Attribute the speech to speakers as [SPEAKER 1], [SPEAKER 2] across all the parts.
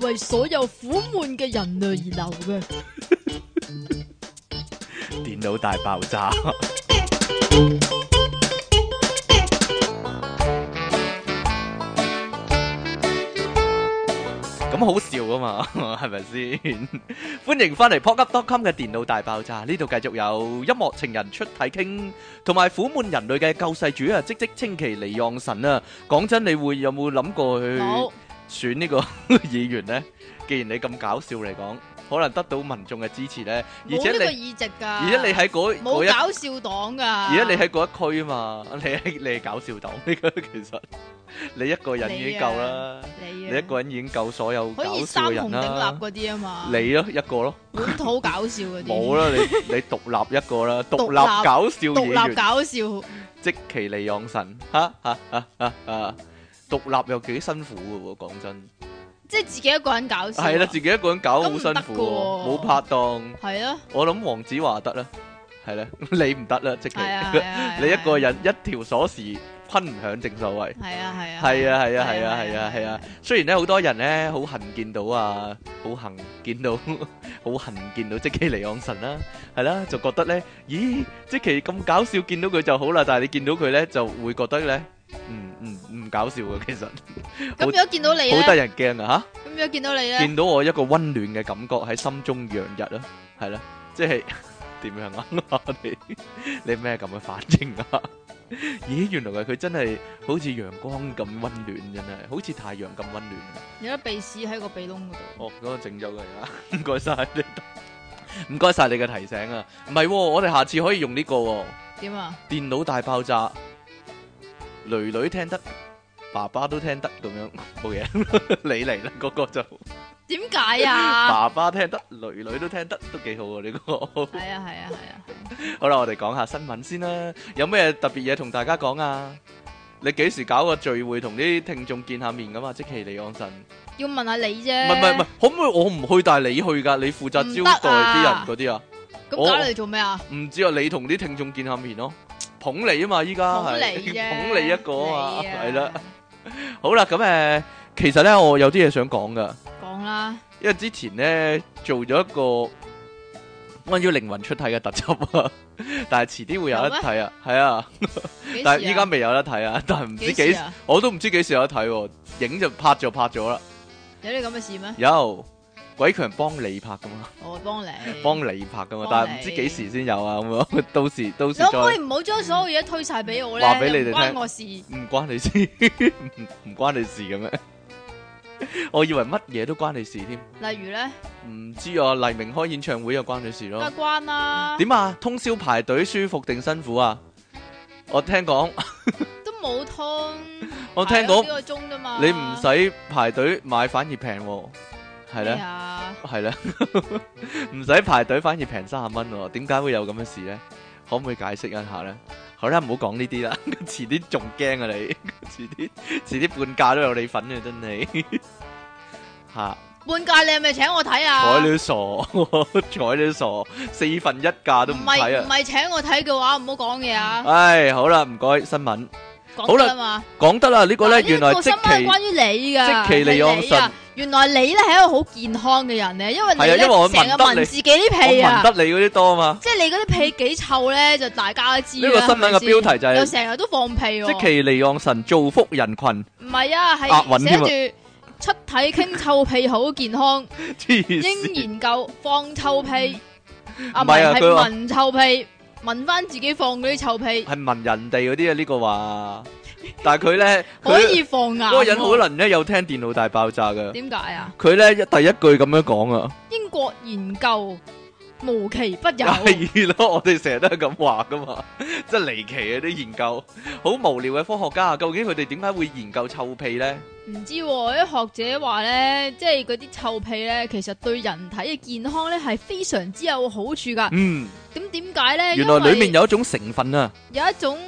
[SPEAKER 1] 為所有苦悶嘅人類而流嘅。
[SPEAKER 2] 電腦大爆炸。咁好笑 噶嘛，係咪先？歡迎翻嚟 p o c k u p c o m 嘅電腦大爆炸，呢度繼續有音樂情人出體傾，同埋苦悶人類嘅救世主啊，即即稱其離讓神啊！講真，你會有冇諗過去
[SPEAKER 1] 好，
[SPEAKER 2] 選 呢個議員呢？既然你咁搞笑嚟講，可能得到民眾嘅支持呢，而
[SPEAKER 1] 冇呢
[SPEAKER 2] 且
[SPEAKER 1] 個
[SPEAKER 2] 你
[SPEAKER 1] 議席噶，
[SPEAKER 2] 而且你喺嗰嗰一
[SPEAKER 1] 冇搞笑黨噶，
[SPEAKER 2] 而家你喺嗰一區啊嘛， 你係你係搞笑黨 呢個其實你一個人已經夠啦，
[SPEAKER 1] 你
[SPEAKER 2] 你
[SPEAKER 1] 啊
[SPEAKER 2] 一個人已經夠所有
[SPEAKER 1] 可
[SPEAKER 2] 搞
[SPEAKER 1] 以
[SPEAKER 2] 笑
[SPEAKER 1] 三
[SPEAKER 2] 嘅
[SPEAKER 1] 雄
[SPEAKER 2] 人
[SPEAKER 1] 鼎立
[SPEAKER 2] 啦。
[SPEAKER 1] 嗰啲啊嘛，
[SPEAKER 2] 你咯，一個咯，
[SPEAKER 1] 本土搞笑嗰啲，
[SPEAKER 2] 冇啦，你你獨立一個啦，獨 立
[SPEAKER 1] 獨立
[SPEAKER 2] 搞笑
[SPEAKER 1] 獨
[SPEAKER 2] 演
[SPEAKER 1] 立
[SPEAKER 2] 員，
[SPEAKER 1] 搞笑，
[SPEAKER 2] 即其利養神，哈哈哈哈哈！獨立又幾辛苦嘅喎，講真，
[SPEAKER 1] 即係自己一個人搞笑啊，
[SPEAKER 2] 係啦，自己一個人搞好辛
[SPEAKER 1] 咁唔得
[SPEAKER 2] 苦喎，冇
[SPEAKER 1] 㗎喎
[SPEAKER 2] 拍檔，
[SPEAKER 1] 係啊，
[SPEAKER 2] 我諗黃子華得啦，係啦， 你唔得啦，即其
[SPEAKER 1] 係 啊，係啊
[SPEAKER 2] 你一個，人一條鎖匙坤唔響，正所謂。
[SPEAKER 1] 係啊，係啊，
[SPEAKER 2] 係啊係啊係啊係啊係啊！雖然咧好多人咧好恨見到啊，好恨見到， 好恨見到即其尼昂神啦，係啦，就覺得咧，咦，即其咁搞笑，見到佢就好啦，但係你見到佢咧就會覺得咧，唔唔唔搞笑嘅，其實
[SPEAKER 1] 咁如果見到你
[SPEAKER 2] 好
[SPEAKER 1] 咧，
[SPEAKER 2] 得人驚啊
[SPEAKER 1] 咁如果見到你咧，
[SPEAKER 2] 吓！見到我一個温暖嘅感覺喺心中洋溢啦，係啦，即係 點樣啊？你 你咩咁嘅反應啊？ 咦，原來佢真係好似陽光咁温暖，真係好似太陽咁温暖。
[SPEAKER 1] 有啲鼻屎喺個鼻窿嗰度，
[SPEAKER 2] 哦，嗰個整咗佢啦，唔該晒你， 唔該晒你 嘅提醒啊！唔係喎，我哋下次可以用呢個喎，
[SPEAKER 1] 點啊？
[SPEAKER 2] 電腦大爆炸，女女聽得，爸爸都聽得咁樣，冇嘢， 你嚟啦，嗰個就
[SPEAKER 1] 點解 啊？
[SPEAKER 2] 爸爸聽得，女女都聽得，都幾好啊！呢個
[SPEAKER 1] 係啊，係啊，係啊，
[SPEAKER 2] 好啦，我哋講下新聞先啦，有咩特別嘢同大家講啊？你幾時搞個聚會同啲聽眾見下面噶嘛？即其利安神。
[SPEAKER 1] 要問下你
[SPEAKER 2] 唔係唔係
[SPEAKER 1] 啫，
[SPEAKER 2] 唔係，，可唔可以我唔去，但係你去㗎？你負責招待啲人嗰啲啊？
[SPEAKER 1] 咁搞嚟做咩啊？
[SPEAKER 2] 唔知啊，你同啲聽眾見下面咯，捧你啊嘛，依家
[SPEAKER 1] 捧
[SPEAKER 2] 係
[SPEAKER 1] 你啫，
[SPEAKER 2] 捧你一個啊嘛，
[SPEAKER 1] 你
[SPEAKER 2] 係啦。，好啦，咁誒，其實咧我有啲嘢想講㗎，
[SPEAKER 1] 講啦，
[SPEAKER 2] 因為之前咧做咗一個關於靈魂出體嘅特輯啊， 但係遲啲會有得睇啊，係啊，
[SPEAKER 1] 幾時啊
[SPEAKER 2] 但係依家未有得睇啊， 但係唔知
[SPEAKER 1] 幾
[SPEAKER 2] 幾
[SPEAKER 1] 時，啊？
[SPEAKER 2] 我都唔知幾時有得睇喎，影就拍就拍咗啦，
[SPEAKER 1] 有啲咁嘅事咩？
[SPEAKER 2] 有鬼強幫你拍㗎嘛。
[SPEAKER 1] 我幫你，
[SPEAKER 2] 幫你拍噶嘛，
[SPEAKER 1] 嗯幫
[SPEAKER 2] 但
[SPEAKER 1] 你
[SPEAKER 2] 係唔知幾時先有啊咁樣， 到時到時
[SPEAKER 1] 你可唔可以
[SPEAKER 2] 再
[SPEAKER 1] 唔好將所有嘢推晒俾我咧？
[SPEAKER 2] 話俾你哋聽
[SPEAKER 1] 又唔關我事。
[SPEAKER 2] 唔關你事，唔唔關你事 嘅咩？我以為乜嘢都關你事添，
[SPEAKER 1] 例如咧，
[SPEAKER 2] 唔知啊黎明開演唱會又關你事
[SPEAKER 1] 梗
[SPEAKER 2] 咯
[SPEAKER 1] 係？關啦，
[SPEAKER 2] 點啊？通宵排隊舒服定辛苦啊？我聽 講，
[SPEAKER 1] 都冇通。
[SPEAKER 2] 我聽
[SPEAKER 1] 排咗
[SPEAKER 2] 講
[SPEAKER 1] 幾個鐘啫嘛，
[SPEAKER 2] 你唔使排隊買反而平喎，係
[SPEAKER 1] 咩
[SPEAKER 2] 咧
[SPEAKER 1] 啊？
[SPEAKER 2] 係咧， 唔使排隊反而平三十蚊喎，點解會有咁嘅事咧？可唔可以解釋一下咧？好啦，唔好講呢啲啦， 遲啲仲驚啊你， 遲啲遲啲半價都有你份啊，真係 吓，
[SPEAKER 1] 半價你係咪請我睇啊？
[SPEAKER 2] 睬你都傻， 睬你都傻，四分一價都唔
[SPEAKER 1] 唔
[SPEAKER 2] 睇
[SPEAKER 1] 係唔
[SPEAKER 2] 啊！
[SPEAKER 1] 係請我睇嘅話，唔好講嘢啊，
[SPEAKER 2] 唉，好啦，唔該，新聞
[SPEAKER 1] 講得啦嘛。
[SPEAKER 2] 講得啦，呢個
[SPEAKER 1] 嗱
[SPEAKER 2] 咧
[SPEAKER 1] 啊呢
[SPEAKER 2] 原來即
[SPEAKER 1] 個新聞
[SPEAKER 2] 期
[SPEAKER 1] 係關於你㗎，
[SPEAKER 2] 即其利
[SPEAKER 1] 係
[SPEAKER 2] 昂
[SPEAKER 1] 你
[SPEAKER 2] 神
[SPEAKER 1] 啊。原來你咧係一個好健康嘅人咧，因為你
[SPEAKER 2] 係啊
[SPEAKER 1] 咧
[SPEAKER 2] 因為我
[SPEAKER 1] 成日
[SPEAKER 2] 聞得你
[SPEAKER 1] 聞自己啲
[SPEAKER 2] 我
[SPEAKER 1] 屁啊，
[SPEAKER 2] 聞得你嗰啲多嘛？
[SPEAKER 1] 即係你嗰啲屁幾臭咧，就大家都知
[SPEAKER 2] 呢個新聞嘅標題就
[SPEAKER 1] 又
[SPEAKER 2] 係
[SPEAKER 1] 成日都放屁喎。
[SPEAKER 2] 即期離岸神造福人群，
[SPEAKER 1] 唔係啊，
[SPEAKER 2] 押韻添啊
[SPEAKER 1] 係寫住出體傾臭屁好健康，
[SPEAKER 2] 黐
[SPEAKER 1] 應
[SPEAKER 2] 線。
[SPEAKER 1] 研究放臭屁。啊，
[SPEAKER 2] 唔
[SPEAKER 1] 唔
[SPEAKER 2] 係
[SPEAKER 1] 係
[SPEAKER 2] 啊
[SPEAKER 1] 係
[SPEAKER 2] 佢話
[SPEAKER 1] 聞臭屁，聞翻自己放嗰啲臭屁，
[SPEAKER 2] 系闻人哋嗰啲啊，呢個話，但係佢咧，
[SPEAKER 1] 可
[SPEAKER 2] 佢
[SPEAKER 1] 以啊放牙。
[SPEAKER 2] 嗰個人可能咧有聽電腦大爆炸噶，
[SPEAKER 1] 點解啊？
[SPEAKER 2] 佢咧一第一句咁樣講啊，
[SPEAKER 1] 英國研究無奇不 有，
[SPEAKER 2] 係咯，哎我哋成日都係咁話噶嘛，真係離奇啊啲研究，好無聊嘅科學家，究竟佢哋點解會研究臭屁咧？
[SPEAKER 1] 唔知喎啲學者話咧，即係嗰啲臭屁咧，其實對人體嘅健康咧係非常之有好處噶。
[SPEAKER 2] 嗯，
[SPEAKER 1] 咁點解咧？
[SPEAKER 2] 原來
[SPEAKER 1] 因為
[SPEAKER 2] 裡面有一種成分啊，
[SPEAKER 1] 有一種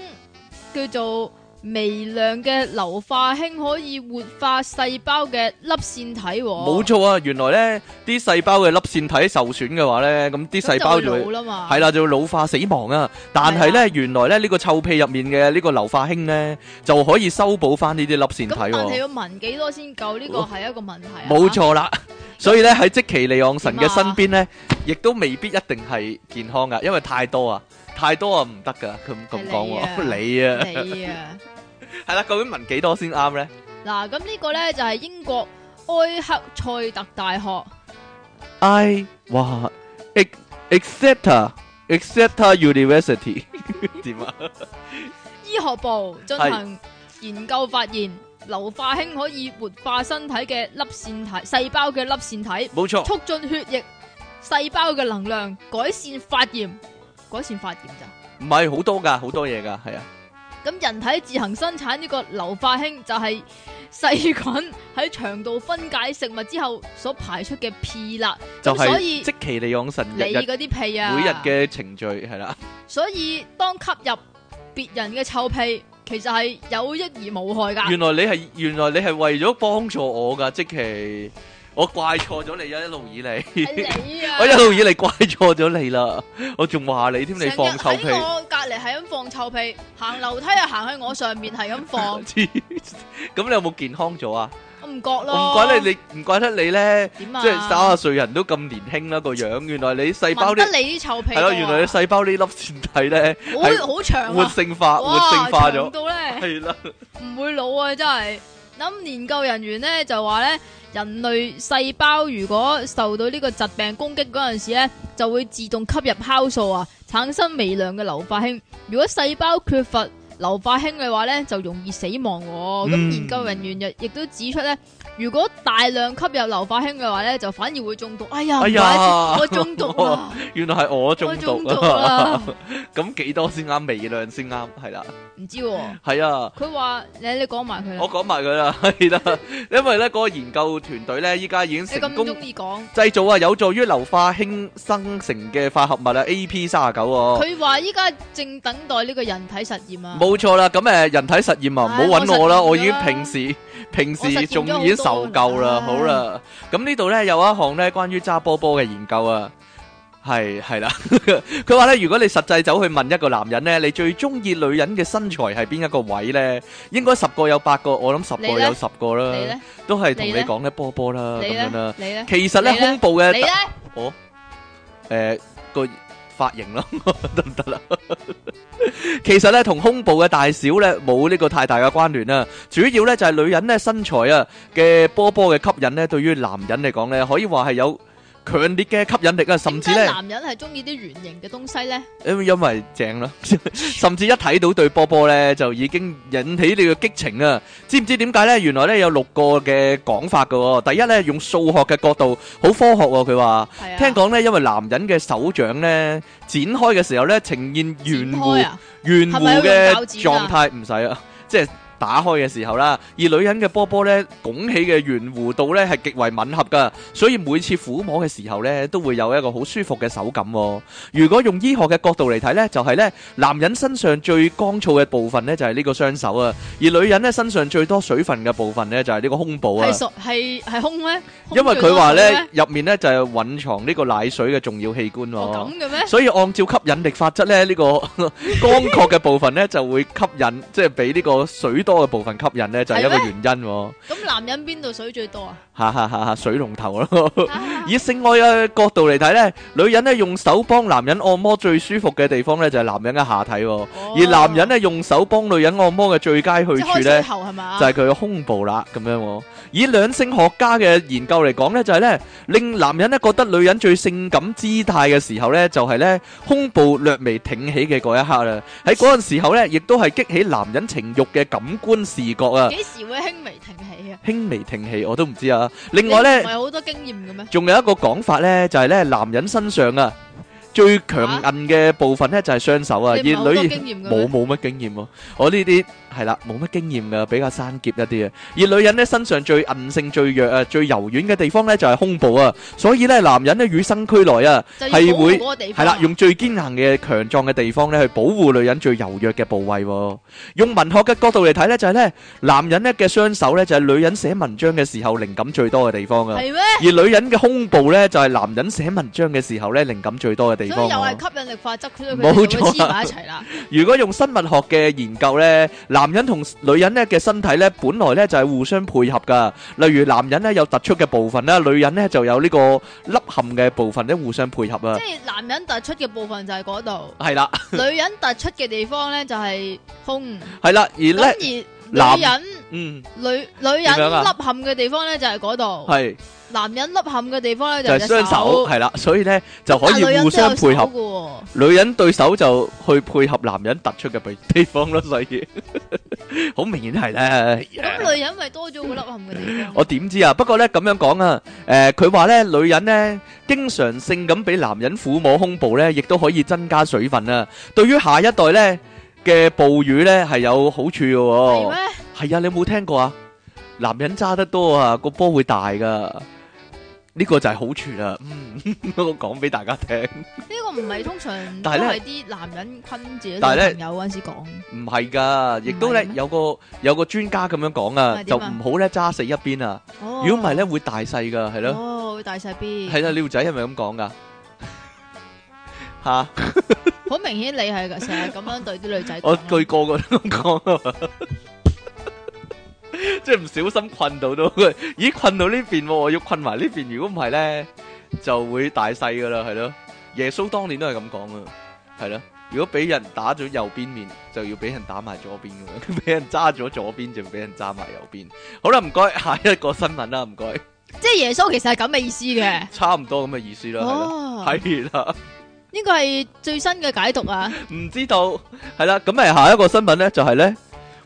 [SPEAKER 1] 叫做微量嘅硫化氫可以活化細胞嘅粒線體喎。
[SPEAKER 2] 冇錯啊！原來咧啲細胞嘅粒線體受損嘅話咧，咁啲細胞就會
[SPEAKER 1] 好啦嘛。
[SPEAKER 2] 係啦，就會老化死亡啊！但係咧，原來咧呢個臭屁入面嘅呢個硫化氫咧，就可以修補翻呢啲粒線
[SPEAKER 1] 咁
[SPEAKER 2] 體
[SPEAKER 1] 但係
[SPEAKER 2] 喎。
[SPEAKER 1] 要聞幾多先夠？呢個係一個問題啊。
[SPEAKER 2] 冇錯啦，所以咧喺即其利昂神嘅
[SPEAKER 1] 點啊
[SPEAKER 2] 身邊咧，亦都未必一定係健康噶，因為太多啊，太多啊唔得噶。咁咁講喎，
[SPEAKER 1] 係
[SPEAKER 2] 你啊，
[SPEAKER 1] 你啊，
[SPEAKER 2] 係啦，究竟聞幾多先啱咧？
[SPEAKER 1] 嗱，咁呢個咧就係英國埃克塞特大學
[SPEAKER 2] I 哇，ex exeter exeter university 點啊？
[SPEAKER 1] 醫學部進行研究發現，硫化氫可以活化身體嘅粒線體、細胞嘅粒線體，
[SPEAKER 2] 冇錯，
[SPEAKER 1] 促進血液細胞嘅能量，改善發炎，改善發炎咋？
[SPEAKER 2] 唔係好多㗎，好多嘢㗎，係啊。
[SPEAKER 1] 咁人體自行生產呢個硫化氫就係細菌喺腸道分解食物之後所排出嘅屁啦，
[SPEAKER 2] 就
[SPEAKER 1] 咁所
[SPEAKER 2] 係
[SPEAKER 1] 以
[SPEAKER 2] 即其利養神
[SPEAKER 1] 你
[SPEAKER 2] 日日
[SPEAKER 1] 嗰啲屁啊，
[SPEAKER 2] 每日嘅程序係啦，
[SPEAKER 1] 所以當吸入別人嘅臭屁，其實係有益而無害噶。
[SPEAKER 2] 原來你係原來你係為咗幫助我㗎，即其我怪錯咗你啊！一路以嚟，
[SPEAKER 1] 係你啊！
[SPEAKER 2] 我一路以嚟怪錯咗你啦，我仲話你添，
[SPEAKER 1] 成日
[SPEAKER 2] 你放臭屁
[SPEAKER 1] 喺，我隔離係咁放臭屁，行樓梯啊行喺我上面係咁放，
[SPEAKER 2] 黐線咁你有冇健康咗啊？
[SPEAKER 1] 我唔覺
[SPEAKER 2] 我
[SPEAKER 1] 咯。
[SPEAKER 2] 唔怪你，你唔怪得你咧，
[SPEAKER 1] 點啊？
[SPEAKER 2] 即係三十歲人都咁年輕啦個樣，原來你細
[SPEAKER 1] 聞
[SPEAKER 2] 胞啲
[SPEAKER 1] 得你啲臭屁
[SPEAKER 2] 係咯，原來你
[SPEAKER 1] 來
[SPEAKER 2] 細胞呢粒線體咧係
[SPEAKER 1] 好好長
[SPEAKER 2] 活
[SPEAKER 1] 啊，
[SPEAKER 2] 性化活
[SPEAKER 1] 哇
[SPEAKER 2] 性化咗
[SPEAKER 1] 長，到咧。
[SPEAKER 2] 係啦。
[SPEAKER 1] 唔會老啊，真係。咁研究人員咧就話咧，人類細胞如果受到呢個疾病攻擊嗰陣時咧，就會自動吸入酵素啊，產生微量嘅硫化氫。如果細胞缺乏硫化氫嘅話咧，就容易死亡、喎。咁、
[SPEAKER 2] 嗯
[SPEAKER 1] 研究人員亦亦都指出咧，如果大量吸入硫化氫嘅話咧，就反而會中毒。哎呀，
[SPEAKER 2] 哎呀
[SPEAKER 1] 唔怪之我中毒啦，
[SPEAKER 2] 原來係我中
[SPEAKER 1] 我
[SPEAKER 2] 毒
[SPEAKER 1] 中毒啊
[SPEAKER 2] 啦
[SPEAKER 1] 啦，
[SPEAKER 2] 咁幾多先啱？微量先啱，係啦，
[SPEAKER 1] 唔知、喎。
[SPEAKER 2] 係啊，
[SPEAKER 1] 佢話你你講埋佢
[SPEAKER 2] 我
[SPEAKER 1] 啦，
[SPEAKER 2] 講埋佢啦， 係啦，因為咧嗰個研究團隊咧，依家已經
[SPEAKER 1] 你
[SPEAKER 2] 成
[SPEAKER 1] 咁
[SPEAKER 2] 功
[SPEAKER 1] 中意講。
[SPEAKER 2] 製造啊有助於硫化氫生成嘅化合物啊 AP 三十九喎，
[SPEAKER 1] 佢話依家正等待呢個人體實驗啊，
[SPEAKER 2] 冇錯啦，咁誒人體實驗啊，唔好
[SPEAKER 1] 唉
[SPEAKER 2] 揾我啦，我
[SPEAKER 1] 我
[SPEAKER 2] 已
[SPEAKER 1] 實
[SPEAKER 2] 經
[SPEAKER 1] 驗咗啦
[SPEAKER 2] 平時平
[SPEAKER 1] 我
[SPEAKER 2] 時
[SPEAKER 1] 實驗
[SPEAKER 2] 仲
[SPEAKER 1] 咗
[SPEAKER 2] 已經受夠啦，
[SPEAKER 1] 好
[SPEAKER 2] 好
[SPEAKER 1] 多啦
[SPEAKER 2] 啦，咁呢度咧有一項咧關於揸波波嘅研究啊。係係啦， 佢話咧，如果你實際走去問一個男人咧，你最中意女人嘅身材係邊一個位咧？應該十個有八個，我諗十
[SPEAKER 1] 你
[SPEAKER 2] 個
[SPEAKER 1] 呢
[SPEAKER 2] 有十個
[SPEAKER 1] 你
[SPEAKER 2] 啦
[SPEAKER 1] 咧，
[SPEAKER 2] 都係同你
[SPEAKER 1] 你呢
[SPEAKER 2] 講咧波波啦
[SPEAKER 1] 你
[SPEAKER 2] 咁樣
[SPEAKER 1] 咧
[SPEAKER 2] 啦。，
[SPEAKER 1] 你咧，
[SPEAKER 2] 其實咧
[SPEAKER 1] 你呢
[SPEAKER 2] 胸部
[SPEAKER 1] 你
[SPEAKER 2] 嘅
[SPEAKER 1] 咧，
[SPEAKER 2] 誒個髮型咯， 得唔得啦？其實咧同胸部嘅大小咧冇呢個太大嘅關聯啦，主要咧就係女人咧身材啊嘅波波嘅吸引咧，對於男人嚟講咧可以話係有強烈嘅吸引力啊，甚至
[SPEAKER 1] 點解
[SPEAKER 2] 咧。
[SPEAKER 1] 男人係中意啲圓形嘅東西咧，
[SPEAKER 2] 因因為正啦， 甚至一睇到對波波咧，就已經引起你嘅激情啊！知唔知點解咧？原來咧有六個嘅講法嘅喎。第一咧，用數學嘅角度，好科學喎。佢話
[SPEAKER 1] 係啊，
[SPEAKER 2] 聽講咧，因為男人嘅手掌咧展開嘅時候咧，呈現
[SPEAKER 1] 剪
[SPEAKER 2] 圓
[SPEAKER 1] 開
[SPEAKER 2] 弧
[SPEAKER 1] 啊，
[SPEAKER 2] 圓
[SPEAKER 1] 係咪有
[SPEAKER 2] 弧嘅
[SPEAKER 1] 用鉸剪
[SPEAKER 2] 狀
[SPEAKER 1] 啊
[SPEAKER 2] 態，唔使啊，即係打開嘅時候啦。而女人嘅波波咧，拱起嘅圓弧度咧係極為吻合噶，所以每次撫摸嘅時候咧，都會有一個好舒服嘅手感、喎。如果用醫學嘅角度嚟睇咧，就係、呢咧男人身上最乾燥嘅部分咧就係呢個雙手啊，而女人咧身上最多水分嘅部分咧就係呢個胸部啊
[SPEAKER 1] 係。屬係係胸咩？胸
[SPEAKER 2] 因為佢
[SPEAKER 1] 最
[SPEAKER 2] 話
[SPEAKER 1] 多水
[SPEAKER 2] 咧
[SPEAKER 1] 咩，
[SPEAKER 2] 入面咧就係隱藏呢個奶水嘅重要器官喎、
[SPEAKER 1] 哦咁嘅咩？
[SPEAKER 2] 所以按照吸引力法則咧，呢、個 光確嘅部分咧 就會吸引，即係俾呢個水多嘅部分吸引咧，就係、一個
[SPEAKER 1] 係咩
[SPEAKER 2] 原因喎。
[SPEAKER 1] 咁男人邊度水最多啊？
[SPEAKER 2] 哈哈哈哈！水龍頭咯。
[SPEAKER 1] 啊
[SPEAKER 2] 以性愛嘅角度嚟睇咧，女人咧用手幫男人按摩最舒服嘅地方咧就係、男人嘅下體、喎，而男人
[SPEAKER 1] 咧
[SPEAKER 2] 咧用手幫女人按摩嘅最佳去
[SPEAKER 1] 即係
[SPEAKER 2] 處
[SPEAKER 1] 開水。
[SPEAKER 2] 咧
[SPEAKER 1] 喉係嘛？
[SPEAKER 2] 就係佢嘅胸部啦，咁樣喎。以兩性學家嘅研究嚟講呢，就係呢令男人呢覺得女人最性感姿態嘅時候呢，就係呢胸部略微挺起嘅嗰一刻啦。喺嗰陣時候呢，亦都係激起男人情慾嘅感官視覺啊，
[SPEAKER 1] 幾時會輕微停起啊？
[SPEAKER 2] 輕微挺起我都唔知啊。另外
[SPEAKER 1] 你
[SPEAKER 2] 呢
[SPEAKER 1] 唔。係好多經驗嘅咩？
[SPEAKER 2] 仲有一個講法呢，就係呢男人身上啊最強硬嘅部分咧就係雙手啊，而
[SPEAKER 1] 你唔係好
[SPEAKER 2] 女
[SPEAKER 1] 多經驗嘅
[SPEAKER 2] 冇
[SPEAKER 1] 咩？
[SPEAKER 2] 冇乜經驗喎，我呢啲係啦，冇乜經驗噶，比較生澀一啲啊。而女人咧身上最韌性最弱啊、最柔軟嘅地方咧就係胸部啊，所以咧男人咧與生俱來啊，
[SPEAKER 1] 就
[SPEAKER 2] 係
[SPEAKER 1] 要保護
[SPEAKER 2] 會
[SPEAKER 1] 嗰個地
[SPEAKER 2] 係
[SPEAKER 1] 方
[SPEAKER 2] 啦
[SPEAKER 1] 啊，
[SPEAKER 2] 用最堅硬嘅強壯嘅地方咧去保護女人最柔弱嘅部位喎。用文學嘅角度嚟睇咧，就係咧男人咧嘅雙手咧就係女人寫文章嘅時候靈感最多嘅地方啊，
[SPEAKER 1] 係咩？
[SPEAKER 2] 而女人嘅胸部咧就係男人寫文章嘅時候咧靈感最多嘅地
[SPEAKER 1] 所
[SPEAKER 2] 方
[SPEAKER 1] 以又
[SPEAKER 2] 啊。
[SPEAKER 1] 係吸引力法則，所以佢哋就
[SPEAKER 2] 冇
[SPEAKER 1] 會
[SPEAKER 2] 錯啦
[SPEAKER 1] 黐埋一齊啦。
[SPEAKER 2] 如果用生物學嘅研究咧，男人同女人咧嘅身體咧，本來咧就係互相配合噶。例如男人咧有突出嘅部分啦，女人咧就有呢個凹陷嘅部分咧，互相配合啊
[SPEAKER 1] 即。係男人突出嘅部分就係嗰 度，
[SPEAKER 2] 係啦，
[SPEAKER 1] 女人突出嘅地方咧就係胸。
[SPEAKER 2] 係啦，而
[SPEAKER 1] 咁
[SPEAKER 2] 咧，
[SPEAKER 1] 而女人
[SPEAKER 2] 嗯，
[SPEAKER 1] 女女
[SPEAKER 2] 點樣
[SPEAKER 1] 人
[SPEAKER 2] 啊
[SPEAKER 1] 凹陷嘅地方咧就係嗰度，
[SPEAKER 2] 係
[SPEAKER 1] 男人凹陷嘅地方咧
[SPEAKER 2] 就係
[SPEAKER 1] 係
[SPEAKER 2] 雙手，係啦，所以咧就可以互相配合。
[SPEAKER 1] 合。
[SPEAKER 2] 女人對手就去配合男人突出嘅地地方咯，所以 好明顯係咧。
[SPEAKER 1] 咁女人咪多咗個凹陷嘅地方。
[SPEAKER 2] 我點知啊？不過咧咁樣講啊，誒佢話咧女人咧經常性咁俾男人撫摸胸部咧，亦都可以增加水分啊。對於下一代咧嘅哺乳咧係有好處嘅
[SPEAKER 1] 係
[SPEAKER 2] 喎。
[SPEAKER 1] 咩？
[SPEAKER 2] 係啊，你有冇聽過啊？男人揸得多啊，個波會大噶。呢個就係好處啦。嗯， 我講俾大家聽，
[SPEAKER 1] 呢個唔係通常都
[SPEAKER 2] 但係呢
[SPEAKER 1] 係啲男人坤自己女
[SPEAKER 2] 但係呢
[SPEAKER 1] 朋友嗰陣時講，
[SPEAKER 2] 唔係噶，亦都
[SPEAKER 1] 唔係
[SPEAKER 2] 咧
[SPEAKER 1] 咩
[SPEAKER 2] 有個有個專家咁樣講啊，
[SPEAKER 1] 係
[SPEAKER 2] 就
[SPEAKER 1] 點
[SPEAKER 2] 唔
[SPEAKER 1] 啊
[SPEAKER 2] 好咧揸死一邊啊。
[SPEAKER 1] 哦
[SPEAKER 2] 如果唔係咧，會大細噶，係咯。
[SPEAKER 1] 哦，會大細 B，
[SPEAKER 2] 係啦，你個仔係咪咁講噶？吓，
[SPEAKER 1] 好明顯你係㗎成日咁樣對啲女仔講
[SPEAKER 2] 我
[SPEAKER 1] 啦。
[SPEAKER 2] 據個個都咁講啊嘛， 即係唔小心困到都， 咦困到呢邊喎，我要困埋呢邊，如果唔係咧就會大細噶啦，係咯。耶穌當年都係咁講啊，係咯。如果俾人打咗右邊面，就要俾人打埋左邊噶啦； 俾人揸咗左邊，就俾人揸埋右邊。好啦，唔該，下一個新聞啦，唔該，
[SPEAKER 1] 即係耶穌其實係咁嘅意思嘅。
[SPEAKER 2] 差唔多咁嘅意思啦，係咯，
[SPEAKER 1] 哦，
[SPEAKER 2] 係啦。
[SPEAKER 1] 呢個係最新嘅解讀 啊，
[SPEAKER 2] 唔知道，係啦，咁咪下一個新聞咧就係咧，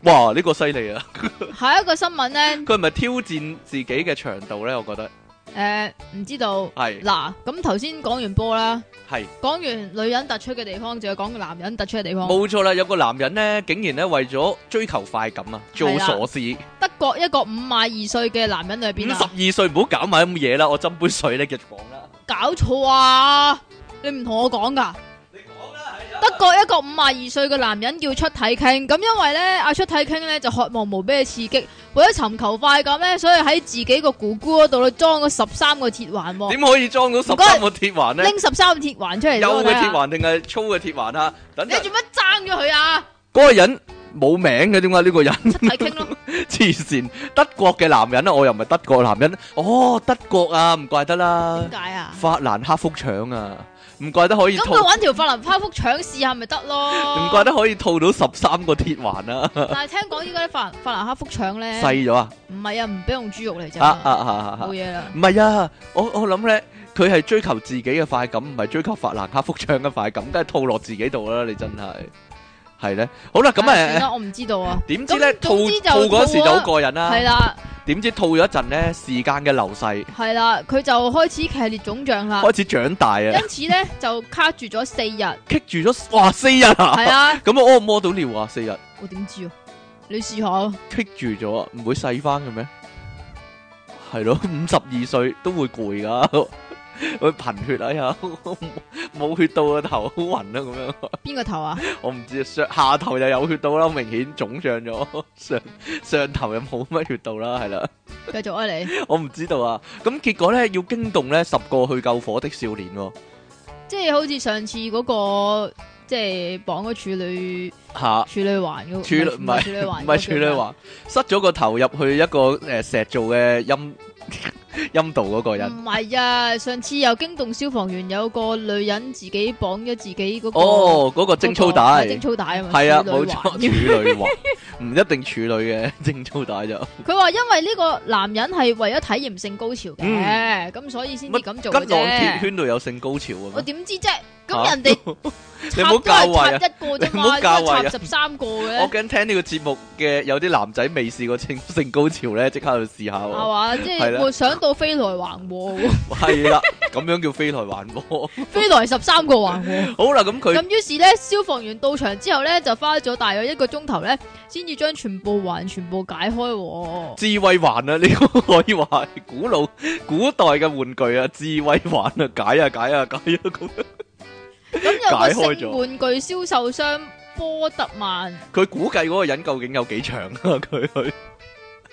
[SPEAKER 2] 哇呢個犀利啊！
[SPEAKER 1] 下一個新聞咧，
[SPEAKER 2] 佢係咪挑戰自己嘅長度咧？我覺得
[SPEAKER 1] 诶，唔知道
[SPEAKER 2] 係
[SPEAKER 1] 嗱，咁頭先講完波啦，
[SPEAKER 2] 係
[SPEAKER 1] 講完女人突出嘅地方，就要講男人突出嘅地方。
[SPEAKER 2] 冇錯啦！有個男人咧，竟然咧為咗追求快感啊，做傻事。
[SPEAKER 1] 德國一個五廿二歲嘅男人裏
[SPEAKER 2] 五
[SPEAKER 1] 边
[SPEAKER 2] 十
[SPEAKER 1] 啊，
[SPEAKER 2] 二歲唔好搞埋咁嘢啦，我斟杯水咧，繼續講 啦。
[SPEAKER 1] 搞錯啊！你唔同我講㗎。
[SPEAKER 2] 你講啦，係啊。
[SPEAKER 1] 德國一個五廿二歲嘅男人叫出體傾，咁因為咧阿出體傾咧就渴望無比嘅刺激，為咗尋求快感咧，所以喺自己個咕咕嗰度咧裝咗十三個鐵環喎，
[SPEAKER 2] 點可以裝到十三個鐵環咧？
[SPEAKER 1] 拎十三個鐵環出嚟俾
[SPEAKER 2] 幼
[SPEAKER 1] 我
[SPEAKER 2] 嘅
[SPEAKER 1] 睇
[SPEAKER 2] 鐵
[SPEAKER 1] 下。
[SPEAKER 2] 環定係粗嘅鐵環啊？等
[SPEAKER 1] 你
[SPEAKER 2] 陣，
[SPEAKER 1] 做乜爭咗佢啊？
[SPEAKER 2] 嗰個人冇名嘅，點解呢個人？
[SPEAKER 1] 出體傾咯，
[SPEAKER 2] 黐線，德國嘅男人啊，我又唔係德國男人，哦，德國啊，唔怪得啦
[SPEAKER 1] 點，解啊？
[SPEAKER 2] 法蘭克福腸啊，唔怪得可以
[SPEAKER 1] 咁
[SPEAKER 2] 套，
[SPEAKER 1] 佢
[SPEAKER 2] 唔
[SPEAKER 1] 搵條法蘭花幅腸試下咪得咯？
[SPEAKER 2] 怪得可以套到十三個鐵環 啊，
[SPEAKER 1] 但係聽講依家啲法法蘭克福腸咧，
[SPEAKER 2] 細咗啊，
[SPEAKER 1] 唔係啊，唔俾用豬肉嚟啫
[SPEAKER 2] 啊啊啊啊啊
[SPEAKER 1] 冇，嘢啦。
[SPEAKER 2] 唔係啊，我我諗咧，佢係追求自己嘅快感，唔係追求法蘭克福腸嘅快感，梗係套落自己度啦，你真係係咧，好啦，咁
[SPEAKER 1] 唉算
[SPEAKER 2] 誒。
[SPEAKER 1] 啦我唔知道啊。
[SPEAKER 2] 點知咧
[SPEAKER 1] 咁
[SPEAKER 2] 套
[SPEAKER 1] 總之就
[SPEAKER 2] 套嗰時就
[SPEAKER 1] 套
[SPEAKER 2] 好
[SPEAKER 1] 咗
[SPEAKER 2] 過癮啦
[SPEAKER 1] 係，啦，啊
[SPEAKER 2] 點知套咗一陣咧，時間嘅流逝
[SPEAKER 1] 係啦，佢就開始劇烈腫脹啦。
[SPEAKER 2] 開始長大啊，
[SPEAKER 1] 因此咧就卡住咗四日，系
[SPEAKER 2] 棘住咗哇四日啊！
[SPEAKER 1] 啊，
[SPEAKER 2] 咁啊屙唔屙到尿啊？四日
[SPEAKER 1] 我點知啊？你試下咯，
[SPEAKER 2] 棘住咗，唔會細翻嘅咩？係咯，五十二歲都會攰噶，會貧血啊！哎呀，冇血到個頭好暈啊咁樣。
[SPEAKER 1] 邊個頭啊？
[SPEAKER 2] 我唔知上下頭就有血到啦，明顯腫脹咗，上上頭又冇乜血到啦，係啦，
[SPEAKER 1] 繼續啊你，
[SPEAKER 2] 我唔知道啊。咁結果咧要驚動咧十個去救火的少年喎、
[SPEAKER 1] 即係好似上次嗰、個即係綁咗處女
[SPEAKER 2] 吓、
[SPEAKER 1] 處女環嗰、個，
[SPEAKER 2] 處女唔係
[SPEAKER 1] 處女
[SPEAKER 2] 唔
[SPEAKER 1] 環，
[SPEAKER 2] 係處女，環，塞咗個頭入去一個誒、呃石做嘅陰陰道嗰個人。
[SPEAKER 1] 唔係啊！上次又驚動消防員，有個女人自己綁咗自己嗰、個
[SPEAKER 2] 哦，嗰個貞操帶
[SPEAKER 1] 精粗帶啊嘛，
[SPEAKER 2] 係啊，
[SPEAKER 1] 處女
[SPEAKER 2] 冇
[SPEAKER 1] 環
[SPEAKER 2] 錯，處女環 唔一定處女嘅貞操帶就
[SPEAKER 1] 佢話因為呢個男人係為咗體驗性高潮嘅，
[SPEAKER 2] 嗯
[SPEAKER 1] 咁、所以先至
[SPEAKER 2] 乜
[SPEAKER 1] 咁
[SPEAKER 2] 吉
[SPEAKER 1] 做
[SPEAKER 2] 浪
[SPEAKER 1] 嘅
[SPEAKER 2] 鐵
[SPEAKER 1] 啫。
[SPEAKER 2] 圈度有性高潮啊
[SPEAKER 1] 我
[SPEAKER 2] 嘅咩？
[SPEAKER 1] 點知啫？咁人哋
[SPEAKER 2] 你
[SPEAKER 1] 插
[SPEAKER 2] 唔好
[SPEAKER 1] 都
[SPEAKER 2] 教
[SPEAKER 1] 係插
[SPEAKER 2] 壞
[SPEAKER 1] 一
[SPEAKER 2] 啊！
[SPEAKER 1] 個啫
[SPEAKER 2] 你唔好
[SPEAKER 1] 嘛，點
[SPEAKER 2] 教
[SPEAKER 1] 解
[SPEAKER 2] 壞啊
[SPEAKER 1] 插十三個 嘅
[SPEAKER 2] 我
[SPEAKER 1] 咧？
[SPEAKER 2] 驚聽呢個節目嘅有啲男仔未試過性性高潮咧，即刻去試下
[SPEAKER 1] 係
[SPEAKER 2] 喎。
[SPEAKER 1] 嘛，即
[SPEAKER 2] 係
[SPEAKER 1] 係
[SPEAKER 2] 啦
[SPEAKER 1] 會想到飛來橫 禍喎，
[SPEAKER 2] 係啦，咁樣叫飛來環 波。
[SPEAKER 1] 飛來十三個橫禍。
[SPEAKER 2] 好啦，咁佢
[SPEAKER 1] 咁於是咧，消防員到場之後咧，就花咗大約一個鐘頭咧，先至將全部環全部解開喎。
[SPEAKER 2] 智慧環啊，呢個可以話係 古老古代嘅玩具啊，智慧環啊，解啊解啊解啊咁。
[SPEAKER 1] 咁有個
[SPEAKER 2] 解開咗
[SPEAKER 1] 性玩具銷售商波特曼，
[SPEAKER 2] 佢估計嗰個人究竟有幾長啊？佢佢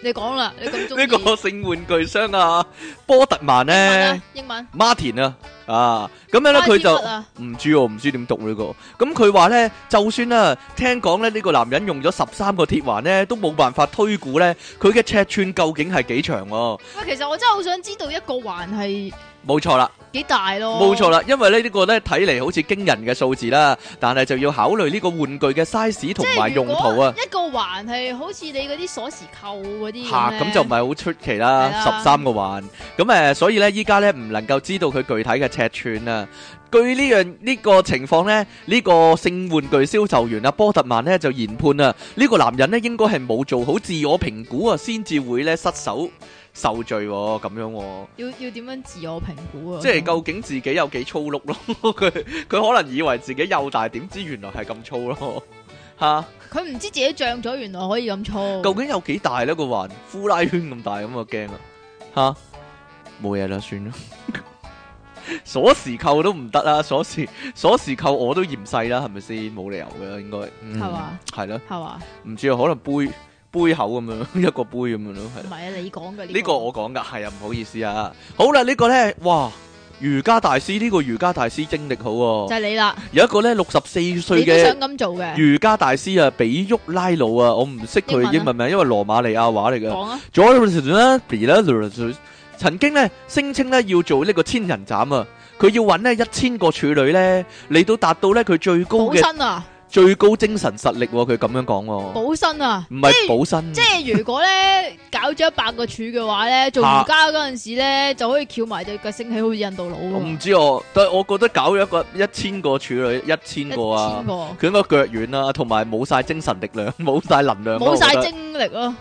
[SPEAKER 1] 你講啦，你咁中意啊
[SPEAKER 2] 呢個性玩具商啊，波特曼
[SPEAKER 1] 英文啊
[SPEAKER 2] 咧
[SPEAKER 1] 英文，
[SPEAKER 2] ，Martin 啊，啊咁樣咧佢就。
[SPEAKER 1] 啊
[SPEAKER 2] 唔知喎，唔知點讀呢、個。咁佢話呢，就算啊，聽講咧呢個男人用咗十三個鐵環呢，都冇辦法推估呢佢嘅尺寸究竟係幾長喎、
[SPEAKER 1] 喂，其實我真係好想知道一個環係
[SPEAKER 2] 冇錯啦，
[SPEAKER 1] 幾大咯。
[SPEAKER 2] 冇錯啦，因為呢呢個呢睇嚟好似驚人嘅數字啦，但係就要考慮呢個玩具嘅 size 同
[SPEAKER 1] 即係
[SPEAKER 2] 埋用途啊。
[SPEAKER 1] 一個環係好似你嗰啲鎖匙扣嗰啲
[SPEAKER 2] 嚇
[SPEAKER 1] 咧
[SPEAKER 2] 咁就唔係好出奇啦，
[SPEAKER 1] 係啊
[SPEAKER 2] 十三個環咁誒、所以呢，依家呢唔能夠知道佢具體嘅尺寸啊。據呢樣呢個情況呢，呢、個性玩具銷售員啊波特曼呢就研判啊，呢、個男人呢應該係冇做好自我評估啊，先至會呢失手受罪喎、咁樣喎、
[SPEAKER 1] 要要點樣自我評估啊？
[SPEAKER 2] 即係究竟自己有幾粗碌咯？ 佢佢可能以為自己幼大，點知原來係咁粗咯嚇。
[SPEAKER 1] 佢唔知自己漲咗，原來可以咁粗。
[SPEAKER 2] 究竟有幾大呢個環？呼拉圈咁大咁我驚啊！吓，冇嘢啦，算啦。 鎖匙扣都唔得啦，鎖匙鎖匙扣我都嫌細啦，係咪先？冇理由嘅應該。係
[SPEAKER 1] 係嘛？
[SPEAKER 2] 係啦，
[SPEAKER 1] 係嘛？
[SPEAKER 2] 唔知啊，可能杯杯口咁樣 一個杯咁樣咯，係
[SPEAKER 1] 唔係
[SPEAKER 2] 啦。
[SPEAKER 1] 啊，你講嘅
[SPEAKER 2] 呢個我講噶，係啊，唔好意思啊。好啦，呢個呢，哇，瑜伽大師呢個瑜伽大師精力好
[SPEAKER 1] 就
[SPEAKER 2] 喎，
[SPEAKER 1] 係你啦，
[SPEAKER 2] 有一個呢，六十四
[SPEAKER 1] 你
[SPEAKER 2] 歲
[SPEAKER 1] 都
[SPEAKER 2] 嘅
[SPEAKER 1] 想。咁做嘅，
[SPEAKER 2] 瑜伽大師啊，比沃拉魯啊，我唔識
[SPEAKER 1] 英文
[SPEAKER 2] 佢
[SPEAKER 1] 啊
[SPEAKER 2] 英文名，因為羅馬尼亞話嚟嘅。
[SPEAKER 1] 講啊，
[SPEAKER 2] 曾經咧聲稱咧要做呢個千人斬啊，佢要揾呢一千個處女咧嚟到達到咧佢最高
[SPEAKER 1] 補
[SPEAKER 2] 嘅
[SPEAKER 1] 身啊，
[SPEAKER 2] 最高精神實力喎，佢咁樣講喎，
[SPEAKER 1] 補身啊，
[SPEAKER 2] 唔係補身，
[SPEAKER 1] 即係如果咧 搞咗一百個柱嘅話咧，做
[SPEAKER 2] 啊
[SPEAKER 1] 瑜伽嗰陣時咧就可以翹埋隻腳升起，好似印度佬
[SPEAKER 2] 我
[SPEAKER 1] 咁
[SPEAKER 2] 唔。知我，但係我覺得搞咗一個一千個處女一千個啊
[SPEAKER 1] 一千，個，
[SPEAKER 2] 佢應該腳軟啦，同埋冇晒精神力量， 冇晒能量啊，
[SPEAKER 1] 冇
[SPEAKER 2] 我覺
[SPEAKER 1] 晒
[SPEAKER 2] 得
[SPEAKER 1] 精力咯。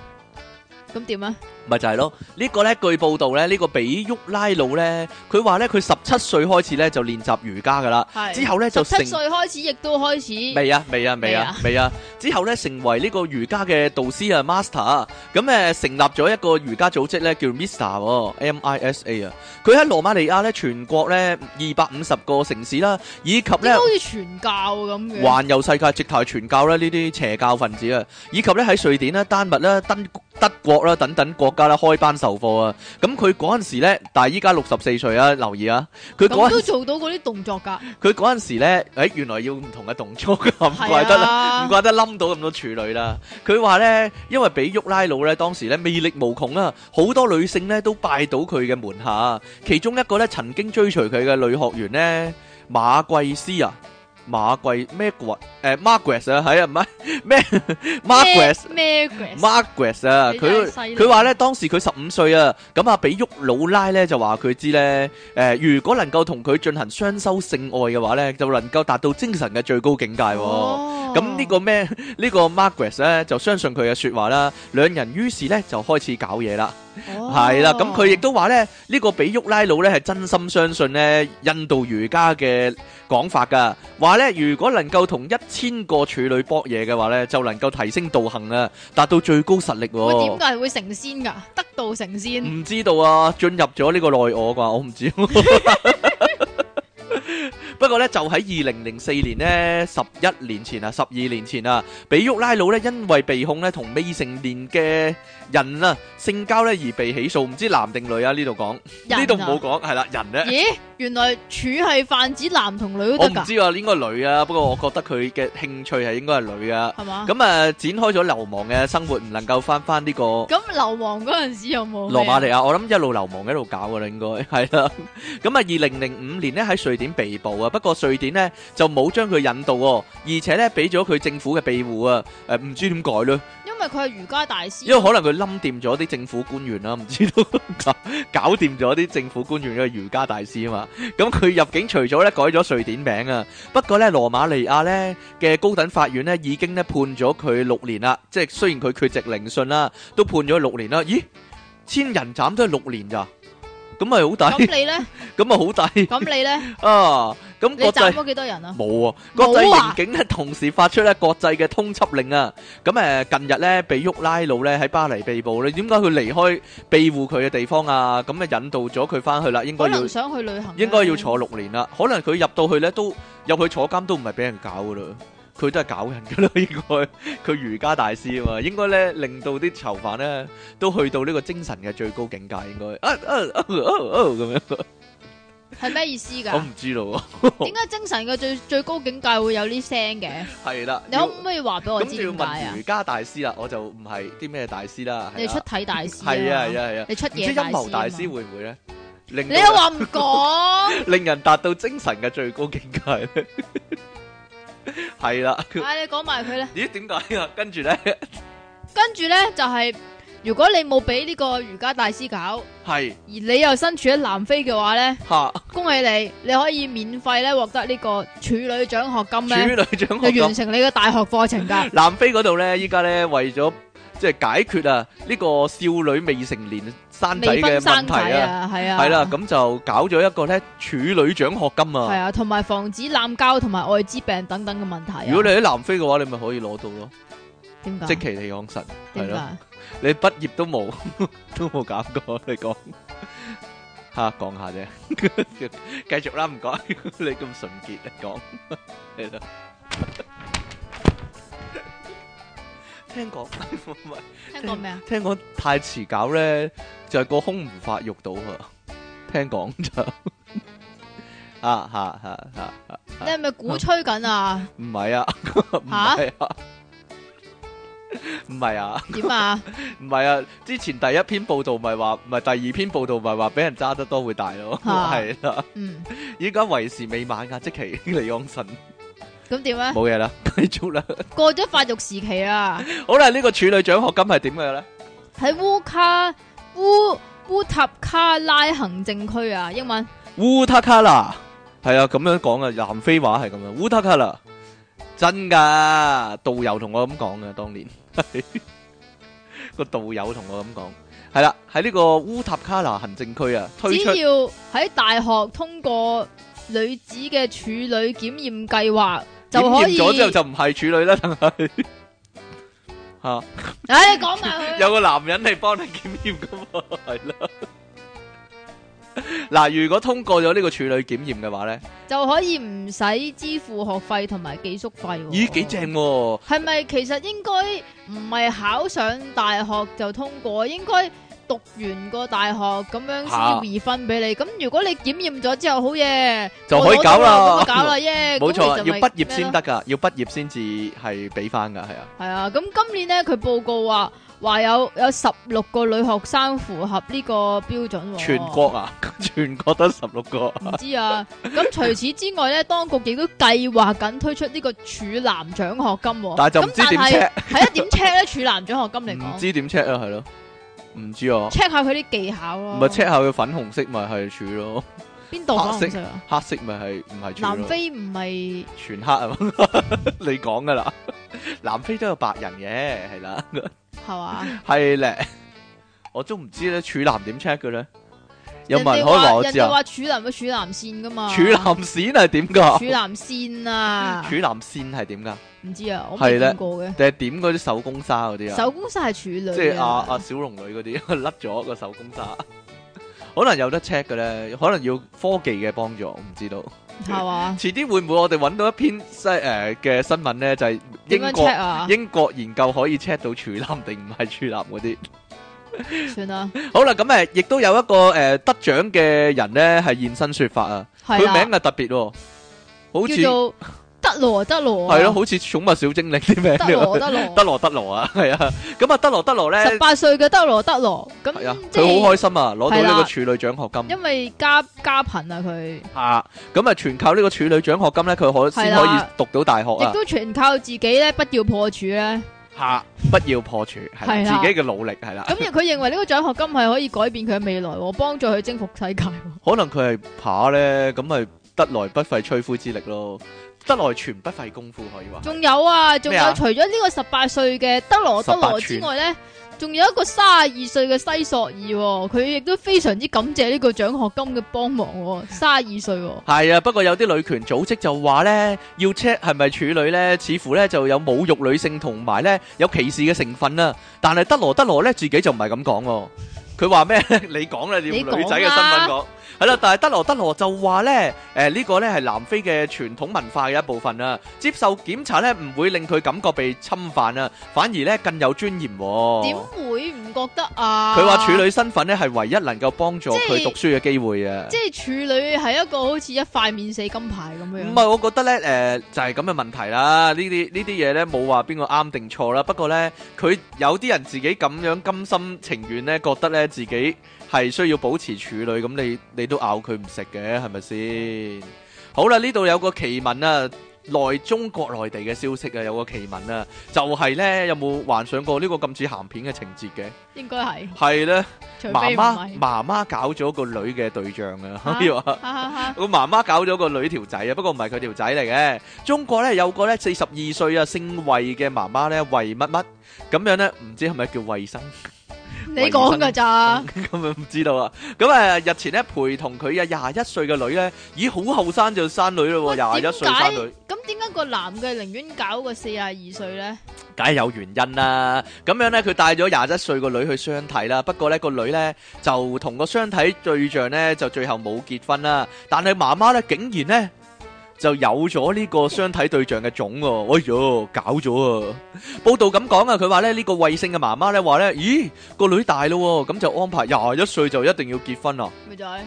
[SPEAKER 1] 咁點啊？
[SPEAKER 2] 咪就係咯，呢個呢，據報道呢，呢個比沃拉魯呢，佢話呢，佢十七歲開始呢就練習瑜伽噶啦，
[SPEAKER 1] 係
[SPEAKER 2] 之後呢就
[SPEAKER 1] 十
[SPEAKER 2] 成
[SPEAKER 1] 七歲開始，亦都開始
[SPEAKER 2] 未啊未啊未啊未啊，之後呢，成為呢個瑜伽嘅導師啊 master 啊，咁誒成立咗一個瑜伽組織呢，叫 MISA 喎 M I S A 啊，佢喺羅馬尼亞呢，全國呢，二百五十個城市啦，以及
[SPEAKER 1] 點解
[SPEAKER 2] 呢。
[SPEAKER 1] 好似傳教咁嘅？
[SPEAKER 2] 環遊世界，直頭係傳教啦，呢啲邪教分子啊，以及咧喺瑞典啦、丹麥啦、德德國啦等等國家啦開班授課啊。咁佢嗰陣時咧，但係依家六十四歲啊，留意啊，佢
[SPEAKER 1] 咁
[SPEAKER 2] 嗰
[SPEAKER 1] 都做到嗰啲動作㗎，
[SPEAKER 2] 佢嗰陣時咧，誒原來要唔同嘅動作㗎，唔怪
[SPEAKER 1] 係
[SPEAKER 2] 得啦。唔
[SPEAKER 1] 啊，
[SPEAKER 2] 怪得冧到咁多處女啦！佢話呢，因為比沃拉魯呢當時呢魅力無窮啊，好多女性呢都拜倒佢嘅門下。其中一個呢曾經追隨佢嘅女學員呢，馬貴斯啊，馬貴咩貴誒 Margaret 啊，係啊，唔係 咩 Margaret
[SPEAKER 1] 咩咩 grass？
[SPEAKER 2] Margaret 啊，
[SPEAKER 1] 你
[SPEAKER 2] 佢
[SPEAKER 1] 真係犀利
[SPEAKER 2] 佢話咧當時佢十五歲啊，咁啊俾沃魯拉咧就話佢知咧，誒、如果能夠同佢進行雙修性愛嘅話咧，就能夠達到精神嘅最高境界喎、
[SPEAKER 1] 哦
[SPEAKER 2] 咁呢個咩？ 呢個 Margaret 咧就相信佢嘅説話啦，兩人於是咧就開始搞嘢啦，
[SPEAKER 1] 哦
[SPEAKER 2] 係啦、咁佢亦都話咧，呢個比沃拉魯咧係真心相信咧印度瑜伽嘅講法㗎，話咧如果能夠同一千個處女搏嘢嘅話咧，就能夠提升道行啊，達到最高實力喎、
[SPEAKER 1] 會點解會成仙㗎？得道成仙，
[SPEAKER 2] 唔知道啊，進入咗呢個內我啩，我 唔知。不過呢，就喺二零零四年呢，十一年前啊，十二年前啊，比沃拉魯呢，因為被控呢同未成年嘅人啊性交呢而被起訴，唔知男定女啊？呢度講，
[SPEAKER 1] 人啊
[SPEAKER 2] 呢度唔好。講，係啦，人呢，
[SPEAKER 1] 咦，原來柱係泛指男同女
[SPEAKER 2] 我
[SPEAKER 1] 都
[SPEAKER 2] 唔
[SPEAKER 1] 得㗎，
[SPEAKER 2] 知啊，應該女啊，不過我覺得佢嘅興趣係應該係女啊。
[SPEAKER 1] 係嘛？
[SPEAKER 2] 咁啊，展開咗流亡嘅生活，唔能夠翻翻呢個。
[SPEAKER 1] 咁流亡嗰陣時有冇咩啊？
[SPEAKER 2] 羅馬尼 亞，我諗一路流亡一路搞噶啦，應該係啦。咁啊，二零零五年呢，喺瑞典被捕啊，不過瑞典呢，就冇將佢引渡喎，而且呢，俾咗佢政府嘅庇護啊。誒、唔知點解咧？
[SPEAKER 1] 啊因為佢係瑜伽大 師，啊
[SPEAKER 2] 因為可能佢冧掂咗啲政府官員啦，唔知道搞搞掂咗啲政府官員嘅瑜伽大師啊嘛。咁佢入境除咗咧改咗瑞典名啊，不過咧羅馬尼亞咧嘅高等法院咧已經咧判咗佢六年啦，即係雖然佢缺席聆訊啦，都判咗六年啦。咦，千人斬都係六年咋？咁咪好
[SPEAKER 1] 咁
[SPEAKER 2] 抵，
[SPEAKER 1] 你咧，
[SPEAKER 2] 咁咪好抵
[SPEAKER 1] 咁你咧，
[SPEAKER 2] 啊！咁
[SPEAKER 1] 你
[SPEAKER 2] 國
[SPEAKER 1] 斬。
[SPEAKER 2] 際
[SPEAKER 1] 咗幾多人啊？冇
[SPEAKER 2] 冇啊！
[SPEAKER 1] 啊
[SPEAKER 2] 國際刑警咧同時發出咧國際嘅通緝令啊！咁誒近日咧被沃拉魯咧喺巴黎被捕咧，點解佢離開庇護佢嘅地方啊？咁啊引導咗佢翻去啦，應該
[SPEAKER 1] 可
[SPEAKER 2] 要
[SPEAKER 1] 能想去旅行，啊
[SPEAKER 2] 應該要。坐六年啦。可能佢入到去咧都入去坐監都唔係俾人搞噶啦，佢都係搞人噶啦，應該佢瑜伽大師啊嘛， 應該咧令到啲囚犯咧都去到呢個精神嘅最高境界，應該啊啊啊啊啊咁樣，
[SPEAKER 1] 係咩意思
[SPEAKER 2] 我
[SPEAKER 1] 㗎？
[SPEAKER 2] 唔知道喎，
[SPEAKER 1] 點解精神嘅最最高境界會有呢聲嘅？
[SPEAKER 2] 係啦，
[SPEAKER 1] 你可
[SPEAKER 2] 要
[SPEAKER 1] 唔可以話俾我知
[SPEAKER 2] 咁就要
[SPEAKER 1] 點解啊
[SPEAKER 2] 問？瑜伽大師啦，我就唔係啲咩大師啦，
[SPEAKER 1] 你出體大師
[SPEAKER 2] 係啊係啊係啊，
[SPEAKER 1] 你出
[SPEAKER 2] 唔知
[SPEAKER 1] 嘢
[SPEAKER 2] 陰謀大師
[SPEAKER 1] 師啊嘛，
[SPEAKER 2] 會唔會咧？令
[SPEAKER 1] 你
[SPEAKER 2] 到
[SPEAKER 1] 又話唔講，
[SPEAKER 2] 令人達到精神嘅最高境 界咧，係啦。
[SPEAKER 1] 唉，你講埋佢咧。
[SPEAKER 2] 咦？點解啊？跟住咧，
[SPEAKER 1] 跟住咧就係、如果你冇俾呢個瑜伽大師搞，
[SPEAKER 2] 係
[SPEAKER 1] 而你又身處喺南非嘅話咧，
[SPEAKER 2] 嚇
[SPEAKER 1] 恭喜你，你可以免費咧獲得呢個處女獎學金
[SPEAKER 2] 處
[SPEAKER 1] 咧，
[SPEAKER 2] 女獎學
[SPEAKER 1] 就完
[SPEAKER 2] 金。
[SPEAKER 1] 成你嘅大學課程 噶。
[SPEAKER 2] 南非嗰度咧，依家咧為咗即係解決啊呢個少女未成年生仔
[SPEAKER 1] 未
[SPEAKER 2] 嘅
[SPEAKER 1] 婚
[SPEAKER 2] 問
[SPEAKER 1] 生仔
[SPEAKER 2] 題啊，
[SPEAKER 1] 啊，係啊，
[SPEAKER 2] 係啦，，咁就搞咗一個咧處女獎學金
[SPEAKER 1] 係
[SPEAKER 2] 啊。
[SPEAKER 1] 啊，同埋防止濫交同埋艾滋病等等嘅問題啊。
[SPEAKER 2] 如果你喺南非嘅話，你咪可以攞到咯。
[SPEAKER 1] 點解？
[SPEAKER 2] 即其利昂神係
[SPEAKER 1] 點
[SPEAKER 2] 咯，
[SPEAKER 1] 解？
[SPEAKER 2] 你畢業都冇， 都冇搞過，你講 吓講下啫， 繼續啦，唔該， 你咁純潔，你講係咯，聽講唔係
[SPEAKER 1] 聽過 咩啊？
[SPEAKER 2] 聽講太遲搞咧，就係個胸唔發育到啊，聽講就 啊 吓吓吓。
[SPEAKER 1] 你係咪鼓吹緊 啊？
[SPEAKER 2] 唔係啊，唔係啊，唔係啊，
[SPEAKER 1] 點啊？
[SPEAKER 2] 唔係啊！之前第一篇報道咪話，唔係第二篇報道咪話俾人揸得多會大咯，
[SPEAKER 1] 啊
[SPEAKER 2] 係啦。
[SPEAKER 1] 嗯，
[SPEAKER 2] 依家為時未晚啊噶，即其利昂神
[SPEAKER 1] 咁點咧？
[SPEAKER 2] 冇嘢啦，繼續啦。
[SPEAKER 1] 過咗發育時期啊啦。
[SPEAKER 2] 好啦，呢個處女獎學金係點嘅咧？
[SPEAKER 1] 喺烏卡烏烏塔卡拉行政區啊，英文
[SPEAKER 2] 烏塔卡啦，係啊，咁樣講啊，南非話係咁樣，烏塔卡啦，真噶，導遊同我咁講嘅，當年 個導遊同我咁講，係啦，喺呢個烏塔卡啦行政區啊，推
[SPEAKER 1] 只
[SPEAKER 2] 出
[SPEAKER 1] 要喺大學通過女子嘅處女檢驗計劃，就可
[SPEAKER 2] 驗
[SPEAKER 1] 以。
[SPEAKER 2] 咗之後就唔係處女啦， 等係
[SPEAKER 1] 唉，你講埋佢。
[SPEAKER 2] 有個男人嚟幫你檢驗噶嘛， 係啦。嗱，如果通過咗呢個處女檢驗嘅話咧，
[SPEAKER 1] 就可以唔使支付學費同埋寄宿費喎。
[SPEAKER 2] 咦，幾正喎！
[SPEAKER 1] 係咪其實應該唔係考上大學就通過，應該讀完個大學咁樣先
[SPEAKER 2] 嚇
[SPEAKER 1] 微分俾你。咁如果你檢驗咗之後，好嘢
[SPEAKER 2] 就可以
[SPEAKER 1] 我攞
[SPEAKER 2] 搞
[SPEAKER 1] 到
[SPEAKER 2] 啦
[SPEAKER 1] 咁就搞啦，耶！
[SPEAKER 2] 冇
[SPEAKER 1] 咁
[SPEAKER 2] 錯，
[SPEAKER 1] 咪
[SPEAKER 2] 要
[SPEAKER 1] 就咪
[SPEAKER 2] 畢業
[SPEAKER 1] 咩
[SPEAKER 2] 先
[SPEAKER 1] 咯
[SPEAKER 2] 得噶，要畢業先至係俾翻噶，係啊。
[SPEAKER 1] 系啊，咁今年咧佢報告話話有有十六個女學生符合呢個標準、喎。
[SPEAKER 2] 全國啊， 全國得十六個，
[SPEAKER 1] 唔知啊。咁除此之外咧，當局亦都計劃緊推出呢個處男獎學金、喎。
[SPEAKER 2] 但係就唔
[SPEAKER 1] 咁
[SPEAKER 2] 知
[SPEAKER 1] 但
[SPEAKER 2] 點
[SPEAKER 1] 係
[SPEAKER 2] check，
[SPEAKER 1] 係啊，點 check 咧？處男獎學金嚟
[SPEAKER 2] 唔
[SPEAKER 1] 講
[SPEAKER 2] 知點 check 啊，係咯，唔知啊，
[SPEAKER 1] ，check 下佢啲技巧咯。
[SPEAKER 2] 唔係 check 下佢粉紅色咪係柱咯，
[SPEAKER 1] 邊度
[SPEAKER 2] 黑色
[SPEAKER 1] 講唔識啊？
[SPEAKER 2] 黑色咪係唔係柱
[SPEAKER 1] 南
[SPEAKER 2] 咯，
[SPEAKER 1] 非唔係
[SPEAKER 2] 全黑啊嘛， 你講噶啦，南非都有白人嘅，係啦，
[SPEAKER 1] 係嘛？
[SPEAKER 2] 係咧，我都唔知咧，處男點 check 嘅咧，有冇
[SPEAKER 1] 人
[SPEAKER 2] 人
[SPEAKER 1] 哋
[SPEAKER 2] 可以話
[SPEAKER 1] 話
[SPEAKER 2] 我
[SPEAKER 1] 人
[SPEAKER 2] 知
[SPEAKER 1] 哋
[SPEAKER 2] 啊？
[SPEAKER 1] 話處男有處男線噶嘛？
[SPEAKER 2] 處男線係點噶？
[SPEAKER 1] 處男線啊
[SPEAKER 2] 處，男線係點噶？
[SPEAKER 1] 唔知啊，我
[SPEAKER 2] 係
[SPEAKER 1] 未
[SPEAKER 2] 咧
[SPEAKER 1] 見過嘅。
[SPEAKER 2] 定係點嗰啲手工沙嗰啲啊？
[SPEAKER 1] 手工室係處女嘅，
[SPEAKER 2] 即係啊阿阿小龍女嗰啲 甩咗個手工沙，可能有得 check 嘅咧，可能要科技嘅幫助，我唔知道。
[SPEAKER 1] 係嘛？
[SPEAKER 2] 遲啲會唔會我哋揾到一篇西誒嘅新聞咧，就係、
[SPEAKER 1] 點
[SPEAKER 2] 英
[SPEAKER 1] 樣
[SPEAKER 2] 國
[SPEAKER 1] check 啊？
[SPEAKER 2] 英國研究可以 check 到處男定唔係處男嗰啲。
[SPEAKER 1] 算啦，
[SPEAKER 2] 好啦，咁誒亦都有一個誒、呃得獎嘅人咧係現身說法啊，
[SPEAKER 1] 係
[SPEAKER 2] 佢
[SPEAKER 1] 啦，
[SPEAKER 2] 名啊特別喎、好似
[SPEAKER 1] 叫做得得咯，得咯啊，
[SPEAKER 2] 係咯，好似寵物小精靈啲名
[SPEAKER 1] 得咯，得咯，
[SPEAKER 2] 德羅德羅啊， 係啊，咁啊德羅德羅咧，
[SPEAKER 1] 十八歲嘅得咯，得咯，
[SPEAKER 2] 係啊
[SPEAKER 1] 咁，即
[SPEAKER 2] 佢好
[SPEAKER 1] 係
[SPEAKER 2] 開心啊，攞到呢
[SPEAKER 1] 係
[SPEAKER 2] 個
[SPEAKER 1] 啦
[SPEAKER 2] 處女獎學金
[SPEAKER 1] 因為家家貧啊，佢
[SPEAKER 2] 啊，咁啊全靠呢個處女獎學金咧，佢可
[SPEAKER 1] 係
[SPEAKER 2] 先
[SPEAKER 1] 啦
[SPEAKER 2] 可以讀到大學啊
[SPEAKER 1] 亦，都全靠自己咧，不要破處咧。
[SPEAKER 2] 吓，不要破處，係
[SPEAKER 1] 係
[SPEAKER 2] 啦
[SPEAKER 1] 啦
[SPEAKER 2] 自己嘅努力係啦，
[SPEAKER 1] 咁佢認為呢個獎學金係可以改變佢嘅未來喎，幫助佢征服世界喎。
[SPEAKER 2] 可能佢係扒咧，咁咪得來不費吹灰之力咯，得來全不費功夫可以話。
[SPEAKER 1] 仲有啊，仲
[SPEAKER 2] 咩啊
[SPEAKER 1] 有除咗呢個十八歲嘅德羅德羅之外咧，仲有一個三十二歲嘅西索爾喎，佢亦都非常之感謝呢個獎學金嘅幫忙喎，三十二歲喎。
[SPEAKER 2] 系啊，不過有啲女權組織就話呢，要 check 係咪處女呢，似乎呢就有侮辱女性同埋呢有歧視嘅成分啦。但係德羅德羅呢，自己就唔係咁講喎，佢話咩？ 你講啦，你用
[SPEAKER 1] 你講
[SPEAKER 2] 女仔嘅身份
[SPEAKER 1] 啦
[SPEAKER 2] 講。係啦，但係德羅德羅就話呢，誒、呢、個呢係南非嘅傳統文化嘅一部分啊。接受檢查呢，唔會令佢感覺被侵犯啊，反而呢更有尊嚴喎。
[SPEAKER 1] 點會唔覺得啊？
[SPEAKER 2] 佢話處，女身份呢係唯一能夠幫助
[SPEAKER 1] 即
[SPEAKER 2] 佢
[SPEAKER 1] 係
[SPEAKER 2] 讀書嘅機會啊。
[SPEAKER 1] 即係處女係一個好似一塊面死金牌咁樣。
[SPEAKER 2] 唔係，我覺得咧，誒、就係咁嘅問題啦。呢啲呢啲嘢咧，冇話邊個啱定錯啦。不過咧，佢有啲人自己咁樣甘心情願咧，覺得咧自己係需要保持處女，咁你你都咬佢唔食嘅，係咪先？好啦，呢度有個奇聞啊，內中國內地嘅消息啊，有個奇聞啊，就係、咧有冇幻想過呢個咁似鹹片嘅情節嘅？
[SPEAKER 1] 應該係，
[SPEAKER 2] 係咧，
[SPEAKER 1] 除
[SPEAKER 2] 媽
[SPEAKER 1] 非唔
[SPEAKER 2] 媽
[SPEAKER 1] 係。
[SPEAKER 2] 媽媽搞咗個女嘅對象啊，
[SPEAKER 1] 啊
[SPEAKER 2] 可以話。
[SPEAKER 1] 哈哈 哈
[SPEAKER 2] 個媽媽搞咗個女條仔啊，不過唔係佢條仔嚟嘅。中國咧有個咧四十二歲啊姓魏嘅媽媽咧魏乜乜咁樣咧，唔知係咪叫衛生？
[SPEAKER 1] 你講㗎咋？
[SPEAKER 2] 咁樣唔知道啊。咁啊日前咧陪同佢嘅廿一歲嘅女咧，咦好後生就生女咯
[SPEAKER 1] 喂
[SPEAKER 2] 喎，廿一歲
[SPEAKER 1] 點解
[SPEAKER 2] 生女，
[SPEAKER 1] 咁點解個男嘅寧願搞個四廿二歲咧？
[SPEAKER 2] 梗係有原因啦。咁樣咧佢帶咗廿一歲個女去相睇啦，不過咧個女咧就同個相睇對象咧就最後冇結婚啦，但係媽媽咧竟然咧。就有咗呢個相睇對象嘅種喎、哎呦，搞咗啊！報道咁講啊，佢話咧呢、呢個衛星嘅媽媽咧話咧，咦個女大咯喎，咁就安排廿一歲就一定要結婚啊啦，
[SPEAKER 1] 咪就係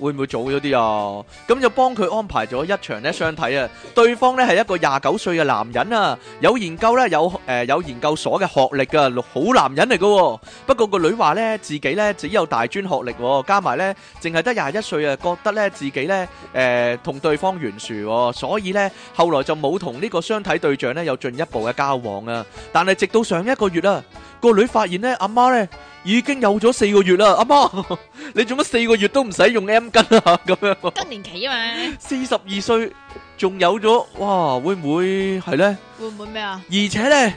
[SPEAKER 2] 會唔會早咗啲啊？咁就幫佢安排咗一場咧相睇啊，對方咧係一個廿九歲嘅男人啊，有研究咧有誒、呃有研究所嘅學歷噶，好男人嚟噶、喎。不過個女話咧自己咧只有大專學歷、喎，加埋咧淨係得廿一歲啊，覺得咧自己咧。誒同、對方懸殊喎、所以呢，後來就冇同呢個相睇對象呢有進一步嘅交往啊。但係直到上一個月啊，個女發現呢，阿媽呢已經有咗四個月啦。阿媽，你做乜四個月都唔使用 M 巾啊？咁樣喎，
[SPEAKER 1] 更年期啊嘛，
[SPEAKER 2] 四十二歲仲有咗，哇！會唔會係呢？
[SPEAKER 1] 會唔會咩啊？
[SPEAKER 2] 而且呢，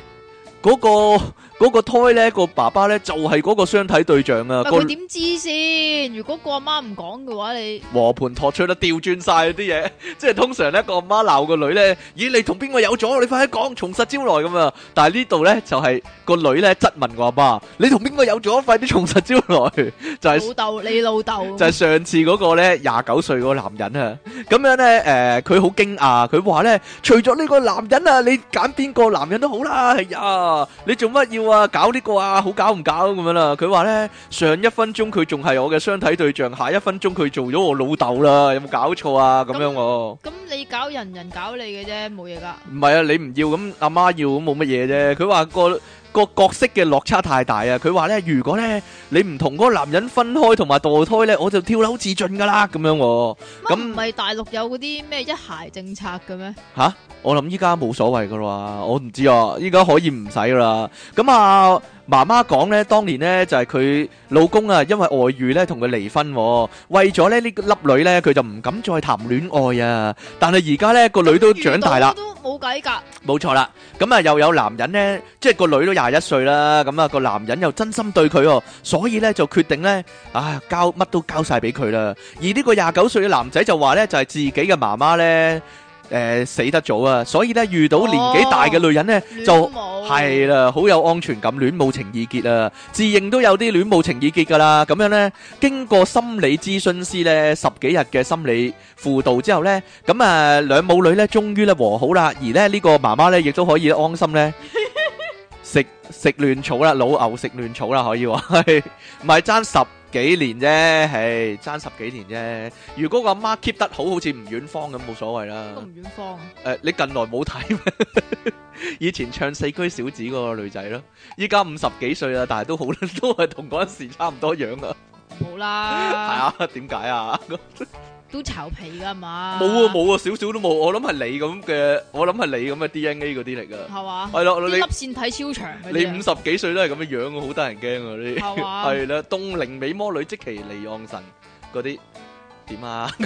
[SPEAKER 2] 嗰、個嗰個胎呢，個爸爸呢，就係、嗰個相睇對象啊。
[SPEAKER 1] 喂
[SPEAKER 2] 個
[SPEAKER 1] 佢點知先？如果個阿媽唔講嘅話，你
[SPEAKER 2] 和盤托出啦，調轉晒啲嘢， 即係通常咧個阿媽鬧個女咧，咦你同邊個有咗？你快啲講，從實招來咁啊！但係呢度咧就係、個女咧質問個阿媽，你同邊個有咗？快啲從實招來， 就係、
[SPEAKER 1] 老豆，你老豆
[SPEAKER 2] 就係上次嗰個咧廿九歲嗰個男人啊，咁樣咧誒，呃佢好驚訝，佢話咧，除咗呢個男人啊，你揀邊個男人都好啦，係呀，你做乜要啊搞呢個啊，好搞唔搞咁樣啦？佢話咧，上一分鐘佢仲係我嘅相睇對象，下一分鐘佢做咗我老豆啦，有冇搞錯啊？咁樣喎，
[SPEAKER 1] 咁你搞人，人搞你嘅啫，冇嘢噶。
[SPEAKER 2] 唔係啊，你唔要咁，阿媽要咁冇乜嘢啫。佢話個。個角色嘅落差太大啊！佢話咧，如果咧你唔同嗰個男人分開同埋墮胎咧，我就跳樓自盡噶啦咁樣喎。咁
[SPEAKER 1] 咁唔係大陸有嗰啲咩一孩政策嘅咩？
[SPEAKER 2] 我諗依家冇所謂噶啦，我唔知啊，依家可以唔使噶啦。咁啊，媽媽講呢，當年呢，就係佢老公啊，因為外遇呢，同佢離婚、喎，為咗呢呢粒女呢，佢就唔敢再談戀愛啊。但係而家呢，個女都長大啦
[SPEAKER 1] 遇到。都冇計㗎。
[SPEAKER 2] 冇錯啦，咁啊又有男人呢，即係個女都廿一歲啦，咁啊個男人又真心對佢喎，所以呢就決定呢，啊交乜都交晒俾佢啦。而呢個廿九歲嘅男仔就話呢，就係、自己嘅媽媽呢，誒、死得早啊，所以呢，遇到年紀大嘅女人呢，就
[SPEAKER 1] 戀母
[SPEAKER 2] 係啦，好有安全感，戀母情意結啊，自認都有啲戀母情意結噶啦。咁樣呢，經過心理諮詢師呢十幾日嘅心理輔導之後呢，咁啊兩母女呢終於呢和好啦，而呢呢個媽媽呢亦都可以安心呢食食嫩草啦，老牛食嫩草啦，可以話係唔係爭十幾年啫，唉，爭十幾年啫。如果個阿媽 keep 得好，好似吳遠芳咁，冇所謂啦。
[SPEAKER 1] 都唔遠方啊，
[SPEAKER 2] 诶、你近來冇睇咩？ 以前唱四驅小子嗰個女仔咯，依家五十幾歲啦，但 係都好都係同嗰阵时差唔多樣啊。
[SPEAKER 1] 冇
[SPEAKER 2] 係
[SPEAKER 1] 啦，
[SPEAKER 2] 啊，點解啊？
[SPEAKER 1] 都巢皮噶嘛，
[SPEAKER 2] 冇啊，冇啊，少少都冇。我諗係你咁嘅，我諗係你咁嘅 DNA 嗰啲嚟噶。
[SPEAKER 1] 係嘛，
[SPEAKER 2] 係咯，
[SPEAKER 1] 啲
[SPEAKER 2] 你
[SPEAKER 1] 粒線睇超長嗰
[SPEAKER 2] 你
[SPEAKER 1] 啲
[SPEAKER 2] 五
[SPEAKER 1] 啊，
[SPEAKER 2] 十幾歲都係咁嘅樣啊，好得人驚啊！呢啲
[SPEAKER 1] 係嘛
[SPEAKER 2] 係啦，凍齡美魔女即其離岸神嗰啲點啊？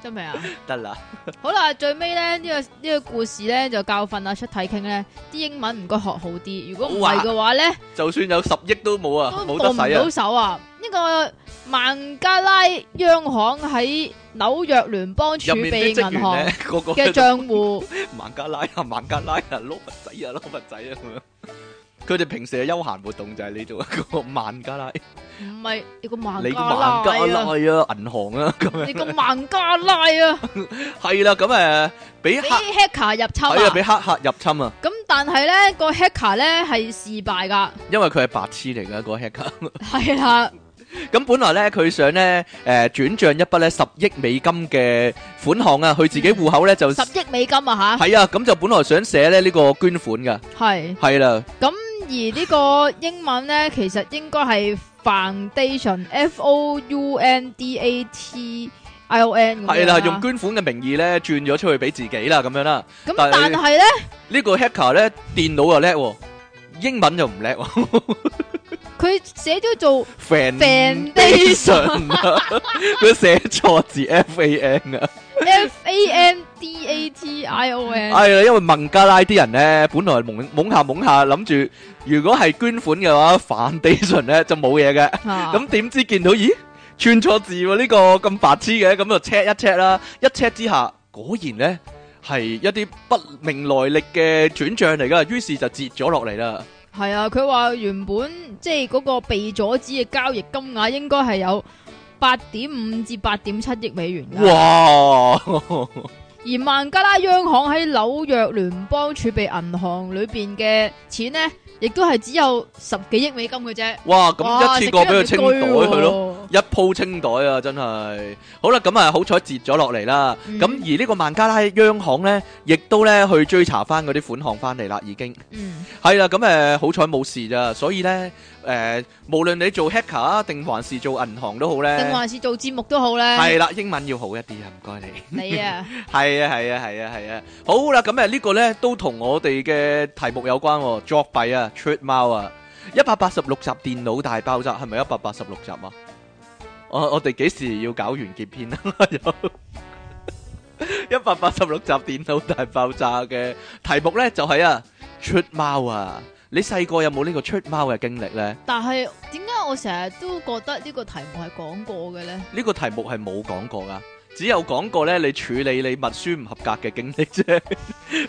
[SPEAKER 1] 真未啊？
[SPEAKER 2] 得啦，
[SPEAKER 1] 好啦，最尾咧呢、個呢、個故事咧就教訓阿出體傾咧，啲英文唔該學好啲。如果唔係嘅話咧，
[SPEAKER 2] 就算有十億都冇啊
[SPEAKER 1] 都，過
[SPEAKER 2] 冇得
[SPEAKER 1] 唔
[SPEAKER 2] 使啊
[SPEAKER 1] 到！手啊！呢、個孟加拉央行喺紐約聯邦儲
[SPEAKER 2] 入面啲
[SPEAKER 1] 備
[SPEAKER 2] 職
[SPEAKER 1] 銀行
[SPEAKER 2] 員咧， 個個
[SPEAKER 1] 嘅
[SPEAKER 2] 都
[SPEAKER 1] 帳戶，
[SPEAKER 2] 孟加拉 啊，孟加拉啊，攞佛仔啊，攞佛仔啊咁樣。佢哋平時嘅休閒活動就係呢度啊，個孟加拉，
[SPEAKER 1] 唔係你個孟
[SPEAKER 2] 你
[SPEAKER 1] 加
[SPEAKER 2] 個孟加
[SPEAKER 1] 拉
[SPEAKER 2] 拉
[SPEAKER 1] 啊，
[SPEAKER 2] 啊，銀行啊，咁
[SPEAKER 1] 你個孟加拉 啊，
[SPEAKER 2] 係啦，咁誒，
[SPEAKER 1] 俾
[SPEAKER 2] 俾黑
[SPEAKER 1] hacker 入侵
[SPEAKER 2] 係啊，俾
[SPEAKER 1] 啊！
[SPEAKER 2] 黑客入侵啊，
[SPEAKER 1] 咁但係咧個 hacker 咧係事敗 㗎，
[SPEAKER 2] 因為佢係白痴嚟㗎，個黑客。
[SPEAKER 1] 係啦，
[SPEAKER 2] 咁本來咧，佢想咧，誒、轉帳一筆咧十億美金嘅款項啊，去自己户口咧就係
[SPEAKER 1] 十億美金啊
[SPEAKER 2] 啊，咁就本來想寫咧呢個捐款噶，
[SPEAKER 1] 吓，係。
[SPEAKER 2] 係啦，
[SPEAKER 1] 而呢個英文咧，其實應該係 foundation，f o u n d a t i o n 咁樣啊
[SPEAKER 2] 係啦，用捐款嘅名義咧轉咗出去俾自己啦，咁樣啦。
[SPEAKER 1] 咁
[SPEAKER 2] 但係
[SPEAKER 1] 但係咧，
[SPEAKER 2] 呢、個 hacker 咧電腦又叻喎，英文就唔叻喎
[SPEAKER 1] 佢寫咗做
[SPEAKER 2] ，foundation 啊，佢寫錯字 F A N 啊。
[SPEAKER 1] f a n d a t i o n，
[SPEAKER 2] 系啦，因為孟加拉啲人咧，本來懵懵下懵下，諗住如果係捐款嘅話，foundation 咧就冇嘢嘅。
[SPEAKER 1] 咁
[SPEAKER 2] 咁點知見到咦串錯字喎、呢、個咁白痴嘅，咁就 check 一 check 啦，一 check 之下果然呢係一啲不明來歷嘅轉帳嚟噶，於是就截咗落嚟啦。
[SPEAKER 1] 係啊，佢話原本即係嗰個被阻止嘅交易金額應該係有八點五至八點七億美元㗎。
[SPEAKER 2] 哇！
[SPEAKER 1] 而孟加拉央行喺紐約聯邦儲備銀行裏邊嘅錢呢，亦都係只有十幾億美金嘅啫。
[SPEAKER 2] 哇！咁一次過俾佢
[SPEAKER 1] 食
[SPEAKER 2] 清
[SPEAKER 1] 咗
[SPEAKER 2] 袋
[SPEAKER 1] 人哋居
[SPEAKER 2] 佢咯。
[SPEAKER 1] 咯。
[SPEAKER 2] 一鋪清袋啊，真係好啦，咁啊好彩截咗落嚟啦。
[SPEAKER 1] 嗯
[SPEAKER 2] 咁、而呢個孟加拉央行呢，亦都呢去追查翻嗰啲款項翻嚟啦，已經
[SPEAKER 1] 嗯，
[SPEAKER 2] 係啦。咁誒、呃好彩冇事咋，所以呢，誒、無論你做 hacker 啊，定還是做銀行都好
[SPEAKER 1] 定
[SPEAKER 2] 呢，
[SPEAKER 1] 還是做節目都好咧。
[SPEAKER 2] 係啦，英文要好一啲啊，唔該你。
[SPEAKER 1] 你 啊，
[SPEAKER 2] 係啊，係啊，係啊，係啊。好啦，咁誒呢個呢，都同我哋嘅題目有關喎、作弊啊，出貓啊，一百八十六集電腦大爆炸係咪一百八十六集啊？我我哋幾時要搞完結篇啊？ 一百八十六集電腦大爆炸嘅題目呢，就係、啊出貓啊！你細個有冇呢個出貓嘅經歷呢？
[SPEAKER 1] 但係點解我成日都覺得呢個題目係講過嘅咧？
[SPEAKER 2] 呢個題目係冇講過噶，只有講過咧你處理你默書唔合格嘅經歷啫，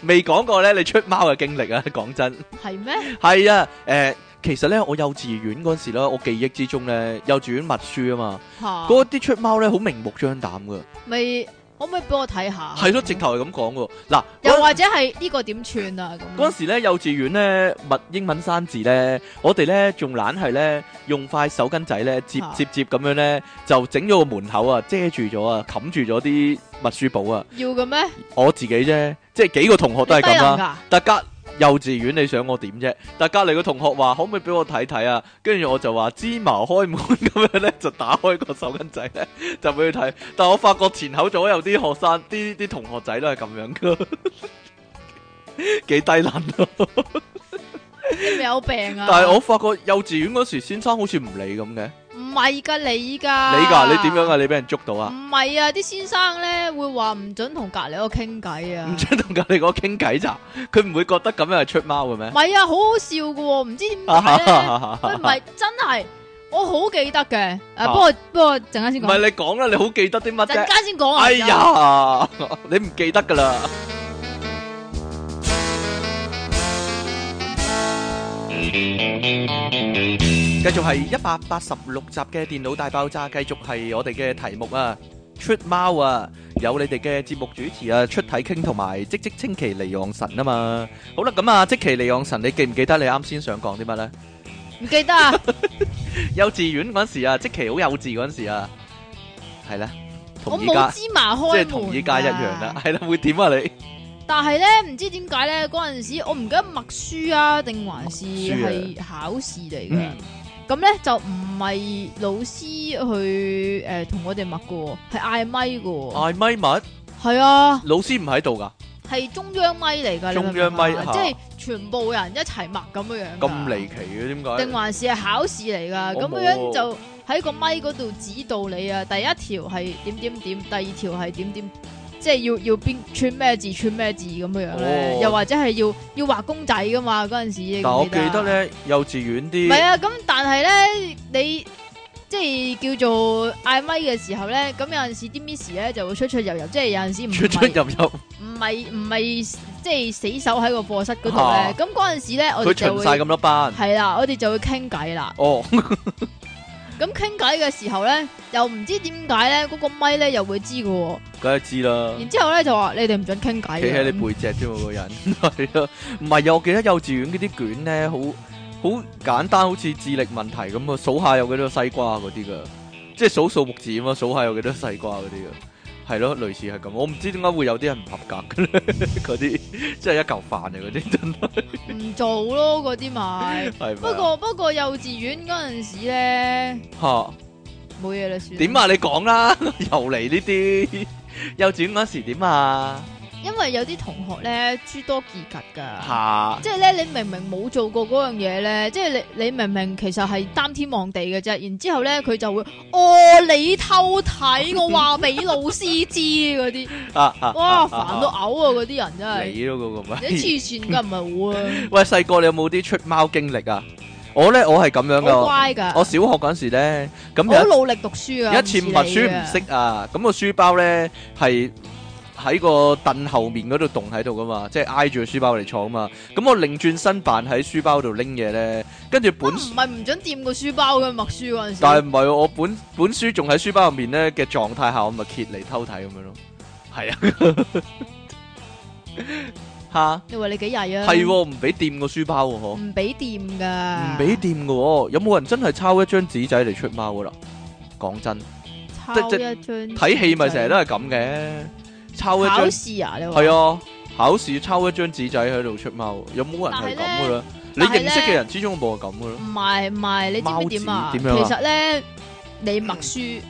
[SPEAKER 2] 未講過咧你出貓嘅經歷啊！講 真，
[SPEAKER 1] 係咩？
[SPEAKER 2] 係啊，誒、其實咧我幼稚園嗰陣時咧，我記憶之中咧，幼稚園默書啊嘛，
[SPEAKER 1] 吓，
[SPEAKER 2] 嗰啲出貓咧好明目張膽噶，
[SPEAKER 1] 咪可唔可以俾我睇下？
[SPEAKER 2] 係咯、直。頭係咁講喎。嗱，
[SPEAKER 1] 又
[SPEAKER 2] 嗰
[SPEAKER 1] 或者係呢個點串啊？
[SPEAKER 2] 嗰
[SPEAKER 1] 咁
[SPEAKER 2] 陣時咧，幼稚園咧默英文生字咧，我哋咧仲懶係咧用塊手巾仔咧接
[SPEAKER 1] 啊
[SPEAKER 2] 接接咁樣咧，就整咗個門口啊，遮住咗啊，冚住咗啲默書簿啊。
[SPEAKER 1] 要嘅咩？
[SPEAKER 2] 我自己啫，即係幾個同學都係咁啊啦。
[SPEAKER 1] 啦。
[SPEAKER 2] 大家幼稚園你想我點啫？但隔離個同學話可唔可以俾我睇睇啊？跟住我就話芝麻開門咁樣咧， 就打開個手巾仔咧，就俾佢睇。但我發覺前後左右啲學生，啲啲同學仔都係咁樣噶， 幾低能啊！
[SPEAKER 1] 你咪有病啊！
[SPEAKER 2] 但係我發覺幼稚園嗰時先生好似唔理咁嘅，
[SPEAKER 1] 唔係㗎，你㗎。
[SPEAKER 2] 你㗎，你點樣啊？你俾人捉到啊？
[SPEAKER 1] 唔係啊，啲先生咧會話唔准同隔離嗰個傾偈啊
[SPEAKER 2] 唔。准同隔離嗰個傾偈咋？佢唔會覺得咁樣係出貓嘅
[SPEAKER 1] 唔
[SPEAKER 2] 咩？
[SPEAKER 1] 係啊，好好笑嘅喎，唔知點
[SPEAKER 2] 啊
[SPEAKER 1] 解咧？ 喂唔係真係，我好記得嘅。
[SPEAKER 2] 啊
[SPEAKER 1] 誒，不過不過陣間先
[SPEAKER 2] 唔
[SPEAKER 1] 講
[SPEAKER 2] 係，你講啦，你好記得啲乜
[SPEAKER 1] 陣
[SPEAKER 2] 啫？
[SPEAKER 1] 間先講啊。
[SPEAKER 2] 哎
[SPEAKER 1] 而家，
[SPEAKER 2] 呀， 你唔記得噶啦。繼續係一百八十六集嘅電腦大爆炸，繼續係我哋嘅題目啊，出貓啊，有你哋嘅節目主持啊，出體傾同埋即即清奇離岸神啊嘛。好啦，咁啊，即奇離岸神，你記唔記得你啱先想講啲乜呢？
[SPEAKER 1] 唔記得啊，
[SPEAKER 2] 幼稚園嗰陣時啊，即期好幼稚嗰陣時啊，係啦，
[SPEAKER 1] 我
[SPEAKER 2] 同依家
[SPEAKER 1] 冇芝麻開
[SPEAKER 2] 即
[SPEAKER 1] 門
[SPEAKER 2] 係
[SPEAKER 1] 㗎
[SPEAKER 2] 同依家一樣啦，。係啦，會點啊你？
[SPEAKER 1] 但係咧，唔知點解咧，嗰陣時我唔記得默書啊，定還是
[SPEAKER 2] 默啊
[SPEAKER 1] 係考試嚟嘅
[SPEAKER 2] 嗯。，
[SPEAKER 1] 咁咧就唔係老師去诶同、我哋默嘅喎，係嗌咪嘅喎。
[SPEAKER 2] 嗌咪物，
[SPEAKER 1] 係啊，
[SPEAKER 2] 老師唔喺度㗎，
[SPEAKER 1] 係中央咪嚟㗎。你明唔明啊
[SPEAKER 2] 中央咪嚇
[SPEAKER 1] 即係全部人一齊默咁樣樣㗎。
[SPEAKER 2] 咁離奇嘅點解？
[SPEAKER 1] 定還是係考試嚟㗎？
[SPEAKER 2] 我
[SPEAKER 1] 咁
[SPEAKER 2] 冇
[SPEAKER 1] 樣就喺個咪嗰度指導你啊。第一條係點點點，第二條係點點，即係要要邊串咩字串咩字咁樣樣咧。
[SPEAKER 2] 哦
[SPEAKER 1] 又或者係要要畫公仔㗎嘛？嗰陣時記唔
[SPEAKER 2] 但我
[SPEAKER 1] 記啊
[SPEAKER 2] 記得咧，幼稚園
[SPEAKER 1] 唔係
[SPEAKER 2] 啲
[SPEAKER 1] 啊，咁但係咧，你即係叫做嗌咪嘅時候咧，咁有陣時啲 miss 咧就會出出入入，即係有陣時唔
[SPEAKER 2] 出出
[SPEAKER 1] 係
[SPEAKER 2] 入入，
[SPEAKER 1] 唔係唔係即係死守喺個課室嗰度
[SPEAKER 2] 啊
[SPEAKER 1] 咧。咁嗰陣時咧，我哋
[SPEAKER 2] 佢
[SPEAKER 1] 就
[SPEAKER 2] 巡晒
[SPEAKER 1] 會
[SPEAKER 2] 咁多班。
[SPEAKER 1] 係啦，我哋就會傾偈啦。
[SPEAKER 2] 哦，
[SPEAKER 1] 咁傾偈嘅時候咧，又唔知點解咧，嗰、個咪咧又會知嘅喎。
[SPEAKER 2] 梗係知啦。
[SPEAKER 1] 然之後咧就話你哋唔准傾偈啊嘅。
[SPEAKER 2] 啊企喺你背脊啫嘛，個人 係咯，唔係啊！我記得幼稚園嗰啲卷咧，好好簡單，好似智力問題咁啊，數下有幾多西瓜嗰啲噶，即係數數目字啊嘛，數下有幾多西瓜嗰啲噶，係咯，類似係咁。我唔知點解會有啲人唔合格嘅咧， 嗰啲即係一嚿飯啊嗰啲，真
[SPEAKER 1] 唔做咯，嗰啲 咪。
[SPEAKER 2] 係
[SPEAKER 1] 不過不過幼稚園嗰陣時咧，
[SPEAKER 2] 嚇
[SPEAKER 1] 冇嘢啦，算啦。
[SPEAKER 2] 點啊？你講啦， 又嚟呢啲幼稚園嗰時點啊？
[SPEAKER 1] 因為有啲同學咧諸多忌拮㗎，
[SPEAKER 2] 嚇
[SPEAKER 1] 即係咧你明明冇做過嗰樣嘢咧，即係你你明明其實係擔天望地嘅啫，然之後咧佢就會哦你偷睇，我話俾老師知嗰 啲，
[SPEAKER 2] 啊啊！
[SPEAKER 1] 哇
[SPEAKER 2] 啊
[SPEAKER 1] 煩到！嘔啊！嗰啲人真
[SPEAKER 2] 啊
[SPEAKER 1] 係
[SPEAKER 2] 你咯嗰個咪
[SPEAKER 1] 你黐線㗎唔係會啊，
[SPEAKER 2] 喂，細個你有冇啲出貓經歷啊？我咧，我係咁
[SPEAKER 1] 好
[SPEAKER 2] 樣噶。
[SPEAKER 1] 乖㗎，
[SPEAKER 2] 我小學嗰陣時咧，咁
[SPEAKER 1] 我好
[SPEAKER 2] 有
[SPEAKER 1] 努力讀書㗎，
[SPEAKER 2] 一有一次默書唔
[SPEAKER 1] 似你啊
[SPEAKER 2] 識啊，咁個書包咧係喺個凳後面嗰度棟喺度噶嘛，即係挨住個書包嚟坐啊嘛。咁我擰轉身扮喺書包度拎嘢咧，跟住
[SPEAKER 1] 㗎，
[SPEAKER 2] 本
[SPEAKER 1] 我啊唔係唔准掂個書包嘅默書嗰陣時，
[SPEAKER 2] 但係唔係喎我本本書仲喺書包入面咧嘅狀態下，我咪揭嚟偷睇咁樣咯。係啊， 吓
[SPEAKER 1] 你話你幾曳啊？
[SPEAKER 2] 係喎唔俾掂個書包喎，嗬。
[SPEAKER 1] 唔俾掂
[SPEAKER 2] 唔
[SPEAKER 1] 㗎，
[SPEAKER 2] 俾掂嘅喎，有冇人真係抄一張紙仔嚟出貓噶啦？講真，
[SPEAKER 1] 抄
[SPEAKER 2] 即
[SPEAKER 1] 一
[SPEAKER 2] 即
[SPEAKER 1] 張
[SPEAKER 2] 睇戲咪成日都
[SPEAKER 1] 係
[SPEAKER 2] 係咁嘅，抄一
[SPEAKER 1] 考
[SPEAKER 2] 張
[SPEAKER 1] 試啊？你話
[SPEAKER 2] 係啊，考試抄一張紙仔喺度出貓，有冇人係咁噶啦？你
[SPEAKER 1] 但係呢
[SPEAKER 2] 認識嘅人之中有冇係咁噶啦？
[SPEAKER 1] 唔係唔係，你知唔知點啊？
[SPEAKER 2] 貓
[SPEAKER 1] 其
[SPEAKER 2] 子點樣啊
[SPEAKER 1] 實咧，你默書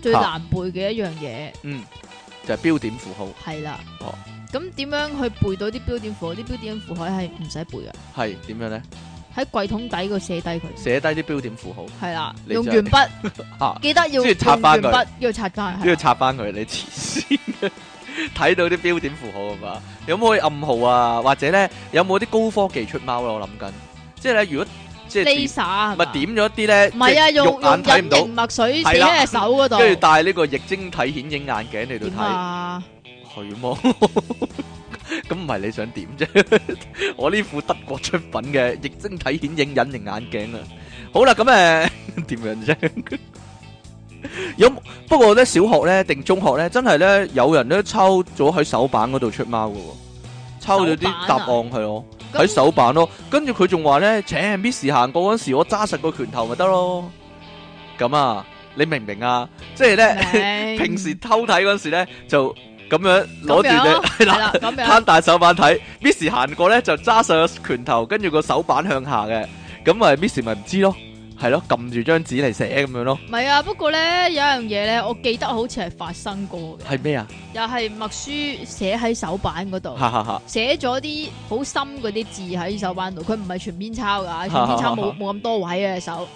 [SPEAKER 1] 最
[SPEAKER 2] 嚇
[SPEAKER 1] 難背嘅一樣嘢
[SPEAKER 2] 嗯，就係標點符號，
[SPEAKER 1] 係啦
[SPEAKER 2] 哦。
[SPEAKER 1] 咁點樣去背到啲標點符號？啲標點符號係唔使背嘅，
[SPEAKER 2] 係點樣咧？
[SPEAKER 1] 喺櫃桶底度寫低佢。
[SPEAKER 2] 寫低啲標點符號，
[SPEAKER 1] 係啦，
[SPEAKER 2] 你
[SPEAKER 1] 用
[SPEAKER 2] 真
[SPEAKER 1] 鉛
[SPEAKER 2] 係
[SPEAKER 1] 筆
[SPEAKER 2] 嚇
[SPEAKER 1] 記得要
[SPEAKER 2] 即係擦
[SPEAKER 1] 用
[SPEAKER 2] 返
[SPEAKER 1] 鉛
[SPEAKER 2] 佢
[SPEAKER 1] 筆，要擦翻。
[SPEAKER 2] 都要
[SPEAKER 1] 係啦
[SPEAKER 2] 插翻佢，你黐線嘅。 睇到啲標點符號啊嘛，有冇可以暗號啊？或者咧，有冇啲高科技出貓啊咯？我諗緊，即係咧，如果即係
[SPEAKER 1] Laser 係
[SPEAKER 2] 咪
[SPEAKER 1] 嘛
[SPEAKER 2] 點咗啲咧，
[SPEAKER 1] 唔係啊，
[SPEAKER 2] 即係
[SPEAKER 1] 用
[SPEAKER 2] 肉
[SPEAKER 1] 用
[SPEAKER 2] 眼睇唔
[SPEAKER 1] 隱形
[SPEAKER 2] 到，
[SPEAKER 1] 墨水
[SPEAKER 2] 係
[SPEAKER 1] 寫
[SPEAKER 2] 啦
[SPEAKER 1] 喺手嗰度。
[SPEAKER 2] 跟住戴呢個液晶體顯影眼鏡嚟
[SPEAKER 1] 點
[SPEAKER 2] 到
[SPEAKER 1] 啊？
[SPEAKER 2] 睇，係 麼？咁唔係你想點 啫？我呢副德國出品嘅液晶體顯影隱形眼鏡啊！好啦，咁 誒點樣啫？有不過咧，小學咧定中學咧，真係咧有人咧抄咗喺手板嗰度出貓嘅喎，抄
[SPEAKER 1] 手
[SPEAKER 2] 咗
[SPEAKER 1] 板啊
[SPEAKER 2] 啲答案係咯，喺
[SPEAKER 1] 咁
[SPEAKER 2] 手板咯。跟住佢仲話咧，請 Miss 行過嗰時，我揸實個拳頭咪得咯。咁啊，你明唔明啊？即係咧。
[SPEAKER 1] 明
[SPEAKER 2] 平時偷睇嗰時咧，就咁樣攞
[SPEAKER 1] 咁
[SPEAKER 2] 住
[SPEAKER 1] 樣咯
[SPEAKER 2] 你係
[SPEAKER 1] 係
[SPEAKER 2] 啦，
[SPEAKER 1] 啦， 咁樣
[SPEAKER 2] 攤大手板睇。Miss 行過咧就揸上個拳頭，跟住個手板向下嘅，咁咪 Miss 咪唔知咯，係咯，撳住張紙嚟寫咁樣咯，
[SPEAKER 1] 唔係啊。不過咧，有一樣嘢咧，我記得好似係發生過嘅。
[SPEAKER 2] 係咩啊？
[SPEAKER 1] 又係默書寫喺手板嗰度，
[SPEAKER 2] 哈哈哈！
[SPEAKER 1] 寫咗啲好深嗰啲字喺手板度，佢唔係全篇抄噶，全篇抄冇冇咁多位嘅手。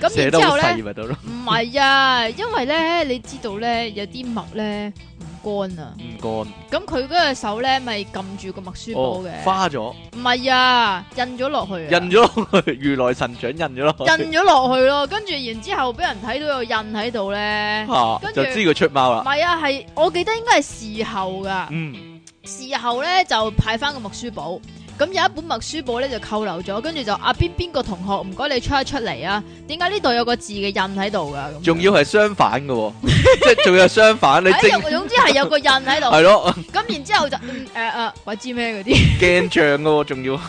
[SPEAKER 1] 咁
[SPEAKER 2] 寫
[SPEAKER 1] 然
[SPEAKER 2] 得
[SPEAKER 1] 之
[SPEAKER 2] 好
[SPEAKER 1] 後咧，
[SPEAKER 2] 細咪得咯，
[SPEAKER 1] 唔係啊，因為咧你知道咧有啲墨咧唔乾啊，
[SPEAKER 2] 唔乾
[SPEAKER 1] 咁佢嗰隻手咧咪撳住個默書簿
[SPEAKER 2] 哦
[SPEAKER 1] 嘅，，
[SPEAKER 2] 花咗，
[SPEAKER 1] 唔係啊，印咗落去啊，
[SPEAKER 2] 印咗落去，如來神掌印咗落 去，
[SPEAKER 1] 印咗落去咯，跟住然之後俾人睇到有印喺度咧，唔
[SPEAKER 2] 嚇
[SPEAKER 1] 跟住
[SPEAKER 2] 就知佢出貓啦。
[SPEAKER 1] 係啊，係我記得應該係事後噶。
[SPEAKER 2] 嗯，
[SPEAKER 1] 事後咧就派翻個默書簿，咁有一本默書簿咧就扣留咗，跟住就啊邊邊個同學唔該你出一出嚟啊？點解呢度有個字嘅印喺度噶？咁
[SPEAKER 2] 仲要係相反嘅喎， 即係仲要係相反，你
[SPEAKER 1] 係
[SPEAKER 2] 正
[SPEAKER 1] 哎總總之係有個印喺度。
[SPEAKER 2] 係咯，
[SPEAKER 1] 咁然之後就嗯誒誒，鬼知咩嗰 啲？
[SPEAKER 2] 鏡像嘅喎，仲要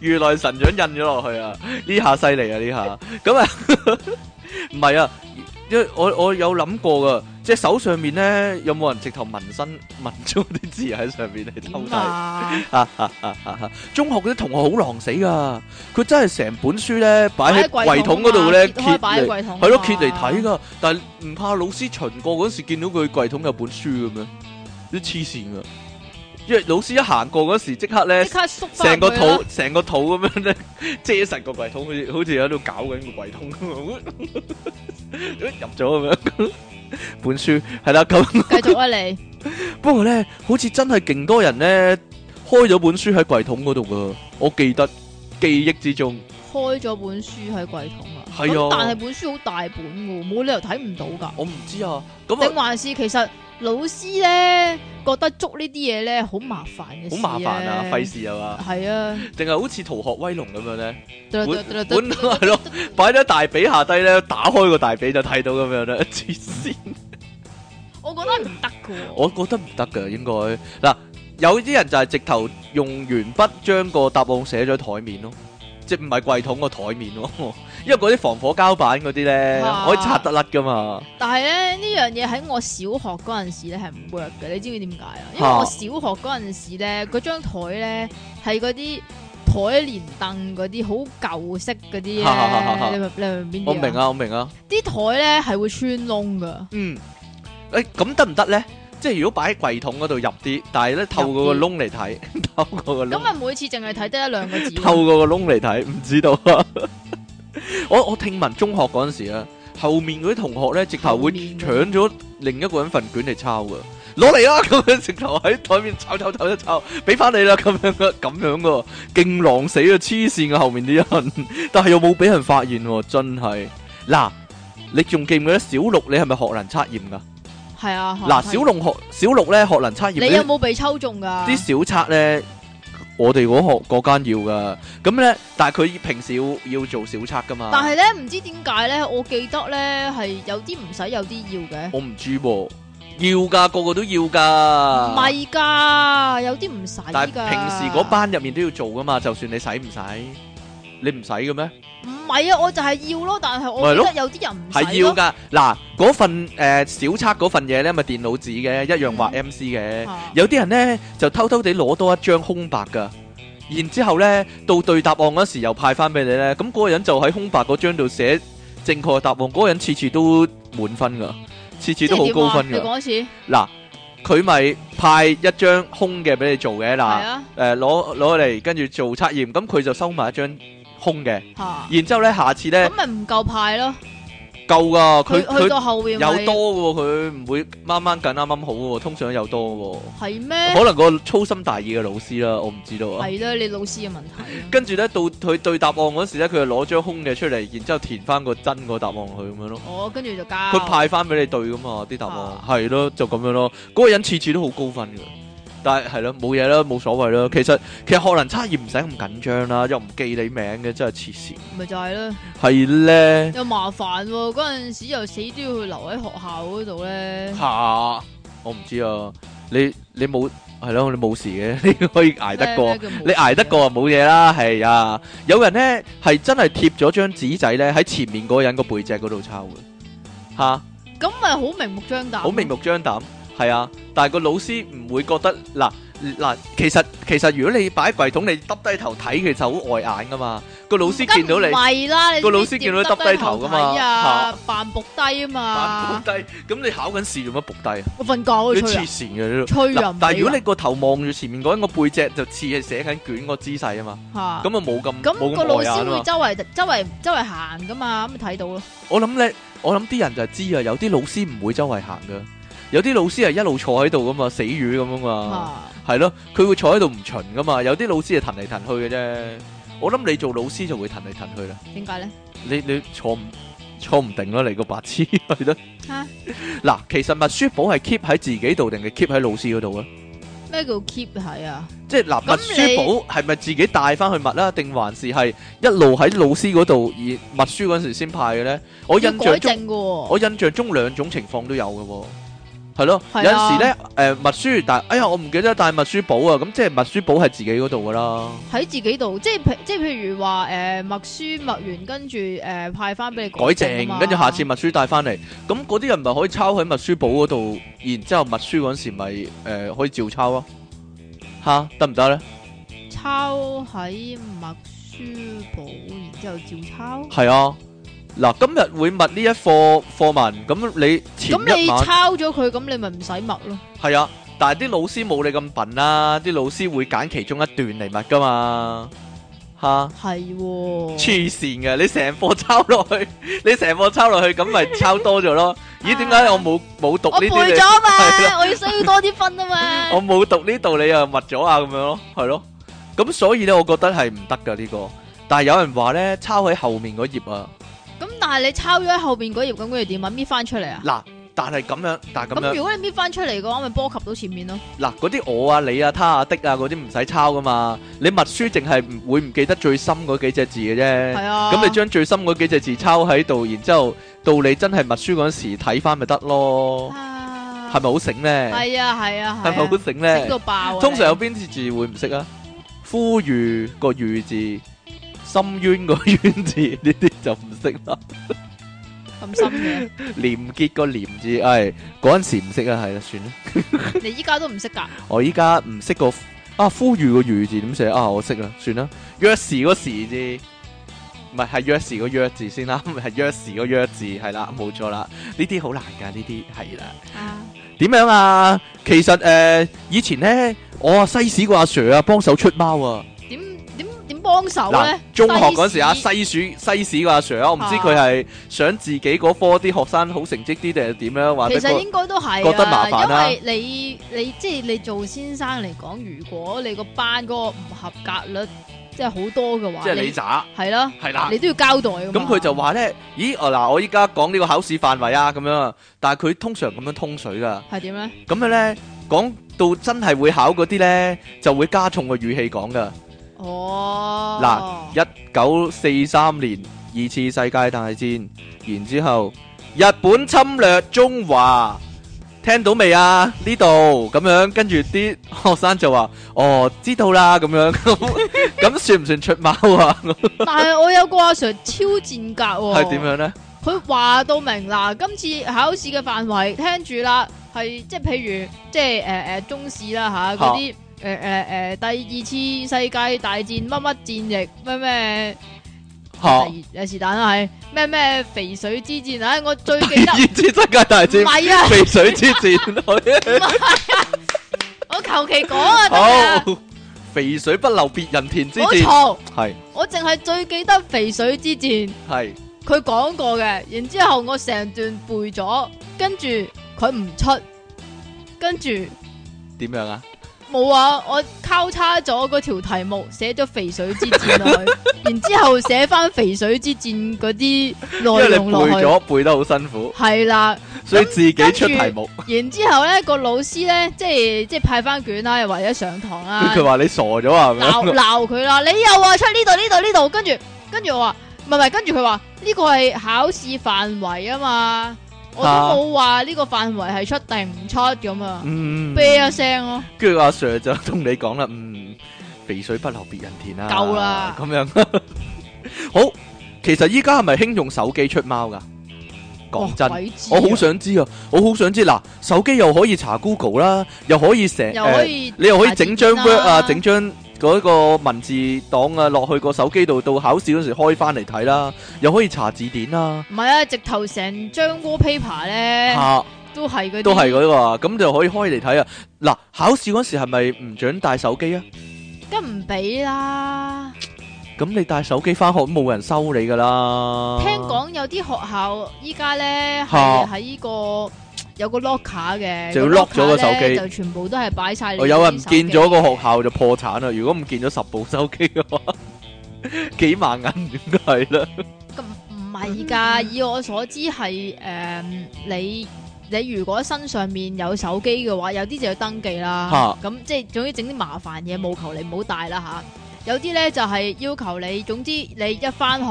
[SPEAKER 2] 如來神掌印咗落去啊！呢下犀利啊，呢下咁啊， 唔係啊，因為我我有諗過噶，即係手上面咧有冇人直頭紋身 紋咗啲字喺上面嚟偷
[SPEAKER 1] 點
[SPEAKER 2] 睇？
[SPEAKER 1] 啊？
[SPEAKER 2] 中學嗰啲同學好狼死噶，佢真係成本書咧擺
[SPEAKER 1] 擺
[SPEAKER 2] 喺
[SPEAKER 1] 喺
[SPEAKER 2] 哎櫃
[SPEAKER 1] 櫃
[SPEAKER 2] 桶
[SPEAKER 1] 桶
[SPEAKER 2] 嗰度咧揭
[SPEAKER 1] 啊嘛擺喺
[SPEAKER 2] 嚟，
[SPEAKER 1] 櫃桶啊嘛
[SPEAKER 2] 係咯揭嚟睇噶。但係唔怕老師巡過嗰時見到佢櫃桶有本書咁樣，啲黐線噶。因為老師一行過嗰時，即刻咧
[SPEAKER 1] 即刻縮翻
[SPEAKER 2] 成個
[SPEAKER 1] 佢啦
[SPEAKER 2] 肚成個肚咁樣咧 遮實個櫃桶，好似好似喺度搞緊個櫃桶咁樣， 入咗咁樣 本書係啦咁。
[SPEAKER 1] 繼續啊你，
[SPEAKER 2] 不過咧，好似真係勁多人咧開咗本書喺櫃桶嗰度噶，我記得記憶之中
[SPEAKER 1] 開咗本書喺櫃桶啊。
[SPEAKER 2] 係啊
[SPEAKER 1] 咁但係本書好大本嘅喎，冇理由睇唔到㗎。
[SPEAKER 2] 我唔知啊。咁
[SPEAKER 1] 定
[SPEAKER 2] 啊，
[SPEAKER 1] 還是其實老師咧覺得捉呢啲嘢咧好麻煩嘅事呢，
[SPEAKER 2] 好麻煩啊，費事啊嘛。
[SPEAKER 1] 係啊，
[SPEAKER 2] 定係好似逃學威龍咁樣咧，
[SPEAKER 1] 本
[SPEAKER 2] 本係咯，擺咗大髀下低咧，打開個大髀就睇到咁樣咧，黐線！
[SPEAKER 1] 我覺得唔得嘅喎。
[SPEAKER 2] 我覺得唔得噶，應該嗱，有啲人就係直頭用鉛筆將個答案寫咗台面咯。即係唔係櫃桶個台面咯，因為嗰啲防火膠板嗰啲咧，
[SPEAKER 1] 啊
[SPEAKER 2] 可以拆得甩噶嘛。
[SPEAKER 1] 但係咧呢樣嘢喺我小學嗰陣時咧係唔 work 嘅，你知唔知點解啊？因為我小學嗰陣時咧，嗰張台咧係嗰啲台連凳嗰啲好舊式嗰啲
[SPEAKER 2] 哈哈哈哈
[SPEAKER 1] 咧，你明你明邊啲
[SPEAKER 2] 我明
[SPEAKER 1] 啊！
[SPEAKER 2] 啊，我明啊。
[SPEAKER 1] 啲台咧係會穿窿㗎，
[SPEAKER 2] 嗯，诶、咁得唔得咧？即係如果擺喺櫃桶嗰度入啲，但係咧透過個
[SPEAKER 1] 入
[SPEAKER 2] 窿嚟睇，透過個
[SPEAKER 1] 咁
[SPEAKER 2] 窿，
[SPEAKER 1] 咪每次淨係睇得一兩個字。
[SPEAKER 2] 透過個窿嚟睇，唔知道啊。 我我聽聞中學嗰阵时啊，後面嗰啲同學咧，直頭會
[SPEAKER 1] 後面嗰
[SPEAKER 2] 搶咗另一個人份卷嚟抄噶，攞嚟啦 咁樣，直頭喺台面抄抄抄一抄，俾翻你啦 咁樣噶，咁樣噶，勁狼死啊，黐線嘅後面啲人， 但係又冇俾人發現喎，真係嗱。你仲記唔記得小六你係咪學能測驗㗎？
[SPEAKER 1] 係啊，
[SPEAKER 2] 嗱，
[SPEAKER 1] 係
[SPEAKER 2] 小龍學小六咧學能測驗
[SPEAKER 1] 你有
[SPEAKER 2] 呢
[SPEAKER 1] 冇被抽中㗎？
[SPEAKER 2] 啲小測咧，我哋嗰學嗰間要噶。咁咧，但係佢平時要要做小測噶嘛。
[SPEAKER 1] 但係咧，唔知點解咧，我記得咧係有啲唔使，有啲要嘅。
[SPEAKER 2] 我唔知喎，要噶，個個都要噶。
[SPEAKER 1] 唔係㗎，有啲唔使㗎。
[SPEAKER 2] 但係平時嗰班入面都要做噶嘛，就算你使唔使，你唔使嘅咩？
[SPEAKER 1] 唔係啊，我就係要咯，但係
[SPEAKER 2] 咪
[SPEAKER 1] 我
[SPEAKER 2] 係咯
[SPEAKER 1] 記得有啲人唔使咯
[SPEAKER 2] 係要。噶。嗱，嗰份誒、呃小測嗰份嘢咧，咪電腦紙嘅，一樣畫
[SPEAKER 1] 嗯
[SPEAKER 2] MC 嘅。
[SPEAKER 1] 啊
[SPEAKER 2] 有啲人咧就偷偷地攞多一張空白噶，然之後咧到對答案嗰時又派翻俾你咧，咁嗰個人就喺空白嗰張度寫正確嘅答案，嗰、個人次次都滿分噶，次次都好高分
[SPEAKER 1] 即係點
[SPEAKER 2] 噶。
[SPEAKER 1] 啊你講一次，
[SPEAKER 2] 嗱，佢咪派一張空嘅俾你做嘅
[SPEAKER 1] 係
[SPEAKER 2] 嗱，
[SPEAKER 1] 啊，
[SPEAKER 2] 誒攞攞嚟跟住做測驗，咁佢就收埋一張空嘅，
[SPEAKER 1] 嚇
[SPEAKER 2] 然之後咧下次咧
[SPEAKER 1] 咁咪唔夠派咯。
[SPEAKER 2] 夠噶，佢
[SPEAKER 1] 佢去
[SPEAKER 2] 佢
[SPEAKER 1] 到後面咪
[SPEAKER 2] 有多嘅喎，佢唔會掹掹緊啱啱好嘅喎，通常有多嘅喎。
[SPEAKER 1] 係
[SPEAKER 2] 可
[SPEAKER 1] 咩？
[SPEAKER 2] 能個粗心大意嘅老師啦，我唔知道啊。
[SPEAKER 1] 係啦，你老師嘅問題啊。
[SPEAKER 2] 跟住咧，到佢對答案嗰時咧，佢就攞張空嘅出嚟，然之後填翻個真個答案去咁樣咯。
[SPEAKER 1] 哦，跟住就加。
[SPEAKER 2] 佢派翻俾你對噶嘛啲答案
[SPEAKER 1] 啊，
[SPEAKER 2] 係咯、就咁樣咯。嗰、個人次次都好高分嘅，但係係咯冇嘢啦，冇所謂啦。其實其實學能測驗唔使咁緊張啦，又唔記你名嘅，真係黐線。
[SPEAKER 1] 咪就係咯，
[SPEAKER 2] 係咧
[SPEAKER 1] 又麻煩喎。嗰陣時又死都要留喺學校嗰度咧。
[SPEAKER 2] 嚇，我唔知啊。你你冇係咯，你冇事嘅， 你可以捱得過。
[SPEAKER 1] 咩叫冇
[SPEAKER 2] 你捱得過就冇嘢啦，係啊！有人呢係真係貼咗張紙仔呢喺前面嗰個人個背脊嗰度抄嘅，吓、
[SPEAKER 1] 咁咪好明目張膽。
[SPEAKER 2] 好明目張膽，係啊！但係個老師唔會覺得嗱嗱，其實其實如果你擺喺櫃桶，你耷低頭睇，其實好礙眼噶嘛。個老師見到你
[SPEAKER 1] 唔係啦，你
[SPEAKER 2] 個老師見到你耷低頭㗎嘛
[SPEAKER 1] 點耷低頭睇
[SPEAKER 2] 嚇
[SPEAKER 1] 啊，扮仆低啊
[SPEAKER 2] 扮
[SPEAKER 1] 嘛，
[SPEAKER 2] 仆低，咁你考緊試做乜仆低啊？
[SPEAKER 1] 我瞓覺
[SPEAKER 2] 你
[SPEAKER 1] 都吹啊
[SPEAKER 2] 黐線嘅你都。
[SPEAKER 1] 吹啊
[SPEAKER 2] 嗱
[SPEAKER 1] 人。
[SPEAKER 2] 但係如果你個頭望住前面嗰個人個背脊，就似係寫緊卷個姿勢啊嘛，
[SPEAKER 1] 嚇
[SPEAKER 2] 咁啊冇咁冇
[SPEAKER 1] 咁個
[SPEAKER 2] 咁
[SPEAKER 1] 老
[SPEAKER 2] 礙
[SPEAKER 1] 師
[SPEAKER 2] 眼啊嘛
[SPEAKER 1] 會。周圍周圍周圍行噶嘛，咁咪睇到咯。
[SPEAKER 2] 我諗咧，我諗啲人就係知啊，有啲老師唔會周圍行噶，有啲老師係一路坐喺度噶嘛，死魚咁啊嘛，
[SPEAKER 1] 嚇
[SPEAKER 2] 係咯，佢會坐喺度唔巡噶嘛，有啲老師係騰嚟騰去嘅啫。我諗你做老師就會騰嚟騰去啦，
[SPEAKER 1] 點解咧？
[SPEAKER 2] 你你坐唔坐唔定咯，你個白痴係咯。
[SPEAKER 1] 嚇
[SPEAKER 2] 嗱，其實默書簿係 keep 喺自己度定係 keep 喺老師嗰度啊？
[SPEAKER 1] 咩叫 keep 系啊？
[SPEAKER 2] 即係嗱，
[SPEAKER 1] 咁
[SPEAKER 2] 密書簿係咪自己帶翻去密啦？定還是係一路喺老師嗰度而密書嗰陣時先派嘅咧？我
[SPEAKER 1] 要
[SPEAKER 2] 印
[SPEAKER 1] 改
[SPEAKER 2] 象中。
[SPEAKER 1] 正噶喎，
[SPEAKER 2] 我印象中兩種情況都有嘅喎、係咯，
[SPEAKER 1] 係啊
[SPEAKER 2] 有陣時咧，誒、密書，但哎呀，我唔記得帶密書簿啊，咁即係密書簿係自己嗰度噶啦，
[SPEAKER 1] 喺自己度，即系譬即系譬如话诶默書默完，跟住诶派翻俾你
[SPEAKER 2] 改
[SPEAKER 1] 正啊嘛
[SPEAKER 2] 正，跟住下次密書帶翻嚟，咁嗰啲人咪可以抄喺密書簿嗰度，然之後密書嗰陣時咪誒、可以照抄咯，吓，得唔得咧？
[SPEAKER 1] 抄喺默書簿，然之后照抄。
[SPEAKER 2] 係啊，嗱，今日會密呢一課課文，咁你前
[SPEAKER 1] 咁你
[SPEAKER 2] 一晚
[SPEAKER 1] 抄咗佢，咁你咪唔使默咯。
[SPEAKER 2] 係啊，但係啲老師冇你咁笨啦，啲老師會揀其中一段嚟密噶嘛，吓。
[SPEAKER 1] 係喎，
[SPEAKER 2] 黐線嘅，你成課抄落去，你成課抄落去，咁咪抄多咗咯？咦，點解 我冇冇讀
[SPEAKER 1] 我背
[SPEAKER 2] 呢啲
[SPEAKER 1] 咗
[SPEAKER 2] 你？
[SPEAKER 1] 啊
[SPEAKER 2] 係
[SPEAKER 1] 嘛，我要需要多啲分啊嘛。
[SPEAKER 2] 我冇讀呢度，你又密咗啊咁樣咯，係咯。咁所以咧，我覺得係唔得噶呢個。但係有人話咧，抄喺後面嗰頁啊，
[SPEAKER 1] 咁但係你抄咗喺後边嗰頁，咁佢哋點啊？搣翻出嚟啊？
[SPEAKER 2] 嗱，但係咁樣，但係咁啊
[SPEAKER 1] 咁
[SPEAKER 2] 樣，
[SPEAKER 1] 如果你搣翻出嚟嘅話，咪波及到前面咯。
[SPEAKER 2] 嗱，嗰啲我啊、你啊、他啊、的啊嗰啲唔使抄噶嘛。你密書淨係唔會唔記得最深嗰幾隻字嘅啫。
[SPEAKER 1] 係啊。
[SPEAKER 2] 咁你將最深嗰幾隻字抄喺度，然之後到你真係密書嗰陣時睇翻咪得咯。
[SPEAKER 1] 啊
[SPEAKER 2] 係咪好醒咧？
[SPEAKER 1] 係啊係啊
[SPEAKER 2] 係
[SPEAKER 1] 係
[SPEAKER 2] 咪好
[SPEAKER 1] 啊，
[SPEAKER 2] 醒
[SPEAKER 1] 整
[SPEAKER 2] 咧？
[SPEAKER 1] 到爆啊！
[SPEAKER 2] 通常有
[SPEAKER 1] 你
[SPEAKER 2] 邊啲字會唔識啊？呼籲個籲字，深淵個淵字， 呢啲就唔識啦。
[SPEAKER 1] 咁深
[SPEAKER 2] 廉潔個廉字，唉，嗰陣時唔識啊，係啦，算啦。
[SPEAKER 1] 嘅，你依家都唔識㗎。
[SPEAKER 2] 我依家唔識個啊呼籲個籲字點寫啊，我識啦，算啦。約時個時字，唔係係約時個約字先啦， 係約時個約字係啦，冇錯啦。呢啲好難㗎，呢啲係啦。
[SPEAKER 1] 啊
[SPEAKER 2] 點樣啊？其實诶、呃以前咧，我啊西史個阿 Sir 啊，幫手出貓啊。
[SPEAKER 1] 點點點幫手
[SPEAKER 2] 嗱
[SPEAKER 1] 咧？，
[SPEAKER 2] 中學嗰時啊，
[SPEAKER 1] 西史哦
[SPEAKER 2] 西史西史個阿 Sir 啊，我唔知佢係想自己嗰科啲學生好成績啲定係點樣，或者
[SPEAKER 1] 其實
[SPEAKER 2] 個
[SPEAKER 1] 應該都係啊
[SPEAKER 2] 覺得麻煩啦
[SPEAKER 1] 因為你你即係你做先生嚟講，如果你個班嗰個唔合格率即係好多嘅話，
[SPEAKER 2] 即係你渣
[SPEAKER 1] 係啦，
[SPEAKER 2] 係啦
[SPEAKER 1] 你。都要啊交代㗎嘛
[SPEAKER 2] 啊咁佢就話咧，咦，哦嗱，我依家講呢個考試範圍啊，咁樣啊，但係佢通常咁樣通水噶，
[SPEAKER 1] 係點咧？
[SPEAKER 2] 咁樣咧講到真係會考嗰啲咧，就會加重個語氣講噶。
[SPEAKER 1] 哦，
[SPEAKER 2] 嗱一九四三年二次世界大戰，然之後日本侵略中華，聽到未啊？呢度咁樣，跟住啲學生就話：哦，知道啦咁樣，咁 咁算唔算出貓啊？
[SPEAKER 1] 但係我有個阿 Sir 超賤格喎，
[SPEAKER 2] 係點？樣呢？
[SPEAKER 1] 佢話到明嗱，今次考試嘅範圍聽住啦，係即係譬如即係誒誒中史啦吓，嗰啲誒誒誒第二次世界大戰乜乜戰役咩咩
[SPEAKER 2] 嚇！
[SPEAKER 1] 第二誒是但啦係咩咩肥水之戰啊，唉我最
[SPEAKER 2] 第
[SPEAKER 1] 記得
[SPEAKER 2] 二次世界大
[SPEAKER 1] 唔
[SPEAKER 2] 戰，
[SPEAKER 1] 係啊，
[SPEAKER 2] 肥水之 戰，
[SPEAKER 1] 我求其講啊得啊，
[SPEAKER 2] 好肥水不流別人田之
[SPEAKER 1] 冇
[SPEAKER 2] 戰，
[SPEAKER 1] 嘈，
[SPEAKER 2] 係
[SPEAKER 1] 我淨係最記得肥水之戰。
[SPEAKER 2] 係
[SPEAKER 1] 佢講過嘅，然之後我成段背咗，跟住佢唔出，跟住
[SPEAKER 2] 點樣啊？
[SPEAKER 1] 冇啊，我交叉咗嗰條題目，寫咗肥水之戰落 去，然之後寫翻肥水之戰嗰
[SPEAKER 2] 因
[SPEAKER 1] 啲
[SPEAKER 2] 為
[SPEAKER 1] 內
[SPEAKER 2] 你
[SPEAKER 1] 容落
[SPEAKER 2] 背
[SPEAKER 1] 去，
[SPEAKER 2] 咗背得好辛苦，
[SPEAKER 1] 係啦，
[SPEAKER 2] 所以自己出
[SPEAKER 1] 跟住
[SPEAKER 2] 題目。
[SPEAKER 1] 然之後咧個老師咧，即係即係派翻卷啦，又或者上堂啦，
[SPEAKER 2] 佢話你傻咗啊？係咪
[SPEAKER 1] 鬧鬧佢啦！你又話出呢度呢度呢度，跟住跟住我話唔係唔係，跟住佢話呢個係考試範圍啊嘛，我都
[SPEAKER 2] 啊
[SPEAKER 1] 冇話呢個範圍係出定唔出咁啊，
[SPEAKER 2] 嗯，
[SPEAKER 1] 啤一聲咯，
[SPEAKER 2] 跟住阿 Sir 就同你講啦，嗯，肥水不流別人田啦，
[SPEAKER 1] 夠啦
[SPEAKER 2] 咁樣 好。其實依家係咪興用手機出貓噶？講真，
[SPEAKER 1] 哇鬼知啊
[SPEAKER 2] 我好想知啊，我好想知嗱，手機又可以查 Google 啦，又可以成，
[SPEAKER 1] 又
[SPEAKER 2] 呃
[SPEAKER 1] 可以
[SPEAKER 2] 你又可以整張
[SPEAKER 1] 查字典
[SPEAKER 2] Word
[SPEAKER 1] 啦
[SPEAKER 2] 啊，整張嗰個文字檔啊落去個手機度，到考試嗰時開翻嚟睇啦，又可以查字典啦，
[SPEAKER 1] 唔係啊，直頭成張 wallpaper
[SPEAKER 2] 嚇、
[SPEAKER 1] 咧都係嗰啲
[SPEAKER 2] 都係嗰個啊，咁就可以開嚟睇啊。嗱，考試嗰時係咪唔准帶手機啊？
[SPEAKER 1] 梗唔俾
[SPEAKER 2] 啊
[SPEAKER 1] 啦。
[SPEAKER 2] 咁你帶手機翻學冇人收你噶啦。
[SPEAKER 1] 聽講有啲學校依家咧
[SPEAKER 2] 嚇
[SPEAKER 1] 係喺呢個。有個 locker 嘅，
[SPEAKER 2] 就要
[SPEAKER 1] 個
[SPEAKER 2] lock 咗
[SPEAKER 1] locker
[SPEAKER 2] 個
[SPEAKER 1] 呢
[SPEAKER 2] 手機
[SPEAKER 1] 就全部都係擺晒你
[SPEAKER 2] 我
[SPEAKER 1] 啲手機。
[SPEAKER 2] 哦有人唔見咗個學校就破產啦。如果唔見咗十部手機嘅話， 幾萬銀應該係啦。
[SPEAKER 1] 咁唔係㗎，以我所知係誒、嗯你你如果身上面有手機嘅話，有啲就要登記啦。咁即係總之整啲麻煩嘢，冇求你唔好帶啦吓。有啲咧就係要求你，總之你一翻學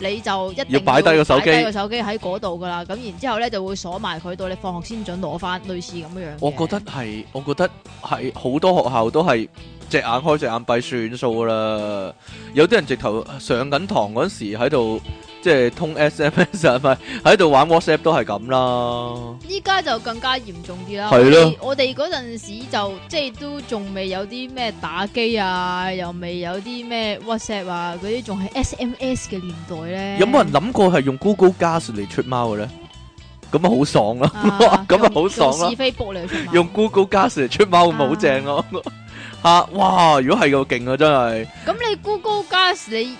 [SPEAKER 1] 你就一定
[SPEAKER 2] 要擺低個手機
[SPEAKER 1] 擺低個手機喺嗰度噶啦。咁然之後咧就會鎖埋佢，到你放學先準攞翻，類似咁樣樣嘅。
[SPEAKER 2] 我覺得係，我覺得係好多學校都係隻眼開隻眼閉算數啦。有啲人直頭呃上緊堂嗰時喺度，即係通 SMS 啊係咪喺度玩 WhatsApp 都係咁啦。
[SPEAKER 1] 依家就更加嚴重啲啦。
[SPEAKER 2] 係咯
[SPEAKER 1] 我哋，我哋嗰陣時就即係都仲未有啲咩打機啊，又未有啲咩 WhatsApp 啊，嗰啲仲係 SMS 嘅年代咧。
[SPEAKER 2] 有冇人諗過係用 Google Glass 嚟出貓嘅咧？咁啊好爽啦，
[SPEAKER 1] 啊
[SPEAKER 2] 咁啊
[SPEAKER 1] 用
[SPEAKER 2] 好爽
[SPEAKER 1] 用
[SPEAKER 2] 啦
[SPEAKER 1] 是！非 book 嚟出賣
[SPEAKER 2] 用 Google Glass 嚟出貓咪好正 咯。吓哇！如果係個勁啊，真係〜
[SPEAKER 1] 咁你 Google Glass 你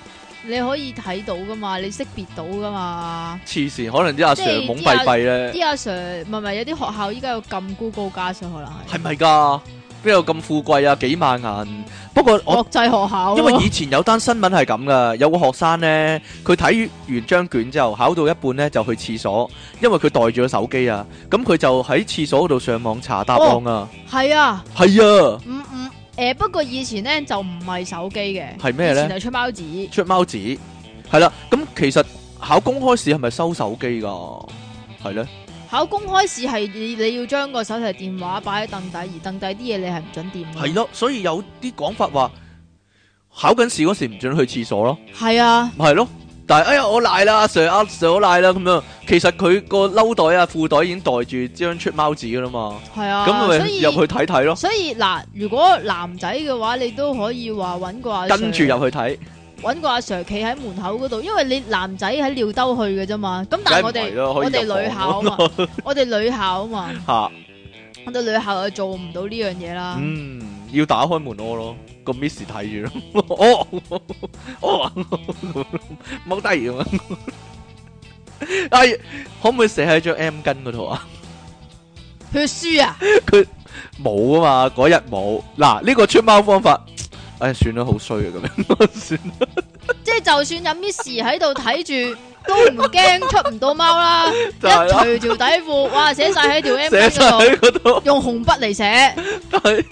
[SPEAKER 1] 你可以睇到噶嘛，你識別到噶嘛？
[SPEAKER 2] 黐線，可能啲阿
[SPEAKER 1] 即
[SPEAKER 2] Sir
[SPEAKER 1] 係啲
[SPEAKER 2] 懵閉閉咧，
[SPEAKER 1] 啲阿 Sir 唔係唔係有啲學校依家要禁 Google Glass 啊可能係
[SPEAKER 2] 係咪㗎？邊有咁富貴啊？幾萬銀？不過我
[SPEAKER 1] 國際學校啊咯，
[SPEAKER 2] 因為以前有單新聞係咁噶，有個學生呢，佢睇完張卷之後，考到一半呢就去廁所，因為佢袋住個手機啊，咁佢就喺廁所嗰度上網查答案啊，
[SPEAKER 1] 係啊，
[SPEAKER 2] 係、啊，
[SPEAKER 1] 唔唔誒不過以前咧就唔係手機嘅，
[SPEAKER 2] 係咩
[SPEAKER 1] 以前
[SPEAKER 2] 呢？
[SPEAKER 1] 係出貓紙。
[SPEAKER 2] 出貓紙，係啦，咁其實考公開試係咪收手機噶？係呢？
[SPEAKER 1] 考公開試係你你要將個手提電話擺喺凳底，而凳底啲嘢你係唔準掂嘅。
[SPEAKER 2] 係咯，所以有啲講法話考緊試嗰時唔准去廁所咯。
[SPEAKER 1] 係啊，
[SPEAKER 2] 系咯，但系哎呀我賴啦，阿 Sir 阿 Sir 我賴啦咁樣，其實佢個褸袋啊褲袋已經袋住張出貓紙噶啦嘛，
[SPEAKER 1] 係啊，
[SPEAKER 2] 咁咪
[SPEAKER 1] 所以
[SPEAKER 2] 入去睇睇咯，
[SPEAKER 1] 所以嗱，如果男仔嘅話，你都可以話揾個阿 Sir，
[SPEAKER 2] 跟住入去睇，
[SPEAKER 1] 揾個阿 Sir 企喺門口嗰度，因為你男仔喺尿兜去嘅啫嘛。咁但
[SPEAKER 2] 梗
[SPEAKER 1] 係
[SPEAKER 2] 係唔
[SPEAKER 1] 我哋我
[SPEAKER 2] 係咯，可以
[SPEAKER 1] 哋
[SPEAKER 2] 入房
[SPEAKER 1] 女校啊嘛，我哋女校啊嘛，
[SPEAKER 2] 嚇
[SPEAKER 1] 我哋女校就做唔到呢樣嘢啦。
[SPEAKER 2] 嗯，要打開門屙咯，個 Miss 睇住咯， 哦哦， 踎低咁樣， 哎，可唔可以寫喺張 M 巾嗰度啊？
[SPEAKER 1] 血書啊，
[SPEAKER 2] 冇啊嘛，嗰日冇。嗱，呢個出貓方法，唉，算啦，好衰啊咁樣， 算啦，
[SPEAKER 1] 即係就算有 Miss 喺度睇住，都唔驚出唔到貓啦。一
[SPEAKER 2] 就係啦，
[SPEAKER 1] 除條底褲，哇，寫晒喺條 M
[SPEAKER 2] 寫
[SPEAKER 1] P
[SPEAKER 2] 晒
[SPEAKER 1] 嗰
[SPEAKER 2] 喺嗰度。
[SPEAKER 1] 度，用紅筆嚟寫。
[SPEAKER 2] 係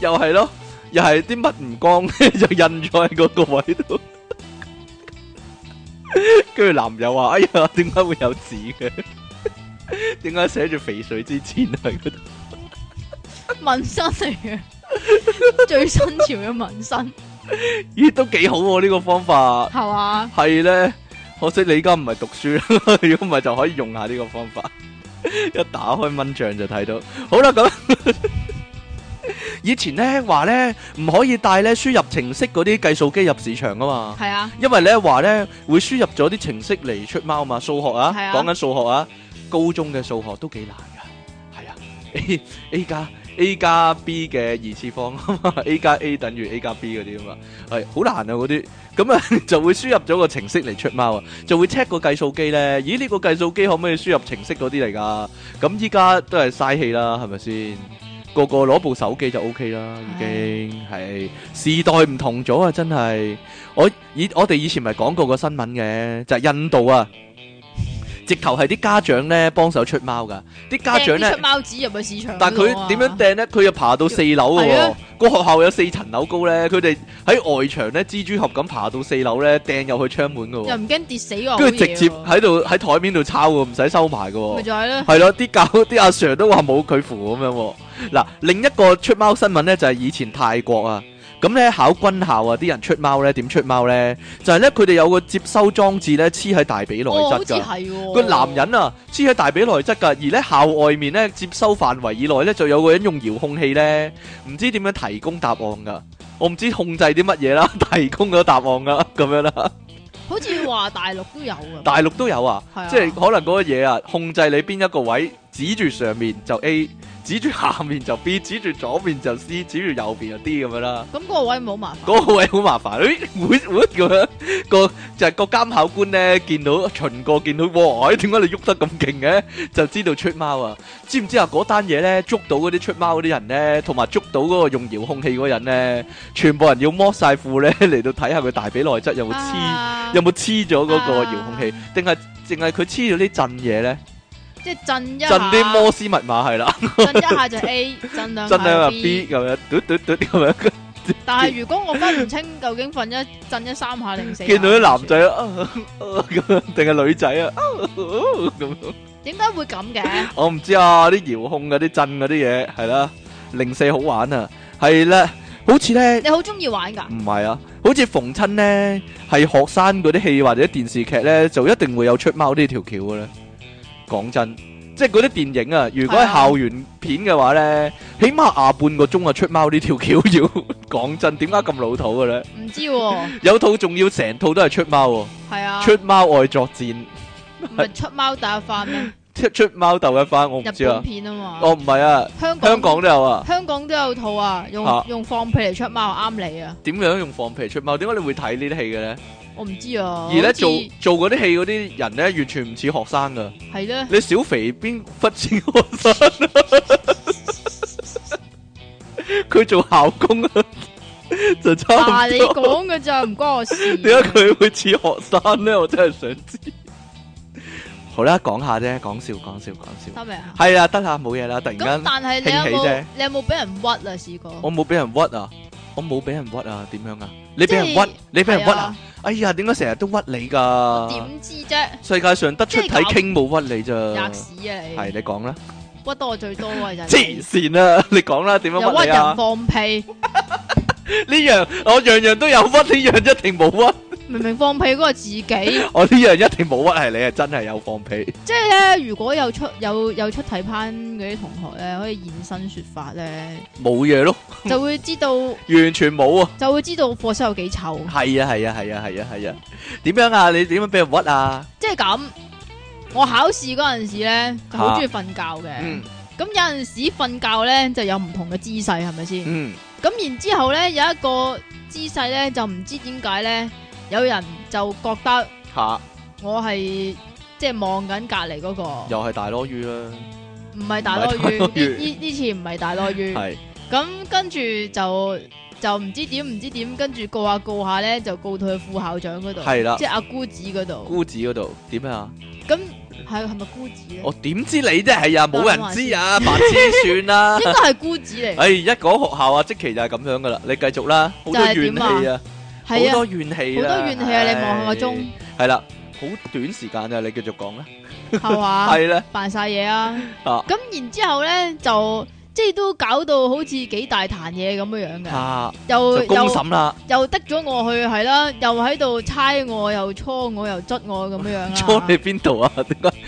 [SPEAKER 2] 又係咯，又係啲乜唔光 就印咗喺嗰個位度。 跟住男友話：哎呀，點解會有紙嘅？ 點解寫住肥水之前啊喺嗰度？
[SPEAKER 1] 纹身嚟嘅，最新潮嘅纹身
[SPEAKER 2] 咦，都幾好喎、呢、個方法
[SPEAKER 1] 係 嘛？
[SPEAKER 2] 係咧，可惜你而家唔係讀書啦， 如果唔係就可以用下呢個方法。 一打開蚊帳就睇到，好啦咁。 以前咧話咧唔可以帶咧輸入程式嗰啲計數機入市場啊嘛。
[SPEAKER 1] 係啊，
[SPEAKER 2] 因為咧話咧會輸入咗啲程式嚟出貓嘛，數學啊，
[SPEAKER 1] 係啊
[SPEAKER 2] 講緊數學啊，高中嘅數學都幾難噶，係啊，A A 加 A 加 B 嘅二次方啊嘛 ，A 加 A 等於 A 加 B 嗰啲啊嘛，係好難啊嗰啲，咁啊 就會輸入咗個程式嚟出貓啊，就會 check 個計數機咧，咦呢、個計數機可唔可以輸入程式嗰啲嚟㗎？咁依家都係嘥氣啦，係咪先？個個攞部手機就 OK 啦，已經係時代唔同咗啊！真係，我以我哋以前咪講過個新聞嘅，就係、印度啊，直頭係啲家長咧幫手出貓噶，啲家長
[SPEAKER 1] 掟啲
[SPEAKER 2] 咧
[SPEAKER 1] 出，貓紙入去市場嗰度啊，
[SPEAKER 2] 但係佢點樣掟咧？佢又爬到四樓嘅
[SPEAKER 1] 係
[SPEAKER 2] 喎
[SPEAKER 1] 啊，
[SPEAKER 2] 個學校有四層樓高咧，佢哋喺外牆咧蜘蛛俠咁爬到四樓咧，掟入去窗門嘅
[SPEAKER 1] 又
[SPEAKER 2] 喎，
[SPEAKER 1] 唔驚跌死我，
[SPEAKER 2] 跟住直接哦
[SPEAKER 1] 好嘢喎
[SPEAKER 2] 喺度喺台面度抄喎，唔使收埋嘅喎
[SPEAKER 1] 咪。就係咯，
[SPEAKER 2] 系咯，啲教 啲阿 Sir 都話冇佢符咁樣喎。嗱，另一個出貓新聞呢，就係、以前泰國啊，咁呢考軍校啊，啲人出貓呢點出貓呢？就係呢，佢哋有個接收裝置呢，黐喺大髀內
[SPEAKER 1] 哦，好
[SPEAKER 2] 側
[SPEAKER 1] 似
[SPEAKER 2] 㗎。
[SPEAKER 1] 係喎，
[SPEAKER 2] 個男人啊，黐喺大髀內側㗎，而呢校外面呢，接收範圍以內呢，就有個人用遙控器呢，唔知點樣提供答案㗎。我唔知控制啲乜嘢啦， 提供咗答案㗎，咁樣啦。
[SPEAKER 1] 好似話大陸都有㗎，
[SPEAKER 2] 大陸都有啊。
[SPEAKER 1] 係啊
[SPEAKER 2] 即係可能嗰個嘢啊，控制你邊一個位，指住上面就 A，指住下面就 B，指住左面就 C，指住右邊就 D 咁樣啦。
[SPEAKER 1] 咁嗰個位冇麻煩，
[SPEAKER 2] 嗰、個位好麻煩，誒會會咁樣，個就係、個監考官咧見到巡過見到，哇！點解你喐得咁勁嘅？就知道出貓啊！知唔知啊？嗰單嘢咧捉到嗰啲出貓嗰啲人咧，同埋捉到嗰個用遙控器嗰個人咧，全部人要剝晒褲咧嚟到睇下佢大髀內側有冇黐。
[SPEAKER 1] 啊
[SPEAKER 2] 有冇黐咗嗰個遙控器
[SPEAKER 1] 啊？
[SPEAKER 2] 定係淨係佢黐咗啲震嘢咧？
[SPEAKER 1] 即系震一下，
[SPEAKER 2] 震啲摩斯密碼係啦，
[SPEAKER 1] 震一下就 A，震两
[SPEAKER 2] 震兩
[SPEAKER 1] 下就
[SPEAKER 2] 下 B 咁樣，嘟嘟嘟咁樣，
[SPEAKER 1] 但系如果我分唔清究竟瞓一震一三下定四下，
[SPEAKER 2] 見到啲男仔啊啊 啊咁樣，定係女仔啊啊咁樣。
[SPEAKER 1] 點解會咁嘅？
[SPEAKER 2] 我唔知啊，啲遙控嗰啲震嗰啲嘢係啦，零四好玩啊，係啦，好似咧
[SPEAKER 1] 你好中意玩㗎？
[SPEAKER 2] 唔係啊，好似逢親咧係學生嗰啲戲或者電視劇咧，就一定會有出貓呢條橋嘅咧。講真，即係嗰啲電影啊，如果
[SPEAKER 1] 係
[SPEAKER 2] 係
[SPEAKER 1] 啊
[SPEAKER 2] 校園片嘅話咧，起碼下半個鐘啊出貓呢條橋要 講真，點解咁老土嘅咧？
[SPEAKER 1] 唔知喎，
[SPEAKER 2] 有套仲要成套都係出貓喎，
[SPEAKER 1] 係啊，
[SPEAKER 2] 出貓愛作戰，
[SPEAKER 1] 唔係出貓打翻咩？
[SPEAKER 2] 出出貓鬥一番，我唔
[SPEAKER 1] 日
[SPEAKER 2] 知啊
[SPEAKER 1] 本，片啊嘛，
[SPEAKER 2] 我唔係啊，
[SPEAKER 1] 香港
[SPEAKER 2] 香港都有啊。
[SPEAKER 1] 香港都有套啊，用
[SPEAKER 2] 啊
[SPEAKER 1] 用放屁嚟出貓啱你啊！
[SPEAKER 2] 點樣用放屁出貓？點解你會睇呢啲戲嘅咧？
[SPEAKER 1] 我唔知啊，
[SPEAKER 2] 而咧
[SPEAKER 1] 好似
[SPEAKER 2] 做做嗰啲戲嗰啲人咧，完全唔似學生噶。
[SPEAKER 1] 係 咧，
[SPEAKER 2] 你小肥邊忽似學生啊？佢做校工啊，就差
[SPEAKER 1] 嗱
[SPEAKER 2] 唔
[SPEAKER 1] 你
[SPEAKER 2] 多。
[SPEAKER 1] 講嘅咋，唔關我事。啊
[SPEAKER 2] 點解佢會似學生咧？我真係想知。好啦，講下啫，講笑講笑講笑。
[SPEAKER 1] 得未啊？
[SPEAKER 2] 係啊，得啦，冇嘢啦。突然
[SPEAKER 1] 咁
[SPEAKER 2] 間，
[SPEAKER 1] 但係你有
[SPEAKER 2] 興起啫
[SPEAKER 1] 冇你有冇俾人屈啊？試過
[SPEAKER 2] 我冇俾人屈啊，我冇俾人屈啊，點樣啊？你俾人
[SPEAKER 1] 即係
[SPEAKER 2] 屈，你俾人屈
[SPEAKER 1] 係
[SPEAKER 2] 啊
[SPEAKER 1] 啊？
[SPEAKER 2] 哎呀，點解成日都屈你噶？
[SPEAKER 1] 點知啫？
[SPEAKER 2] 世界上得出體傾冇屈你咋，
[SPEAKER 1] 吔屎啊
[SPEAKER 2] 係
[SPEAKER 1] 你！
[SPEAKER 2] 你講啦，
[SPEAKER 1] 屈得我最多啊嘅就係
[SPEAKER 2] 黐
[SPEAKER 1] 你
[SPEAKER 2] 線 啦，你講啦，點
[SPEAKER 1] 又
[SPEAKER 2] 樣
[SPEAKER 1] 屈
[SPEAKER 2] 屈你啊
[SPEAKER 1] 人？放屁，
[SPEAKER 2] 呢樣我樣樣都有屈，呢樣一定冇屈，
[SPEAKER 1] 明明放屁嗰個自己。
[SPEAKER 2] 我呢樣一定冇屈，係你係真係有放屁，
[SPEAKER 1] 即系咧，如果有出有有出體班嗰啲同學咧，可以現身說法咧，
[SPEAKER 2] 冇嘢咯，
[SPEAKER 1] 就會知道
[SPEAKER 2] 完全冇啊！
[SPEAKER 1] 就會知道課室有幾臭。
[SPEAKER 2] 係啊係啊係啊係啊係啊，點樣啊？你點樣俾人屈啊？
[SPEAKER 1] 即係咁，我考試嗰陣時咧就好
[SPEAKER 2] 嚇
[SPEAKER 1] 中意瞓覺嘅。
[SPEAKER 2] 嗯
[SPEAKER 1] 咁、有陣時瞓覺咧就有唔同嘅姿勢，係咪先？
[SPEAKER 2] 嗯，
[SPEAKER 1] 咁、然之後咧有一個姿勢咧就唔知點解咧，有人就覺得
[SPEAKER 2] 吓
[SPEAKER 1] 我係即係望緊隔離嗰個，
[SPEAKER 2] 又係大鱸魚啦，
[SPEAKER 1] 唔係大鱸
[SPEAKER 2] 唔係大鱸魚
[SPEAKER 1] 魚。呢呢呢次唔係大鱸魚。
[SPEAKER 2] 係
[SPEAKER 1] 咁跟住就就唔知點唔知點，跟住告下告下咧，就告到去副校長嗰度，
[SPEAKER 2] 係啦
[SPEAKER 1] 即係阿姑子嗰度。
[SPEAKER 2] 姑子嗰度點啊？
[SPEAKER 1] 咁係係咪姑子咧？
[SPEAKER 2] 我點知你啫？係啊，冇人知啊，白痴算啦
[SPEAKER 1] 應。該係姑子 嚟，
[SPEAKER 2] 唉，一講學校啊，即期就係咁樣噶啦。你繼續啦，好多
[SPEAKER 1] 就係
[SPEAKER 2] 怨
[SPEAKER 1] 點啊
[SPEAKER 2] 氣啊，好
[SPEAKER 1] 係啊，
[SPEAKER 2] 多
[SPEAKER 1] 好
[SPEAKER 2] 怨氣啦，
[SPEAKER 1] 多怨氣啊！你望下個
[SPEAKER 2] 唉
[SPEAKER 1] 鐘，
[SPEAKER 2] 係啦，好短時間啊，你繼續講啦。
[SPEAKER 1] 係 嘛？
[SPEAKER 2] 係啦，
[SPEAKER 1] 扮晒嘢啊！
[SPEAKER 2] 啊
[SPEAKER 1] 咁然之後咧就。即係都搞到好似幾大壇嘢咁樣樣嘅，
[SPEAKER 2] 啊，
[SPEAKER 1] 又
[SPEAKER 2] 就公
[SPEAKER 1] 又
[SPEAKER 2] 審啦，
[SPEAKER 1] 又得咗我去係啦，又喺度猜我，又搓我，又捽我咁樣樣 啦。
[SPEAKER 2] 初你邊 度啊？點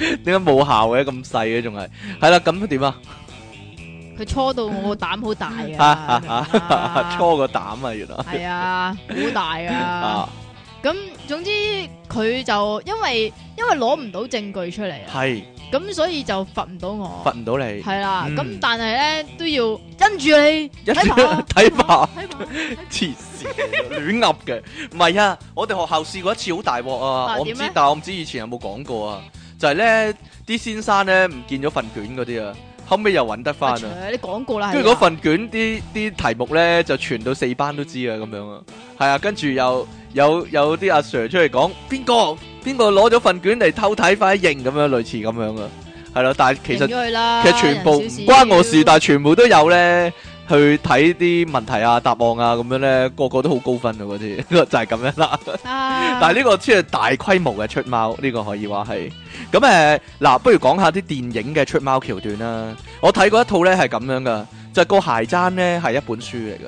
[SPEAKER 2] 解點解冇效嘅咁細嘅仲係？係啦，咁點啊？
[SPEAKER 1] 佢搓到我個膽好大啊！明唔明啊
[SPEAKER 2] 啊搓個膽啊，原來
[SPEAKER 1] 系啊，好大 啊！
[SPEAKER 2] 啊，
[SPEAKER 1] 咁總之佢就因為因為攞唔到證據出嚟啊，
[SPEAKER 2] 係
[SPEAKER 1] 咁所以就罰唔到我
[SPEAKER 2] 罰，唔到你，
[SPEAKER 1] 係啦。
[SPEAKER 2] 嗯
[SPEAKER 1] 咁但係咧都要因住你
[SPEAKER 2] 一
[SPEAKER 1] 睇 埋
[SPEAKER 2] 睇埋
[SPEAKER 1] 睇埋
[SPEAKER 2] 黐線嘅，亂噏嘅。唔係啊，我哋學校試過一次好大鑊啊！
[SPEAKER 1] 啊
[SPEAKER 2] 我唔知
[SPEAKER 1] 點咧，
[SPEAKER 2] 但我唔知以前有冇講過啊。就係咧，啲先生咧唔見咗份卷嗰啲啊，後尾又揾得翻
[SPEAKER 1] 啊
[SPEAKER 2] 啊。
[SPEAKER 1] 你講過啦，啊
[SPEAKER 2] 跟住嗰份卷啲啲題目咧就傳到四班都知啊，咁樣啊，係啊，跟住又有有啲阿 Sir 出嚟講邊個邊個攞咗份卷嚟偷睇快啲認咁樣，類似咁樣啊，係咯，但係其實
[SPEAKER 1] 認咗佢啦
[SPEAKER 2] 其實全部
[SPEAKER 1] 啊人少
[SPEAKER 2] 唔
[SPEAKER 1] 少
[SPEAKER 2] 關我事，但係全部都有咧去睇啲問題啊、答案啊咁樣咧，個個都好高分啊嗰啲， 就係咁樣啦。
[SPEAKER 1] 啊
[SPEAKER 2] 但係呢個先係大規模嘅出貓，呢、個可以話係。咁誒嗱，不如講下啲電影嘅出貓橋段啦。我睇過一套呢係咁樣噶，就係個鞋踭呢係一本書嚟嘅。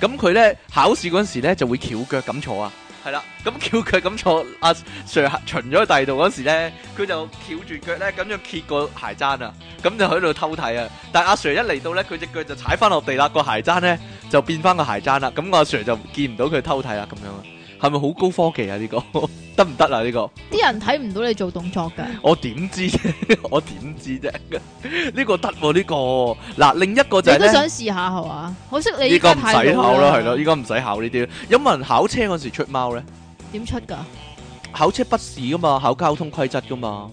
[SPEAKER 2] 咁佢呢考試嗰陣時咧就會翹腳咁坐啊，係啦。咁翹腳咁坐，阿、Sir 巡咗去第二度嗰時咧，佢就翹住腳呢，咁就揭個鞋踭啊，咁就喺度偷睇啊。但係阿 Sir 一嚟到呢，佢只腳就踩翻落地啦，個鞋踭呢就變翻個鞋踭啦。咁阿 Sir 就見唔到佢偷睇啦，咁樣啊。係咪好高科技啊？呢、個 得唔得啊？呢、個
[SPEAKER 1] 啲人睇唔到你做動作㗎，
[SPEAKER 2] 我點知啫？ 我點知啫？ 呢個得喎，呢個嗱另一個就
[SPEAKER 1] 你都
[SPEAKER 2] 係咧，
[SPEAKER 1] 想試下係嘛？可惜你
[SPEAKER 2] 依
[SPEAKER 1] 依
[SPEAKER 2] 家
[SPEAKER 1] 家
[SPEAKER 2] 唔
[SPEAKER 1] 太
[SPEAKER 2] 使考
[SPEAKER 1] 老
[SPEAKER 2] 啦，係咯，依家唔使考呢啲。有冇人考車嗰時出貓咧？
[SPEAKER 1] 點出㗎？
[SPEAKER 2] 考車筆試噶嘛，考交通規則噶嘛，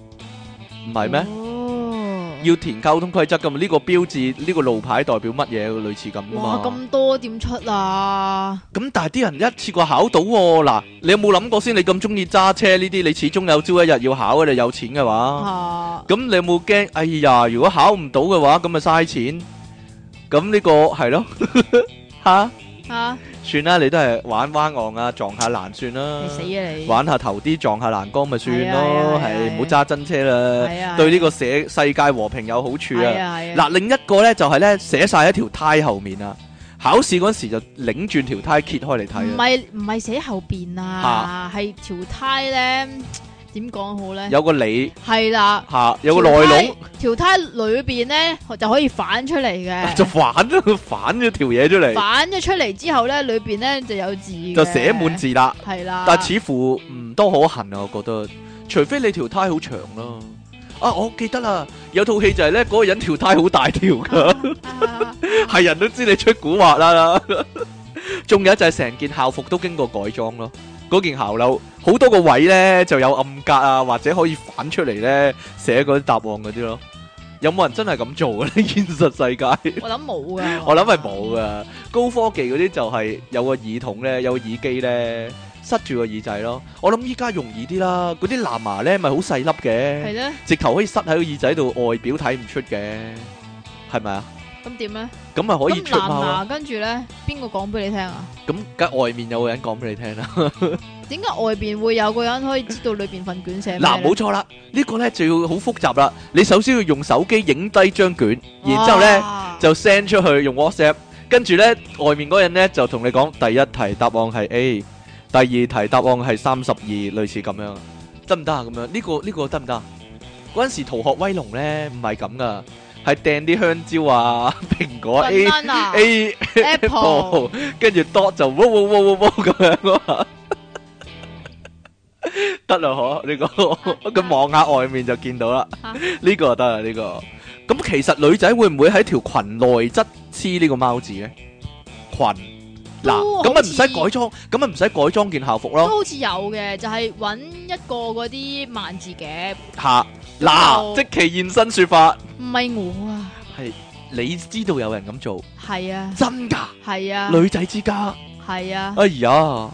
[SPEAKER 2] 唔係咩？
[SPEAKER 1] 哦，
[SPEAKER 2] 要填交通規則噶嘛？呢個標誌、呢個路牌代表乜嘢？類似咁噶
[SPEAKER 1] 哇，
[SPEAKER 2] 嘛？
[SPEAKER 1] 咁多點出啊？
[SPEAKER 2] 咁但係啲人一次過考到喎，嗱，你有冇諗過先？你咁中意揸車呢啲，你始終有朝一日要考嘅，你有錢嘅話，
[SPEAKER 1] 啊，
[SPEAKER 2] 咁你有冇驚？哎呀，如果考唔到嘅話，咁咪嘥錢。咁呢個係咯， 吓，
[SPEAKER 1] 吓，
[SPEAKER 2] 算啦，你都係玩彎岸啊，撞下欄算啦
[SPEAKER 1] 你。死啊你！
[SPEAKER 2] 玩下頭啲撞下欄杆咪算咯，
[SPEAKER 1] 係啊係啊係
[SPEAKER 2] 係
[SPEAKER 1] 啊
[SPEAKER 2] 唔好揸真車啦，
[SPEAKER 1] 係啊
[SPEAKER 2] 對呢個社世界和平有好處
[SPEAKER 1] 係
[SPEAKER 2] 啊！
[SPEAKER 1] 啊係啊，
[SPEAKER 2] 嗱，另一個呢就係呢，寫晒喺條呔後面啊，考試嗰時就擰轉條呔揭開嚟
[SPEAKER 1] 唔
[SPEAKER 2] 睇啊，
[SPEAKER 1] 係唔係寫後邊啊，係條胎咧點講好咧？
[SPEAKER 2] 有個理
[SPEAKER 1] 係啦，
[SPEAKER 2] 嚇，有個內籠
[SPEAKER 1] 條胎裏邊咧就可以反出嚟
[SPEAKER 2] 就
[SPEAKER 1] 嘅，
[SPEAKER 2] 反咗反咗條嘢出嚟，
[SPEAKER 1] 反咗出嚟之後咧，裏邊咧就有字，
[SPEAKER 2] 就寫滿，字啦。
[SPEAKER 1] 係啦，
[SPEAKER 2] 但似乎唔多可行啊，我覺得，除非你條呔好長咯。啊，我記得啦，有套戲就係呢，嗰個人條呔好大條 㗎。
[SPEAKER 1] 啊
[SPEAKER 2] 系人都知你出古惑啦。仲有就系成件校服都經過改裝咯，嗰件校褸好多個位咧就有暗格啊，或者可以反出嚟咧寫嗰啲答案嗰啲咯。有冇人真係咁做嘅咧？現實世界，
[SPEAKER 1] 我諗冇噶，
[SPEAKER 2] 我諗係冇噶。高科技嗰啲就係有個耳筒咧，有個耳機咧，塞住個耳仔咯。我諗依家容易啲啦。嗰啲藍牙咧咪好細粒
[SPEAKER 1] 係
[SPEAKER 2] 嘅，
[SPEAKER 1] 咧，
[SPEAKER 2] 直頭可以塞喺個耳仔度，外表睇唔出嘅，係咪啊？
[SPEAKER 1] 咁點咧？
[SPEAKER 2] 咁咪可以
[SPEAKER 1] 咁
[SPEAKER 2] 出貓
[SPEAKER 1] 藍
[SPEAKER 2] 咯。
[SPEAKER 1] 牙跟住咧，邊個講俾你聽啊？
[SPEAKER 2] 咁梗係外面有個人講俾你聽啦。
[SPEAKER 1] 點解外邊會有個人可以知道裏邊份卷寫咩呢
[SPEAKER 2] 嗱，冇錯啦，呢個呢就要好複雜啦。你首先要用手機影低張卷，然之後呢
[SPEAKER 1] 哇
[SPEAKER 2] 就 send 出去用 WhatsApp，跟住呢，外面嗰人呢就同你講第一題答案係 A，第二題答案係三十二，類似咁樣，得唔得啊？咁樣呢個呢個得唔得啊？嗰陣時逃學威龍呢唔係咁噶，係掟啲香蕉啊、 蘋果 A
[SPEAKER 1] ，banana
[SPEAKER 2] A。
[SPEAKER 1] Apple
[SPEAKER 2] 哦，跟住 dot 就喔喔喔喔喔咁樣啊，得啦嗬，呢個咁望下外面就見到啦，
[SPEAKER 1] 啊
[SPEAKER 2] 呢個就得啦呢個。咁其實女仔會唔會喺條裙內側黐呢個貓字咧？裙嗱，
[SPEAKER 1] 都
[SPEAKER 2] 咁咪
[SPEAKER 1] 好
[SPEAKER 2] 唔
[SPEAKER 1] 似
[SPEAKER 2] 使改裝，咁咪唔使改裝件校服咯
[SPEAKER 1] 都好似有嘅，就係揾一個嗰啲萬字夾，
[SPEAKER 2] 吓。
[SPEAKER 1] 咁
[SPEAKER 2] 嗱，
[SPEAKER 1] 就
[SPEAKER 2] 即其現身說法，
[SPEAKER 1] 唔係我啊，
[SPEAKER 2] 係你知道有人咁做，
[SPEAKER 1] 係啊，
[SPEAKER 2] 真㗎，
[SPEAKER 1] 係啊，
[SPEAKER 2] 女仔之家。
[SPEAKER 1] 係啊，
[SPEAKER 2] 哎呀，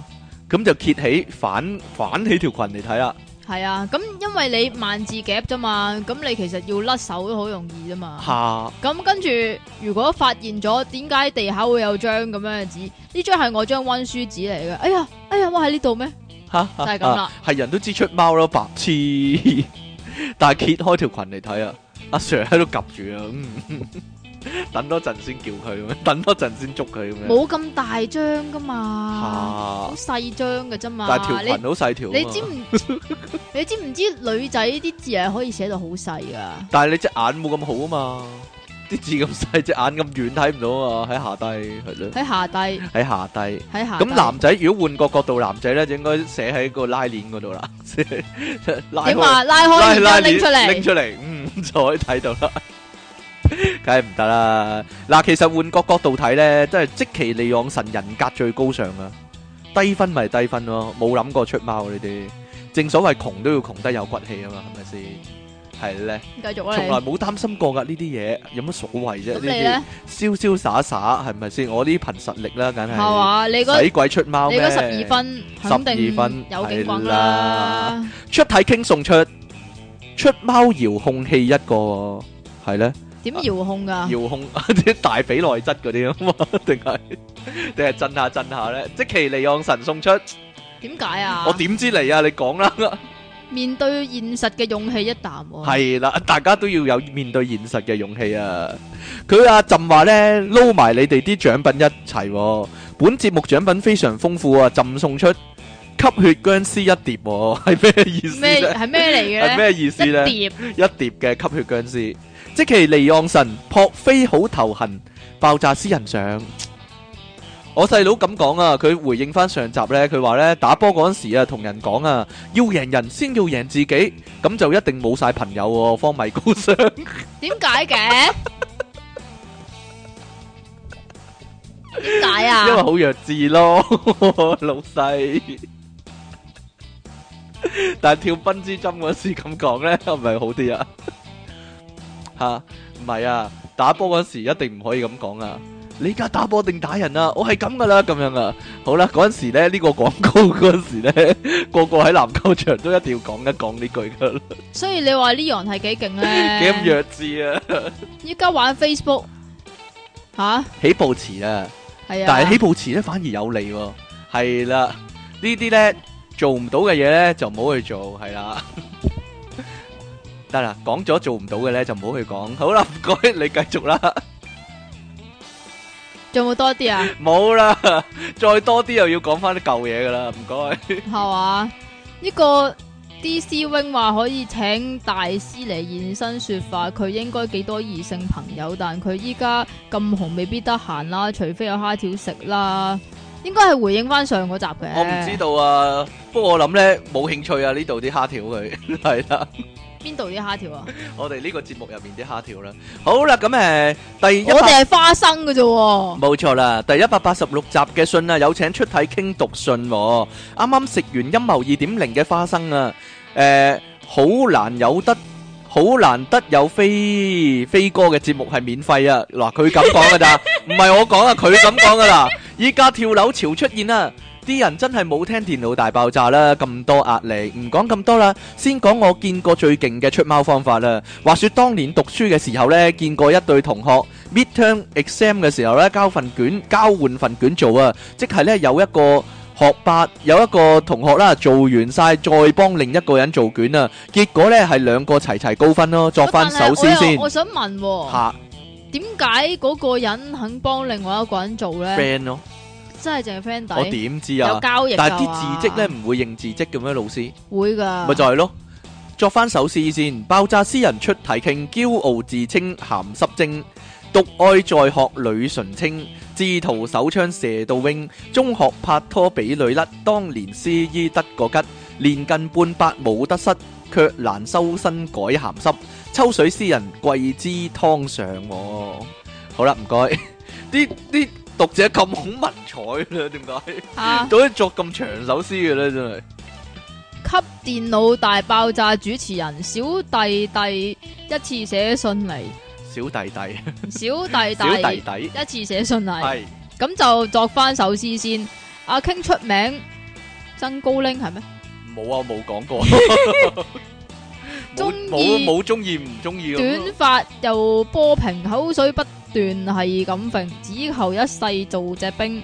[SPEAKER 2] 咁就揭起反反起條裙嚟睇啦。
[SPEAKER 1] 係啊，咁因為你萬字夾啫嘛，咁你其實要甩手都好容易啫嘛。
[SPEAKER 2] 吓
[SPEAKER 1] 咁跟住，如果發現咗點解地下會有張咁樣嘅紙？呢張係我張温書紙嚟嘅。哎呀，哎呀，我喺呢度咩？
[SPEAKER 2] 吓
[SPEAKER 1] 就係咁啦，
[SPEAKER 2] 系人都知出貓咯，白 痴。但係揭開條裙嚟睇啊，阿 Sir 喺度及住啊， 嗯等多陣先叫佢咁樣，等多陣先捉佢咁樣。
[SPEAKER 1] 冇咁大張噶嘛，好
[SPEAKER 2] 吓，
[SPEAKER 1] 細張嘅啫嘛。
[SPEAKER 2] 但係條
[SPEAKER 1] 你
[SPEAKER 2] 裙好細條啊嘛。
[SPEAKER 1] 你知唔你知唔知女仔啲字係可以寫到好細噶？
[SPEAKER 2] 但係你隻眼冇咁好啊嘛，啲字 咁細，隻眼咁遠睇唔到啊嘛，喺下低係咯，
[SPEAKER 1] 喺下低，
[SPEAKER 2] 喺下低。
[SPEAKER 1] 喺下低。
[SPEAKER 2] 咁男仔如果換個角度，男仔咧就應該寫喺個拉鏈嗰度 啦，寫拉
[SPEAKER 1] 點
[SPEAKER 2] 開
[SPEAKER 1] 啊？拉開
[SPEAKER 2] 拉
[SPEAKER 1] 然之
[SPEAKER 2] 拉
[SPEAKER 1] 後拎出嚟，
[SPEAKER 2] 鏈拎出嚟， 嗯，就可以睇到啦。梗係唔得啦。嗱，其實換個角度睇咧，真係即其利昂神人格最高尚啊！低分咪低分咯，冇諗過出貓呢啲。正所謂窮都要窮得有骨氣啊嘛，係咪先？係咧，
[SPEAKER 1] 繼續
[SPEAKER 2] 從來
[SPEAKER 1] 啊
[SPEAKER 2] 冇擔心過㗎呢啲嘢，有乜所謂
[SPEAKER 1] 你。
[SPEAKER 2] 啫？
[SPEAKER 1] 咁你咧
[SPEAKER 2] 呢？啲瀟瀟灑灑係咪先？我呢啲憑實力啦，梗
[SPEAKER 1] 係
[SPEAKER 2] 係
[SPEAKER 1] 嘛？你嗰
[SPEAKER 2] 使鬼出貓
[SPEAKER 1] 你
[SPEAKER 2] 咩？
[SPEAKER 1] 嗰十二分肯定
[SPEAKER 2] 12分
[SPEAKER 1] 有警棍
[SPEAKER 2] 係
[SPEAKER 1] 啦
[SPEAKER 2] 啦。出體傾送出出貓遙控器一個，係咧
[SPEAKER 1] 點遙控噶？
[SPEAKER 2] 遙控 啲大髀內側嗰啲啊嘛， 定係定係震下震下咧？即其利昂神送出，
[SPEAKER 1] 點解啊？
[SPEAKER 2] 我點知你啊？你 講啦，
[SPEAKER 1] 面對現實嘅勇氣一啖喎。
[SPEAKER 2] 係啦，大家都要有面對現實嘅勇氣啊！佢阿朕話咧撈埋你哋啲獎品一齊喎，本節目獎品非常豐富啊！朕送出吸血僵屍一碟喎，係咩意思
[SPEAKER 1] 咩
[SPEAKER 2] 咧？
[SPEAKER 1] 係咩嚟嘅
[SPEAKER 2] 係
[SPEAKER 1] 咧？
[SPEAKER 2] 咩意思
[SPEAKER 1] 一
[SPEAKER 2] 咧？
[SPEAKER 1] 碟
[SPEAKER 2] 一碟嘅吸血僵屍，即其尼昂神撲飛好頭痕，爆炸私人相。我細佬咁講啊，佢回應翻上集呢，佢話呢，打波嗰陣時啊，同人講啊，要贏人先要贏自己，咁就一定冇晒朋友喎、方米高商
[SPEAKER 1] 點解嘅？點解啊？
[SPEAKER 2] 因為好弱智咯， 老細。 但係跳奔之針嗰時咁講呢，係咪好啲啊？啊嚇，唔係啊，打波嗰時一定唔可以咁講啊，你而家打波定打人啊，我係咁㗎啦，咁樣啊。好啦，嗰陣時呢，呢個廣告嗰陣時呢， 個個喺籃球場都一定要講一講呢句㗎，
[SPEAKER 1] 所以你話呢樣係幾勁咧？
[SPEAKER 2] 幾咁弱智啊。起步遲啊，
[SPEAKER 1] 依家玩 Facebook 吓，係啊，
[SPEAKER 2] 但係起步遲呢，反而有利喎，係啦。呢啲呢，做唔到嘅嘢呢，就唔好去做，係啦。得啦，講咗做唔到嘅呢，就唔好去講。好啦，唔該，你繼續啦。
[SPEAKER 1] 仲有冇多啲啊？
[SPEAKER 2] 冇啦，再多啲又要講翻啲舊嘢噶啦，唔該。
[SPEAKER 1] 係嘛？啊呢個 DC Wing 話可以請大師嚟現身說法，佢應該幾多異性朋友，但佢依家咁紅，未必得閒啦，除非有蝦條食啦。應該係回應翻上嗰集嘅。
[SPEAKER 2] 我唔知道啊，不過我諗咧冇興趣啊，呢度啲蝦條佢 係啦，
[SPEAKER 1] 邊度啲蝦條啊？
[SPEAKER 2] 我哋呢個節目入面啲蝦條啦。好啦，咁誒、第一
[SPEAKER 1] 我哋係花生嘅啫喎。
[SPEAKER 2] 冇錯啦，第一百八十六集嘅信啊，有請出體傾讀信、喎。啱啱食完陰謀二點零嘅花生啊，誒、好難有得。好難得有飛飛哥嘅節目係免費啊！嗱，佢咁講噶咋，唔係我講啊，佢咁講噶啦。依家跳樓潮出現啊！啲人真係冇聽電腦大爆炸啦，咁多壓力，唔講咁多啦，先講我見過最勁嘅出貓方法啦。話說當年讀書嘅時候呢，見過一對同學 midterm exam 嘅時候呢，交份卷交換份卷做啊，即係呢，有一個學霸有一個同學啦，做完晒再幫另一個人做卷啊，結果呢，係兩個齊齊高分咯，作翻首先
[SPEAKER 1] 但係我又
[SPEAKER 2] 先
[SPEAKER 1] 我想問喎，
[SPEAKER 2] 嚇
[SPEAKER 1] 點解嗰個人肯幫另外一個人做咧？
[SPEAKER 2] friend 咯，
[SPEAKER 1] 真係淨係 friend 底。
[SPEAKER 2] 我點知
[SPEAKER 1] 有
[SPEAKER 2] 啊？
[SPEAKER 1] 交易㗎
[SPEAKER 2] 但係
[SPEAKER 1] 嘛
[SPEAKER 2] 啲字跡呢，唔會認字跡嘅咩，老師？
[SPEAKER 1] 會㗎。
[SPEAKER 2] 咪就係咯。作翻首詩先，爆炸詩人出題傾，驕傲自稱鹹濕精，獨愛在學女純清，自圖手槍射到 wing，中學拍拖俾女甩，當年 C.E. 得個吉，年近半百冇得失，卻難修身改鹹濕，抽水詩人桂枝湯上喎。好啦，唔 該，啲啲讀者咁好文采啦，點 解？
[SPEAKER 1] 啊
[SPEAKER 2] 到底作咁長首詩嘅咧，真係。
[SPEAKER 1] 給電腦大爆炸主持人小弟弟一次寫信嚟，
[SPEAKER 2] 小弟弟。
[SPEAKER 1] 小弟
[SPEAKER 2] 小弟
[SPEAKER 1] 弟
[SPEAKER 2] 弟
[SPEAKER 1] 一次寫信嚟，
[SPEAKER 2] 系
[SPEAKER 1] 咁就作翻首詩先。阿 King 出名，曾高拎係咩？
[SPEAKER 2] 冇啊，冇講 過，
[SPEAKER 1] 中
[SPEAKER 2] 冇冇
[SPEAKER 1] 意
[SPEAKER 2] 冇中意唔中意咁啊
[SPEAKER 1] 短
[SPEAKER 2] 咯，
[SPEAKER 1] 髮又波平，口水不斷係咁揈，只求一世做隻兵。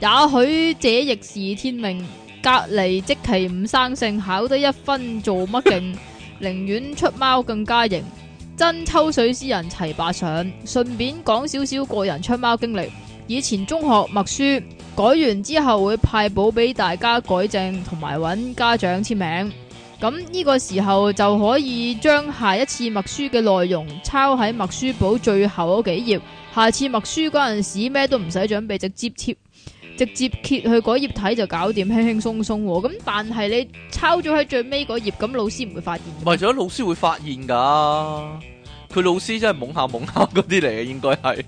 [SPEAKER 1] 也許這亦是天命。隔離即其唔生性，考得一分做乜勁？寧願出貓更加型。真抽水詩人齊白上，順便講少少個人出貓經歷。以前中學默書改完之後會派簿俾大家改正，同埋揾家長簽名。咁呢個時候就可以將下一次默書嘅內容抄喺默書簿最後嗰幾頁。下次默書嗰陣時咩都唔使準備，直接貼直接揭去嗰頁睇就搞掂，輕輕鬆鬆喎。咁但係你抄咗喺最尾嗰頁，咁老師唔會發現
[SPEAKER 2] 唔
[SPEAKER 1] 㗎。
[SPEAKER 2] 係咗老師會發現㗎。佢老師真係懵下懵下嗰啲嚟嘅，應該係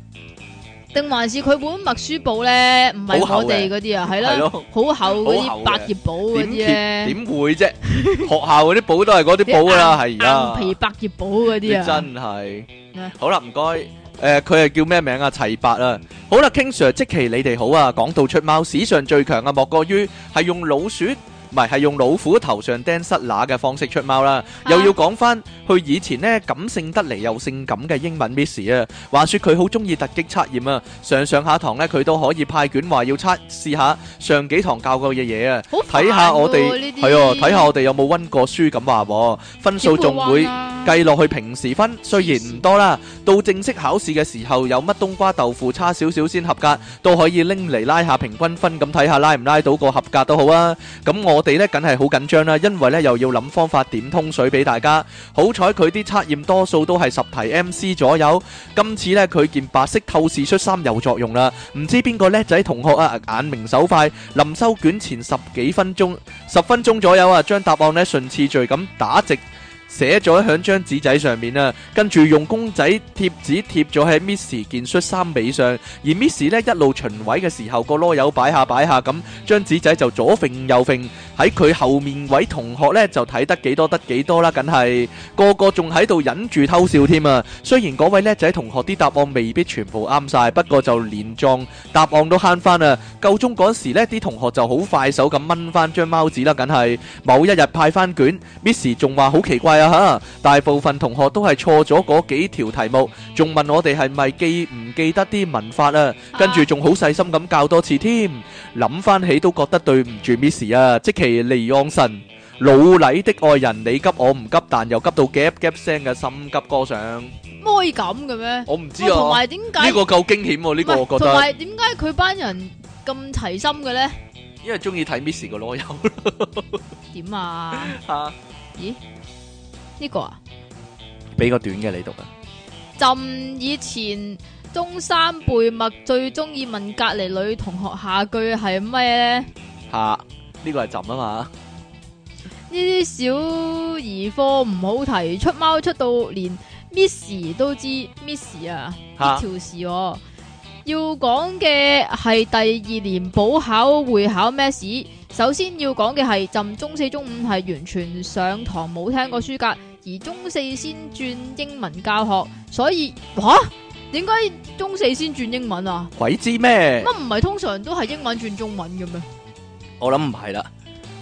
[SPEAKER 1] 定還是佢本默書簿咧，唔係
[SPEAKER 2] 好厚
[SPEAKER 1] 我
[SPEAKER 2] 嘅
[SPEAKER 1] 哋嗰啲啊，係
[SPEAKER 2] 係
[SPEAKER 1] 啦，
[SPEAKER 2] 咯，
[SPEAKER 1] 好厚嗰
[SPEAKER 2] 好厚
[SPEAKER 1] 啲
[SPEAKER 2] 嘅
[SPEAKER 1] 百頁簿嗰
[SPEAKER 2] 點
[SPEAKER 1] 啲
[SPEAKER 2] 揭
[SPEAKER 1] 咧，
[SPEAKER 2] 點會啫？學校嗰啲簿都係嗰啲簿 㗎啦，係
[SPEAKER 1] 硬
[SPEAKER 2] 啊，
[SPEAKER 1] 皮百頁簿嗰
[SPEAKER 2] 你
[SPEAKER 1] 啲啊，
[SPEAKER 2] 真係
[SPEAKER 1] 啊
[SPEAKER 2] 好啦，唔該。誒佢係叫咩名啊？齊白啊！好啦，King Sir，即其你哋好啊！講到出貓史上最強啊，莫過於係用老鼠唔係係用老虎頭上釘塞乸嘅方式出貓啦。
[SPEAKER 1] 啊
[SPEAKER 2] 又要講翻去以前呢，感性得嚟又性感嘅英文 Miss 啊，話說佢好中意突擊測驗啊，上上下堂呢，佢都可以派卷話要測試下上幾堂教過嘅嘢啊，
[SPEAKER 1] 好
[SPEAKER 2] 睇下我
[SPEAKER 1] 煩喎呢
[SPEAKER 2] 哋
[SPEAKER 1] 啲
[SPEAKER 2] 係哦，睇下我哋有冇温過書咁話喎，分數仲會
[SPEAKER 1] 點啊
[SPEAKER 2] 計落去平時分，雖然唔多啦，到正式考試嘅時候有乜冬瓜豆腐差少少先合格，都可以拎嚟拉下平均分咁睇下拉唔拉到個合格都好啊。咁我哋呢，梗係好緊張啦，因為呢又要諗方法點通水俾大家。好彩佢啲測驗多數都係十題 MC 左右，今次呢，佢件白色透視恤衫有作用啦。唔知邊個叻仔同學啊，眼明手快，臨收卷前十幾分鐘，十分鐘左右啊，將答案呢順次序咁打直。寫咗喺張紙仔上面啊，跟住用公仔貼紙貼咗喺 Miss 件恤衫尾上，而 Miss 咧一路巡位嘅時候，個啰柚擺下擺下咁，張紙仔就左揈右揈，喺佢後面位同學咧就睇得幾多得幾多啦，梗係個個仲喺度忍住偷笑添啊！雖然嗰位叻仔同學啲答案未必全部啱晒，不過就連撞答案都慳翻啊！夠鐘嗰時呢啲同學就好快手咁掹翻張貓紙啦，梗係某一日派翻卷，Miss 仲話好奇怪啊吓！大部分同學都係錯咗嗰幾條題目，仲問我哋係咪記唔記得啲文法啊？跟住仲好細心咁教多次添，諗翻起都覺得對唔住 Miss 啊！即其利昂神。老禮的愛人，你急我唔急，但又急到夾夾聲嘅心急歌上，
[SPEAKER 1] 乜可以咁嘅咩？
[SPEAKER 2] 我唔知
[SPEAKER 1] 喂同
[SPEAKER 2] 啊，
[SPEAKER 1] 埋點解
[SPEAKER 2] 呢個夠驚險喎，呢個
[SPEAKER 1] 唔係
[SPEAKER 2] 我
[SPEAKER 1] 同
[SPEAKER 2] 覺得，
[SPEAKER 1] 埋點解佢班人咁齊心嘅咧？
[SPEAKER 2] 因為中意睇 Miss 個啰柚
[SPEAKER 1] 點啊？
[SPEAKER 2] 啊，
[SPEAKER 1] 呢個啊？
[SPEAKER 2] 俾個短嘅你讀啊，
[SPEAKER 1] 朕以前中三背默最中意問隔離女同學下句係咩咧？
[SPEAKER 2] 嚇，呢個係朕啊嘛，
[SPEAKER 1] 呢啲小兒科唔好提，出貓出到連 Miss 都知 Miss 啊，呢
[SPEAKER 2] 嚇
[SPEAKER 1] 條事喎。要講嘅係第二年補考會考咩事？首先要講嘅係，朕中四中五係完全上堂冇聽過書噶，而中四先轉英文教學，所以吓點解中四先轉英文啊？
[SPEAKER 2] 鬼知咩？
[SPEAKER 1] 乜唔係通常都係英文轉中文嘅咩？
[SPEAKER 2] 我諗唔係啦，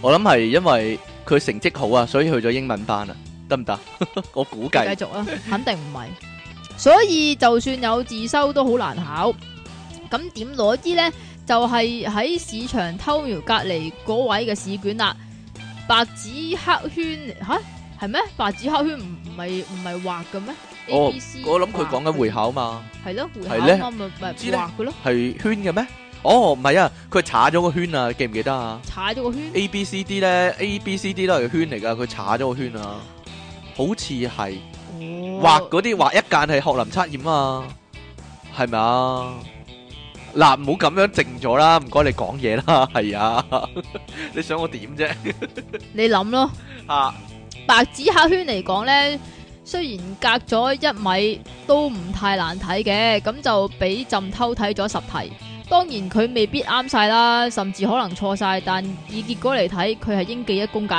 [SPEAKER 2] 我諗係因為佢成績好啊，所以去咗英文班啊，得唔得？ 我估計
[SPEAKER 1] 繼續啊，肯定唔係。所以就算有自修都好難考。咁點攞啲呢？就係、喺市場偷瞄隔離嗰位嘅試卷啦。白紙黑圈吓係咩？白紙黑圈唔唔係唔係畫嘅咩
[SPEAKER 2] 我
[SPEAKER 1] ？A B C，
[SPEAKER 2] 哦我諗佢講緊會考嘛，
[SPEAKER 1] 係咯，會考
[SPEAKER 2] 係呢
[SPEAKER 1] 啱咪咪
[SPEAKER 2] 唔知呢
[SPEAKER 1] 畫嘅咯，
[SPEAKER 2] 係圈嘅咩？哦，唔係啊，佢查咗個圈啊，記唔記得啊？
[SPEAKER 1] 踩咗個圈。
[SPEAKER 2] A B C D 咧，A B C D 都係圈嚟噶，佢查咗個圈啊，好似係畫
[SPEAKER 1] 哦，
[SPEAKER 2] 嗰啲畫一間係學林測驗啊，係咪啊？嗱，唔好咁樣靜咗啦，唔該你講嘢啦， 係啊，你想我點啫？
[SPEAKER 1] 你諗咯。
[SPEAKER 2] 啊，
[SPEAKER 1] 白紙黑圈嚟講呢，雖然隔咗一米都唔太難睇嘅，咁就俾朕偷睇咗十題。當然佢未必啱晒啦，甚至可能錯晒，但以結果嚟睇，佢係應記一功格。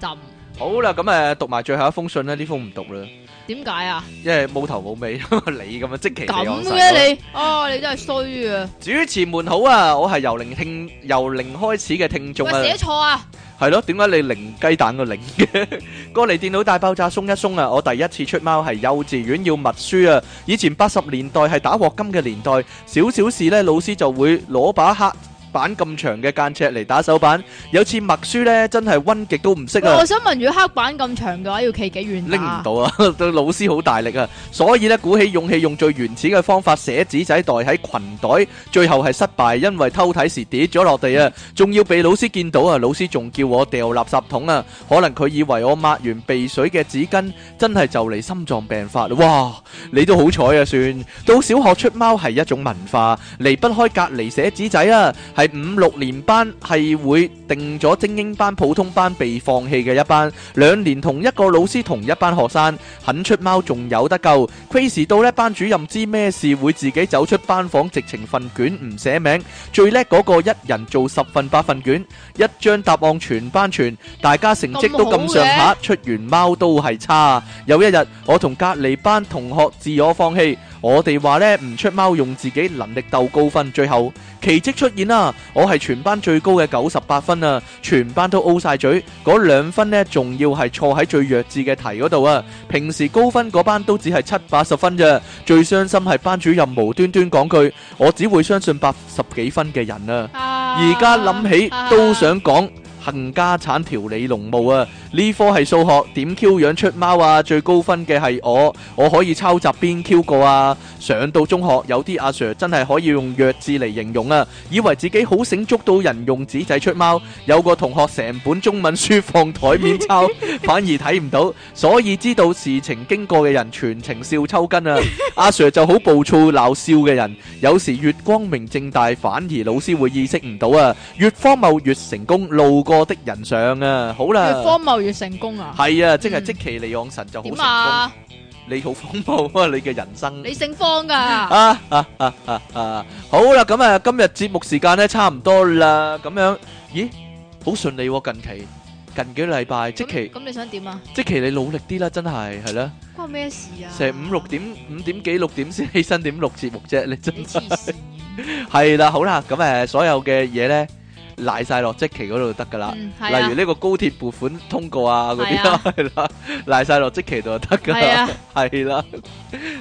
[SPEAKER 1] 朕
[SPEAKER 2] 好啦，咁誒讀埋最後一封信啦，呢封唔讀啦，
[SPEAKER 1] 點解啊？
[SPEAKER 2] 因為冇頭冇尾， 你咁樣即其
[SPEAKER 1] 咁
[SPEAKER 2] 你。
[SPEAKER 1] 嘅你，哦，你真係衰啊！
[SPEAKER 2] 主持們好啊，我係由零聽由零開始嘅聽眾
[SPEAKER 1] 喂，
[SPEAKER 2] 啊。
[SPEAKER 1] 寫錯啊！
[SPEAKER 2] 係咯，點解你零雞蛋個零嘅？ 過嚟電腦大爆炸鬆一鬆啊！我第一次出貓係幼稚園要默書啊！以前八十年代係打鑊金嘅年代，少少事呢，老師就會攞把黑板咁長嘅間尺嚟打手板。有次默書呢，真係温極都唔識
[SPEAKER 1] 喂
[SPEAKER 2] 啊！
[SPEAKER 1] 我想問，如果黑板咁長嘅話，要企幾遠
[SPEAKER 2] 拎
[SPEAKER 1] 啊
[SPEAKER 2] 唔到啊！對老師好大力啊，所以咧鼓起勇氣用最原始嘅方法寫紙仔袋喺裙袋，最後係失敗，因為偷睇時跌咗落地啊，仲要被老師見到啊！老師仲叫我掉垃圾桶啊，可能佢以為我抹完鼻水嘅紙巾真係就嚟心臟病發啦！哇，你都好彩啊，算到小學出貓係一種文化，離不開隔離寫紙仔啊，係五六年班係會定咗精英班、普通班被放棄嘅一班。兩年同一個老師同一班學生，肯出貓仲有得救。crazy 到呢班主任知咩事會自己走出班房，直情份卷唔寫名。最叻嗰個一人做十份八份卷，一張答案全班全，大家成績都咁上下，出完貓都係差。有一日，我同隔離班同學自我放棄，我哋話呢唔出貓，用自己能力鬥高分，最後奇蹟出現啦！我係全班最高嘅九十八分啊，全班都 O 晒嘴，嗰兩分呢，仲要係錯喺最弱智嘅題嗰度啊！平時高分嗰班都只係七八十分啫，最傷心係班主任無端端講句，我只會相信八十幾分嘅人啊！
[SPEAKER 1] 啊？
[SPEAKER 2] 而家諗起都
[SPEAKER 1] 啊
[SPEAKER 2] 想講行家產條理農務啊！呢科係數學，點 Q 樣出貓啊？最高分嘅係我，我可以抄襲邊 Q 個啊！上到中學有啲阿 Sir 真係可以用弱智嚟形容啊！以為自己好醒捉到人用紙仔出貓，有個同學成本中文書放台 面抄，反而睇唔到，所以知道事情經過嘅人全程笑抽筋啊！阿 Sir 就好暴躁鬧笑嘅人。有時越光明正大，反而老師會意識唔到啊！越荒謬越成功，路過過的人上啊！好啦，
[SPEAKER 1] 越荒謬越成功啊！
[SPEAKER 2] 係啊，即係
[SPEAKER 1] 嗯
[SPEAKER 2] 即其利昂神就好成
[SPEAKER 1] 點
[SPEAKER 2] 功。
[SPEAKER 1] 啊？
[SPEAKER 2] 你好荒謬啊！你嘅人生。
[SPEAKER 1] 你姓方噶？
[SPEAKER 2] 啊啊啊啊啊！好啦，咁啊，今日節目時間咧差唔多啦，咁樣，咦，好順利喎、近期近幾個禮拜，即
[SPEAKER 1] 咁
[SPEAKER 2] 期
[SPEAKER 1] 咁你想點啊？
[SPEAKER 2] 即期你努力啲啦，真係係啦，
[SPEAKER 1] 關咩事啊？
[SPEAKER 2] 成五六點五點幾六點先起身點錄節目啫，你真
[SPEAKER 1] 你黐線，
[SPEAKER 2] 係啦，好啦，咁誒所有嘅嘢咧賴晒落即期嗰度得噶啦。
[SPEAKER 1] 嗯，
[SPEAKER 2] 例
[SPEAKER 1] 係啊
[SPEAKER 2] 如，呢個高鐵撥款通過啊，嗰啲 啦，係啦，賴晒落即期度就得噶
[SPEAKER 1] 係
[SPEAKER 2] 啦
[SPEAKER 1] 啊，，
[SPEAKER 2] 係啦，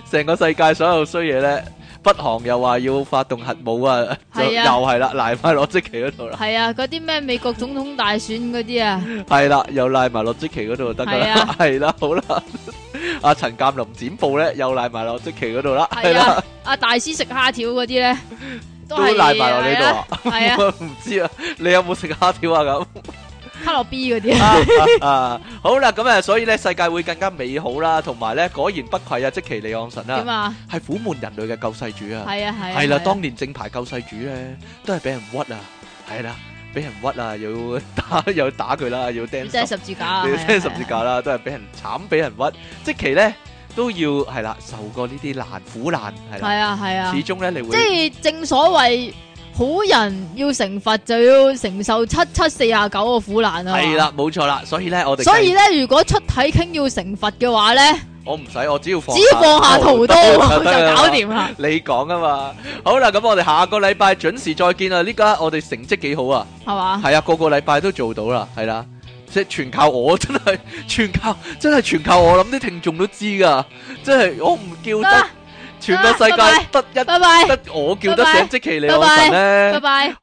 [SPEAKER 2] 成個世界所有衰嘢咧，北韓又話要發動核武啊，就又
[SPEAKER 1] 係啊
[SPEAKER 2] 係啦，賴翻落即期嗰度啦，
[SPEAKER 1] 係啊，嗰啲咩美國總統大選嗰啲啊，
[SPEAKER 2] 係啦，又賴埋落即期嗰度就得噶
[SPEAKER 1] 係
[SPEAKER 2] 啦
[SPEAKER 1] 啊，
[SPEAKER 2] 係啦，好啦，阿陳鑑林剪報咧又賴埋落即期嗰度啦，係
[SPEAKER 1] 係
[SPEAKER 2] 啦
[SPEAKER 1] 啊，，阿大師食蝦條嗰啲咧，都
[SPEAKER 2] 都
[SPEAKER 1] 係
[SPEAKER 2] 賴埋落你度啊，
[SPEAKER 1] 係啊，
[SPEAKER 2] 唔知啊，你有冇食蝦條啊咁？
[SPEAKER 1] 卡洛 B 嗰啲啊，
[SPEAKER 2] 啊，好啦，咁啊，所以咧，世界會更加美好啦，同埋咧，果然不愧啊，即其利昂神
[SPEAKER 1] 點
[SPEAKER 2] 啦，
[SPEAKER 1] 啊？
[SPEAKER 2] 係苦悶人類嘅救世主啊，
[SPEAKER 1] 係啊係啊，
[SPEAKER 2] 係啦，
[SPEAKER 1] 係啊
[SPEAKER 2] 當年正牌救世主咧，都係俾人屈啊，係啦，俾人屈啊，要 打又打佢啦，要
[SPEAKER 1] 要
[SPEAKER 2] 釘
[SPEAKER 1] 釘
[SPEAKER 2] 十，
[SPEAKER 1] 十字架啊，
[SPEAKER 2] 要
[SPEAKER 1] 係啊
[SPEAKER 2] 釘十字，架啦，都係俾人慘，俾人屈，即其咧都要係啦，受過呢啲難苦難係
[SPEAKER 1] 係
[SPEAKER 2] 啦，
[SPEAKER 1] 啊係啊
[SPEAKER 2] 始，終咧你
[SPEAKER 1] 即
[SPEAKER 2] 會
[SPEAKER 1] 係正所謂好人要成佛就要承受七七四廿九個苦難啊，
[SPEAKER 2] 係。啦，冇錯啦，所以咧我哋
[SPEAKER 1] 所以咧，如果出體傾要成佛嘅話咧，
[SPEAKER 2] 我唔使，我只要放
[SPEAKER 1] 只要放下屠刀
[SPEAKER 2] 就
[SPEAKER 1] 就
[SPEAKER 2] 得啦
[SPEAKER 1] 搞掂啦。
[SPEAKER 2] 你講啊嘛，好啦，咁我哋下個禮拜準時再見啦。啊呢家我哋成績幾好啊，
[SPEAKER 1] 系嘛？
[SPEAKER 2] 係啊，個個禮拜都做到啦，係啦，即係全靠我， 真係全靠，真係全靠我諗啲聽眾都知噶，真係我唔叫得
[SPEAKER 1] 得，
[SPEAKER 2] 全個世
[SPEAKER 1] 拜
[SPEAKER 2] 界
[SPEAKER 1] 拜
[SPEAKER 2] 得一
[SPEAKER 1] 拜拜，
[SPEAKER 2] 得我叫得
[SPEAKER 1] 拜拜
[SPEAKER 2] 醒即其李昂神
[SPEAKER 1] 拜。
[SPEAKER 2] 咧
[SPEAKER 1] 拜。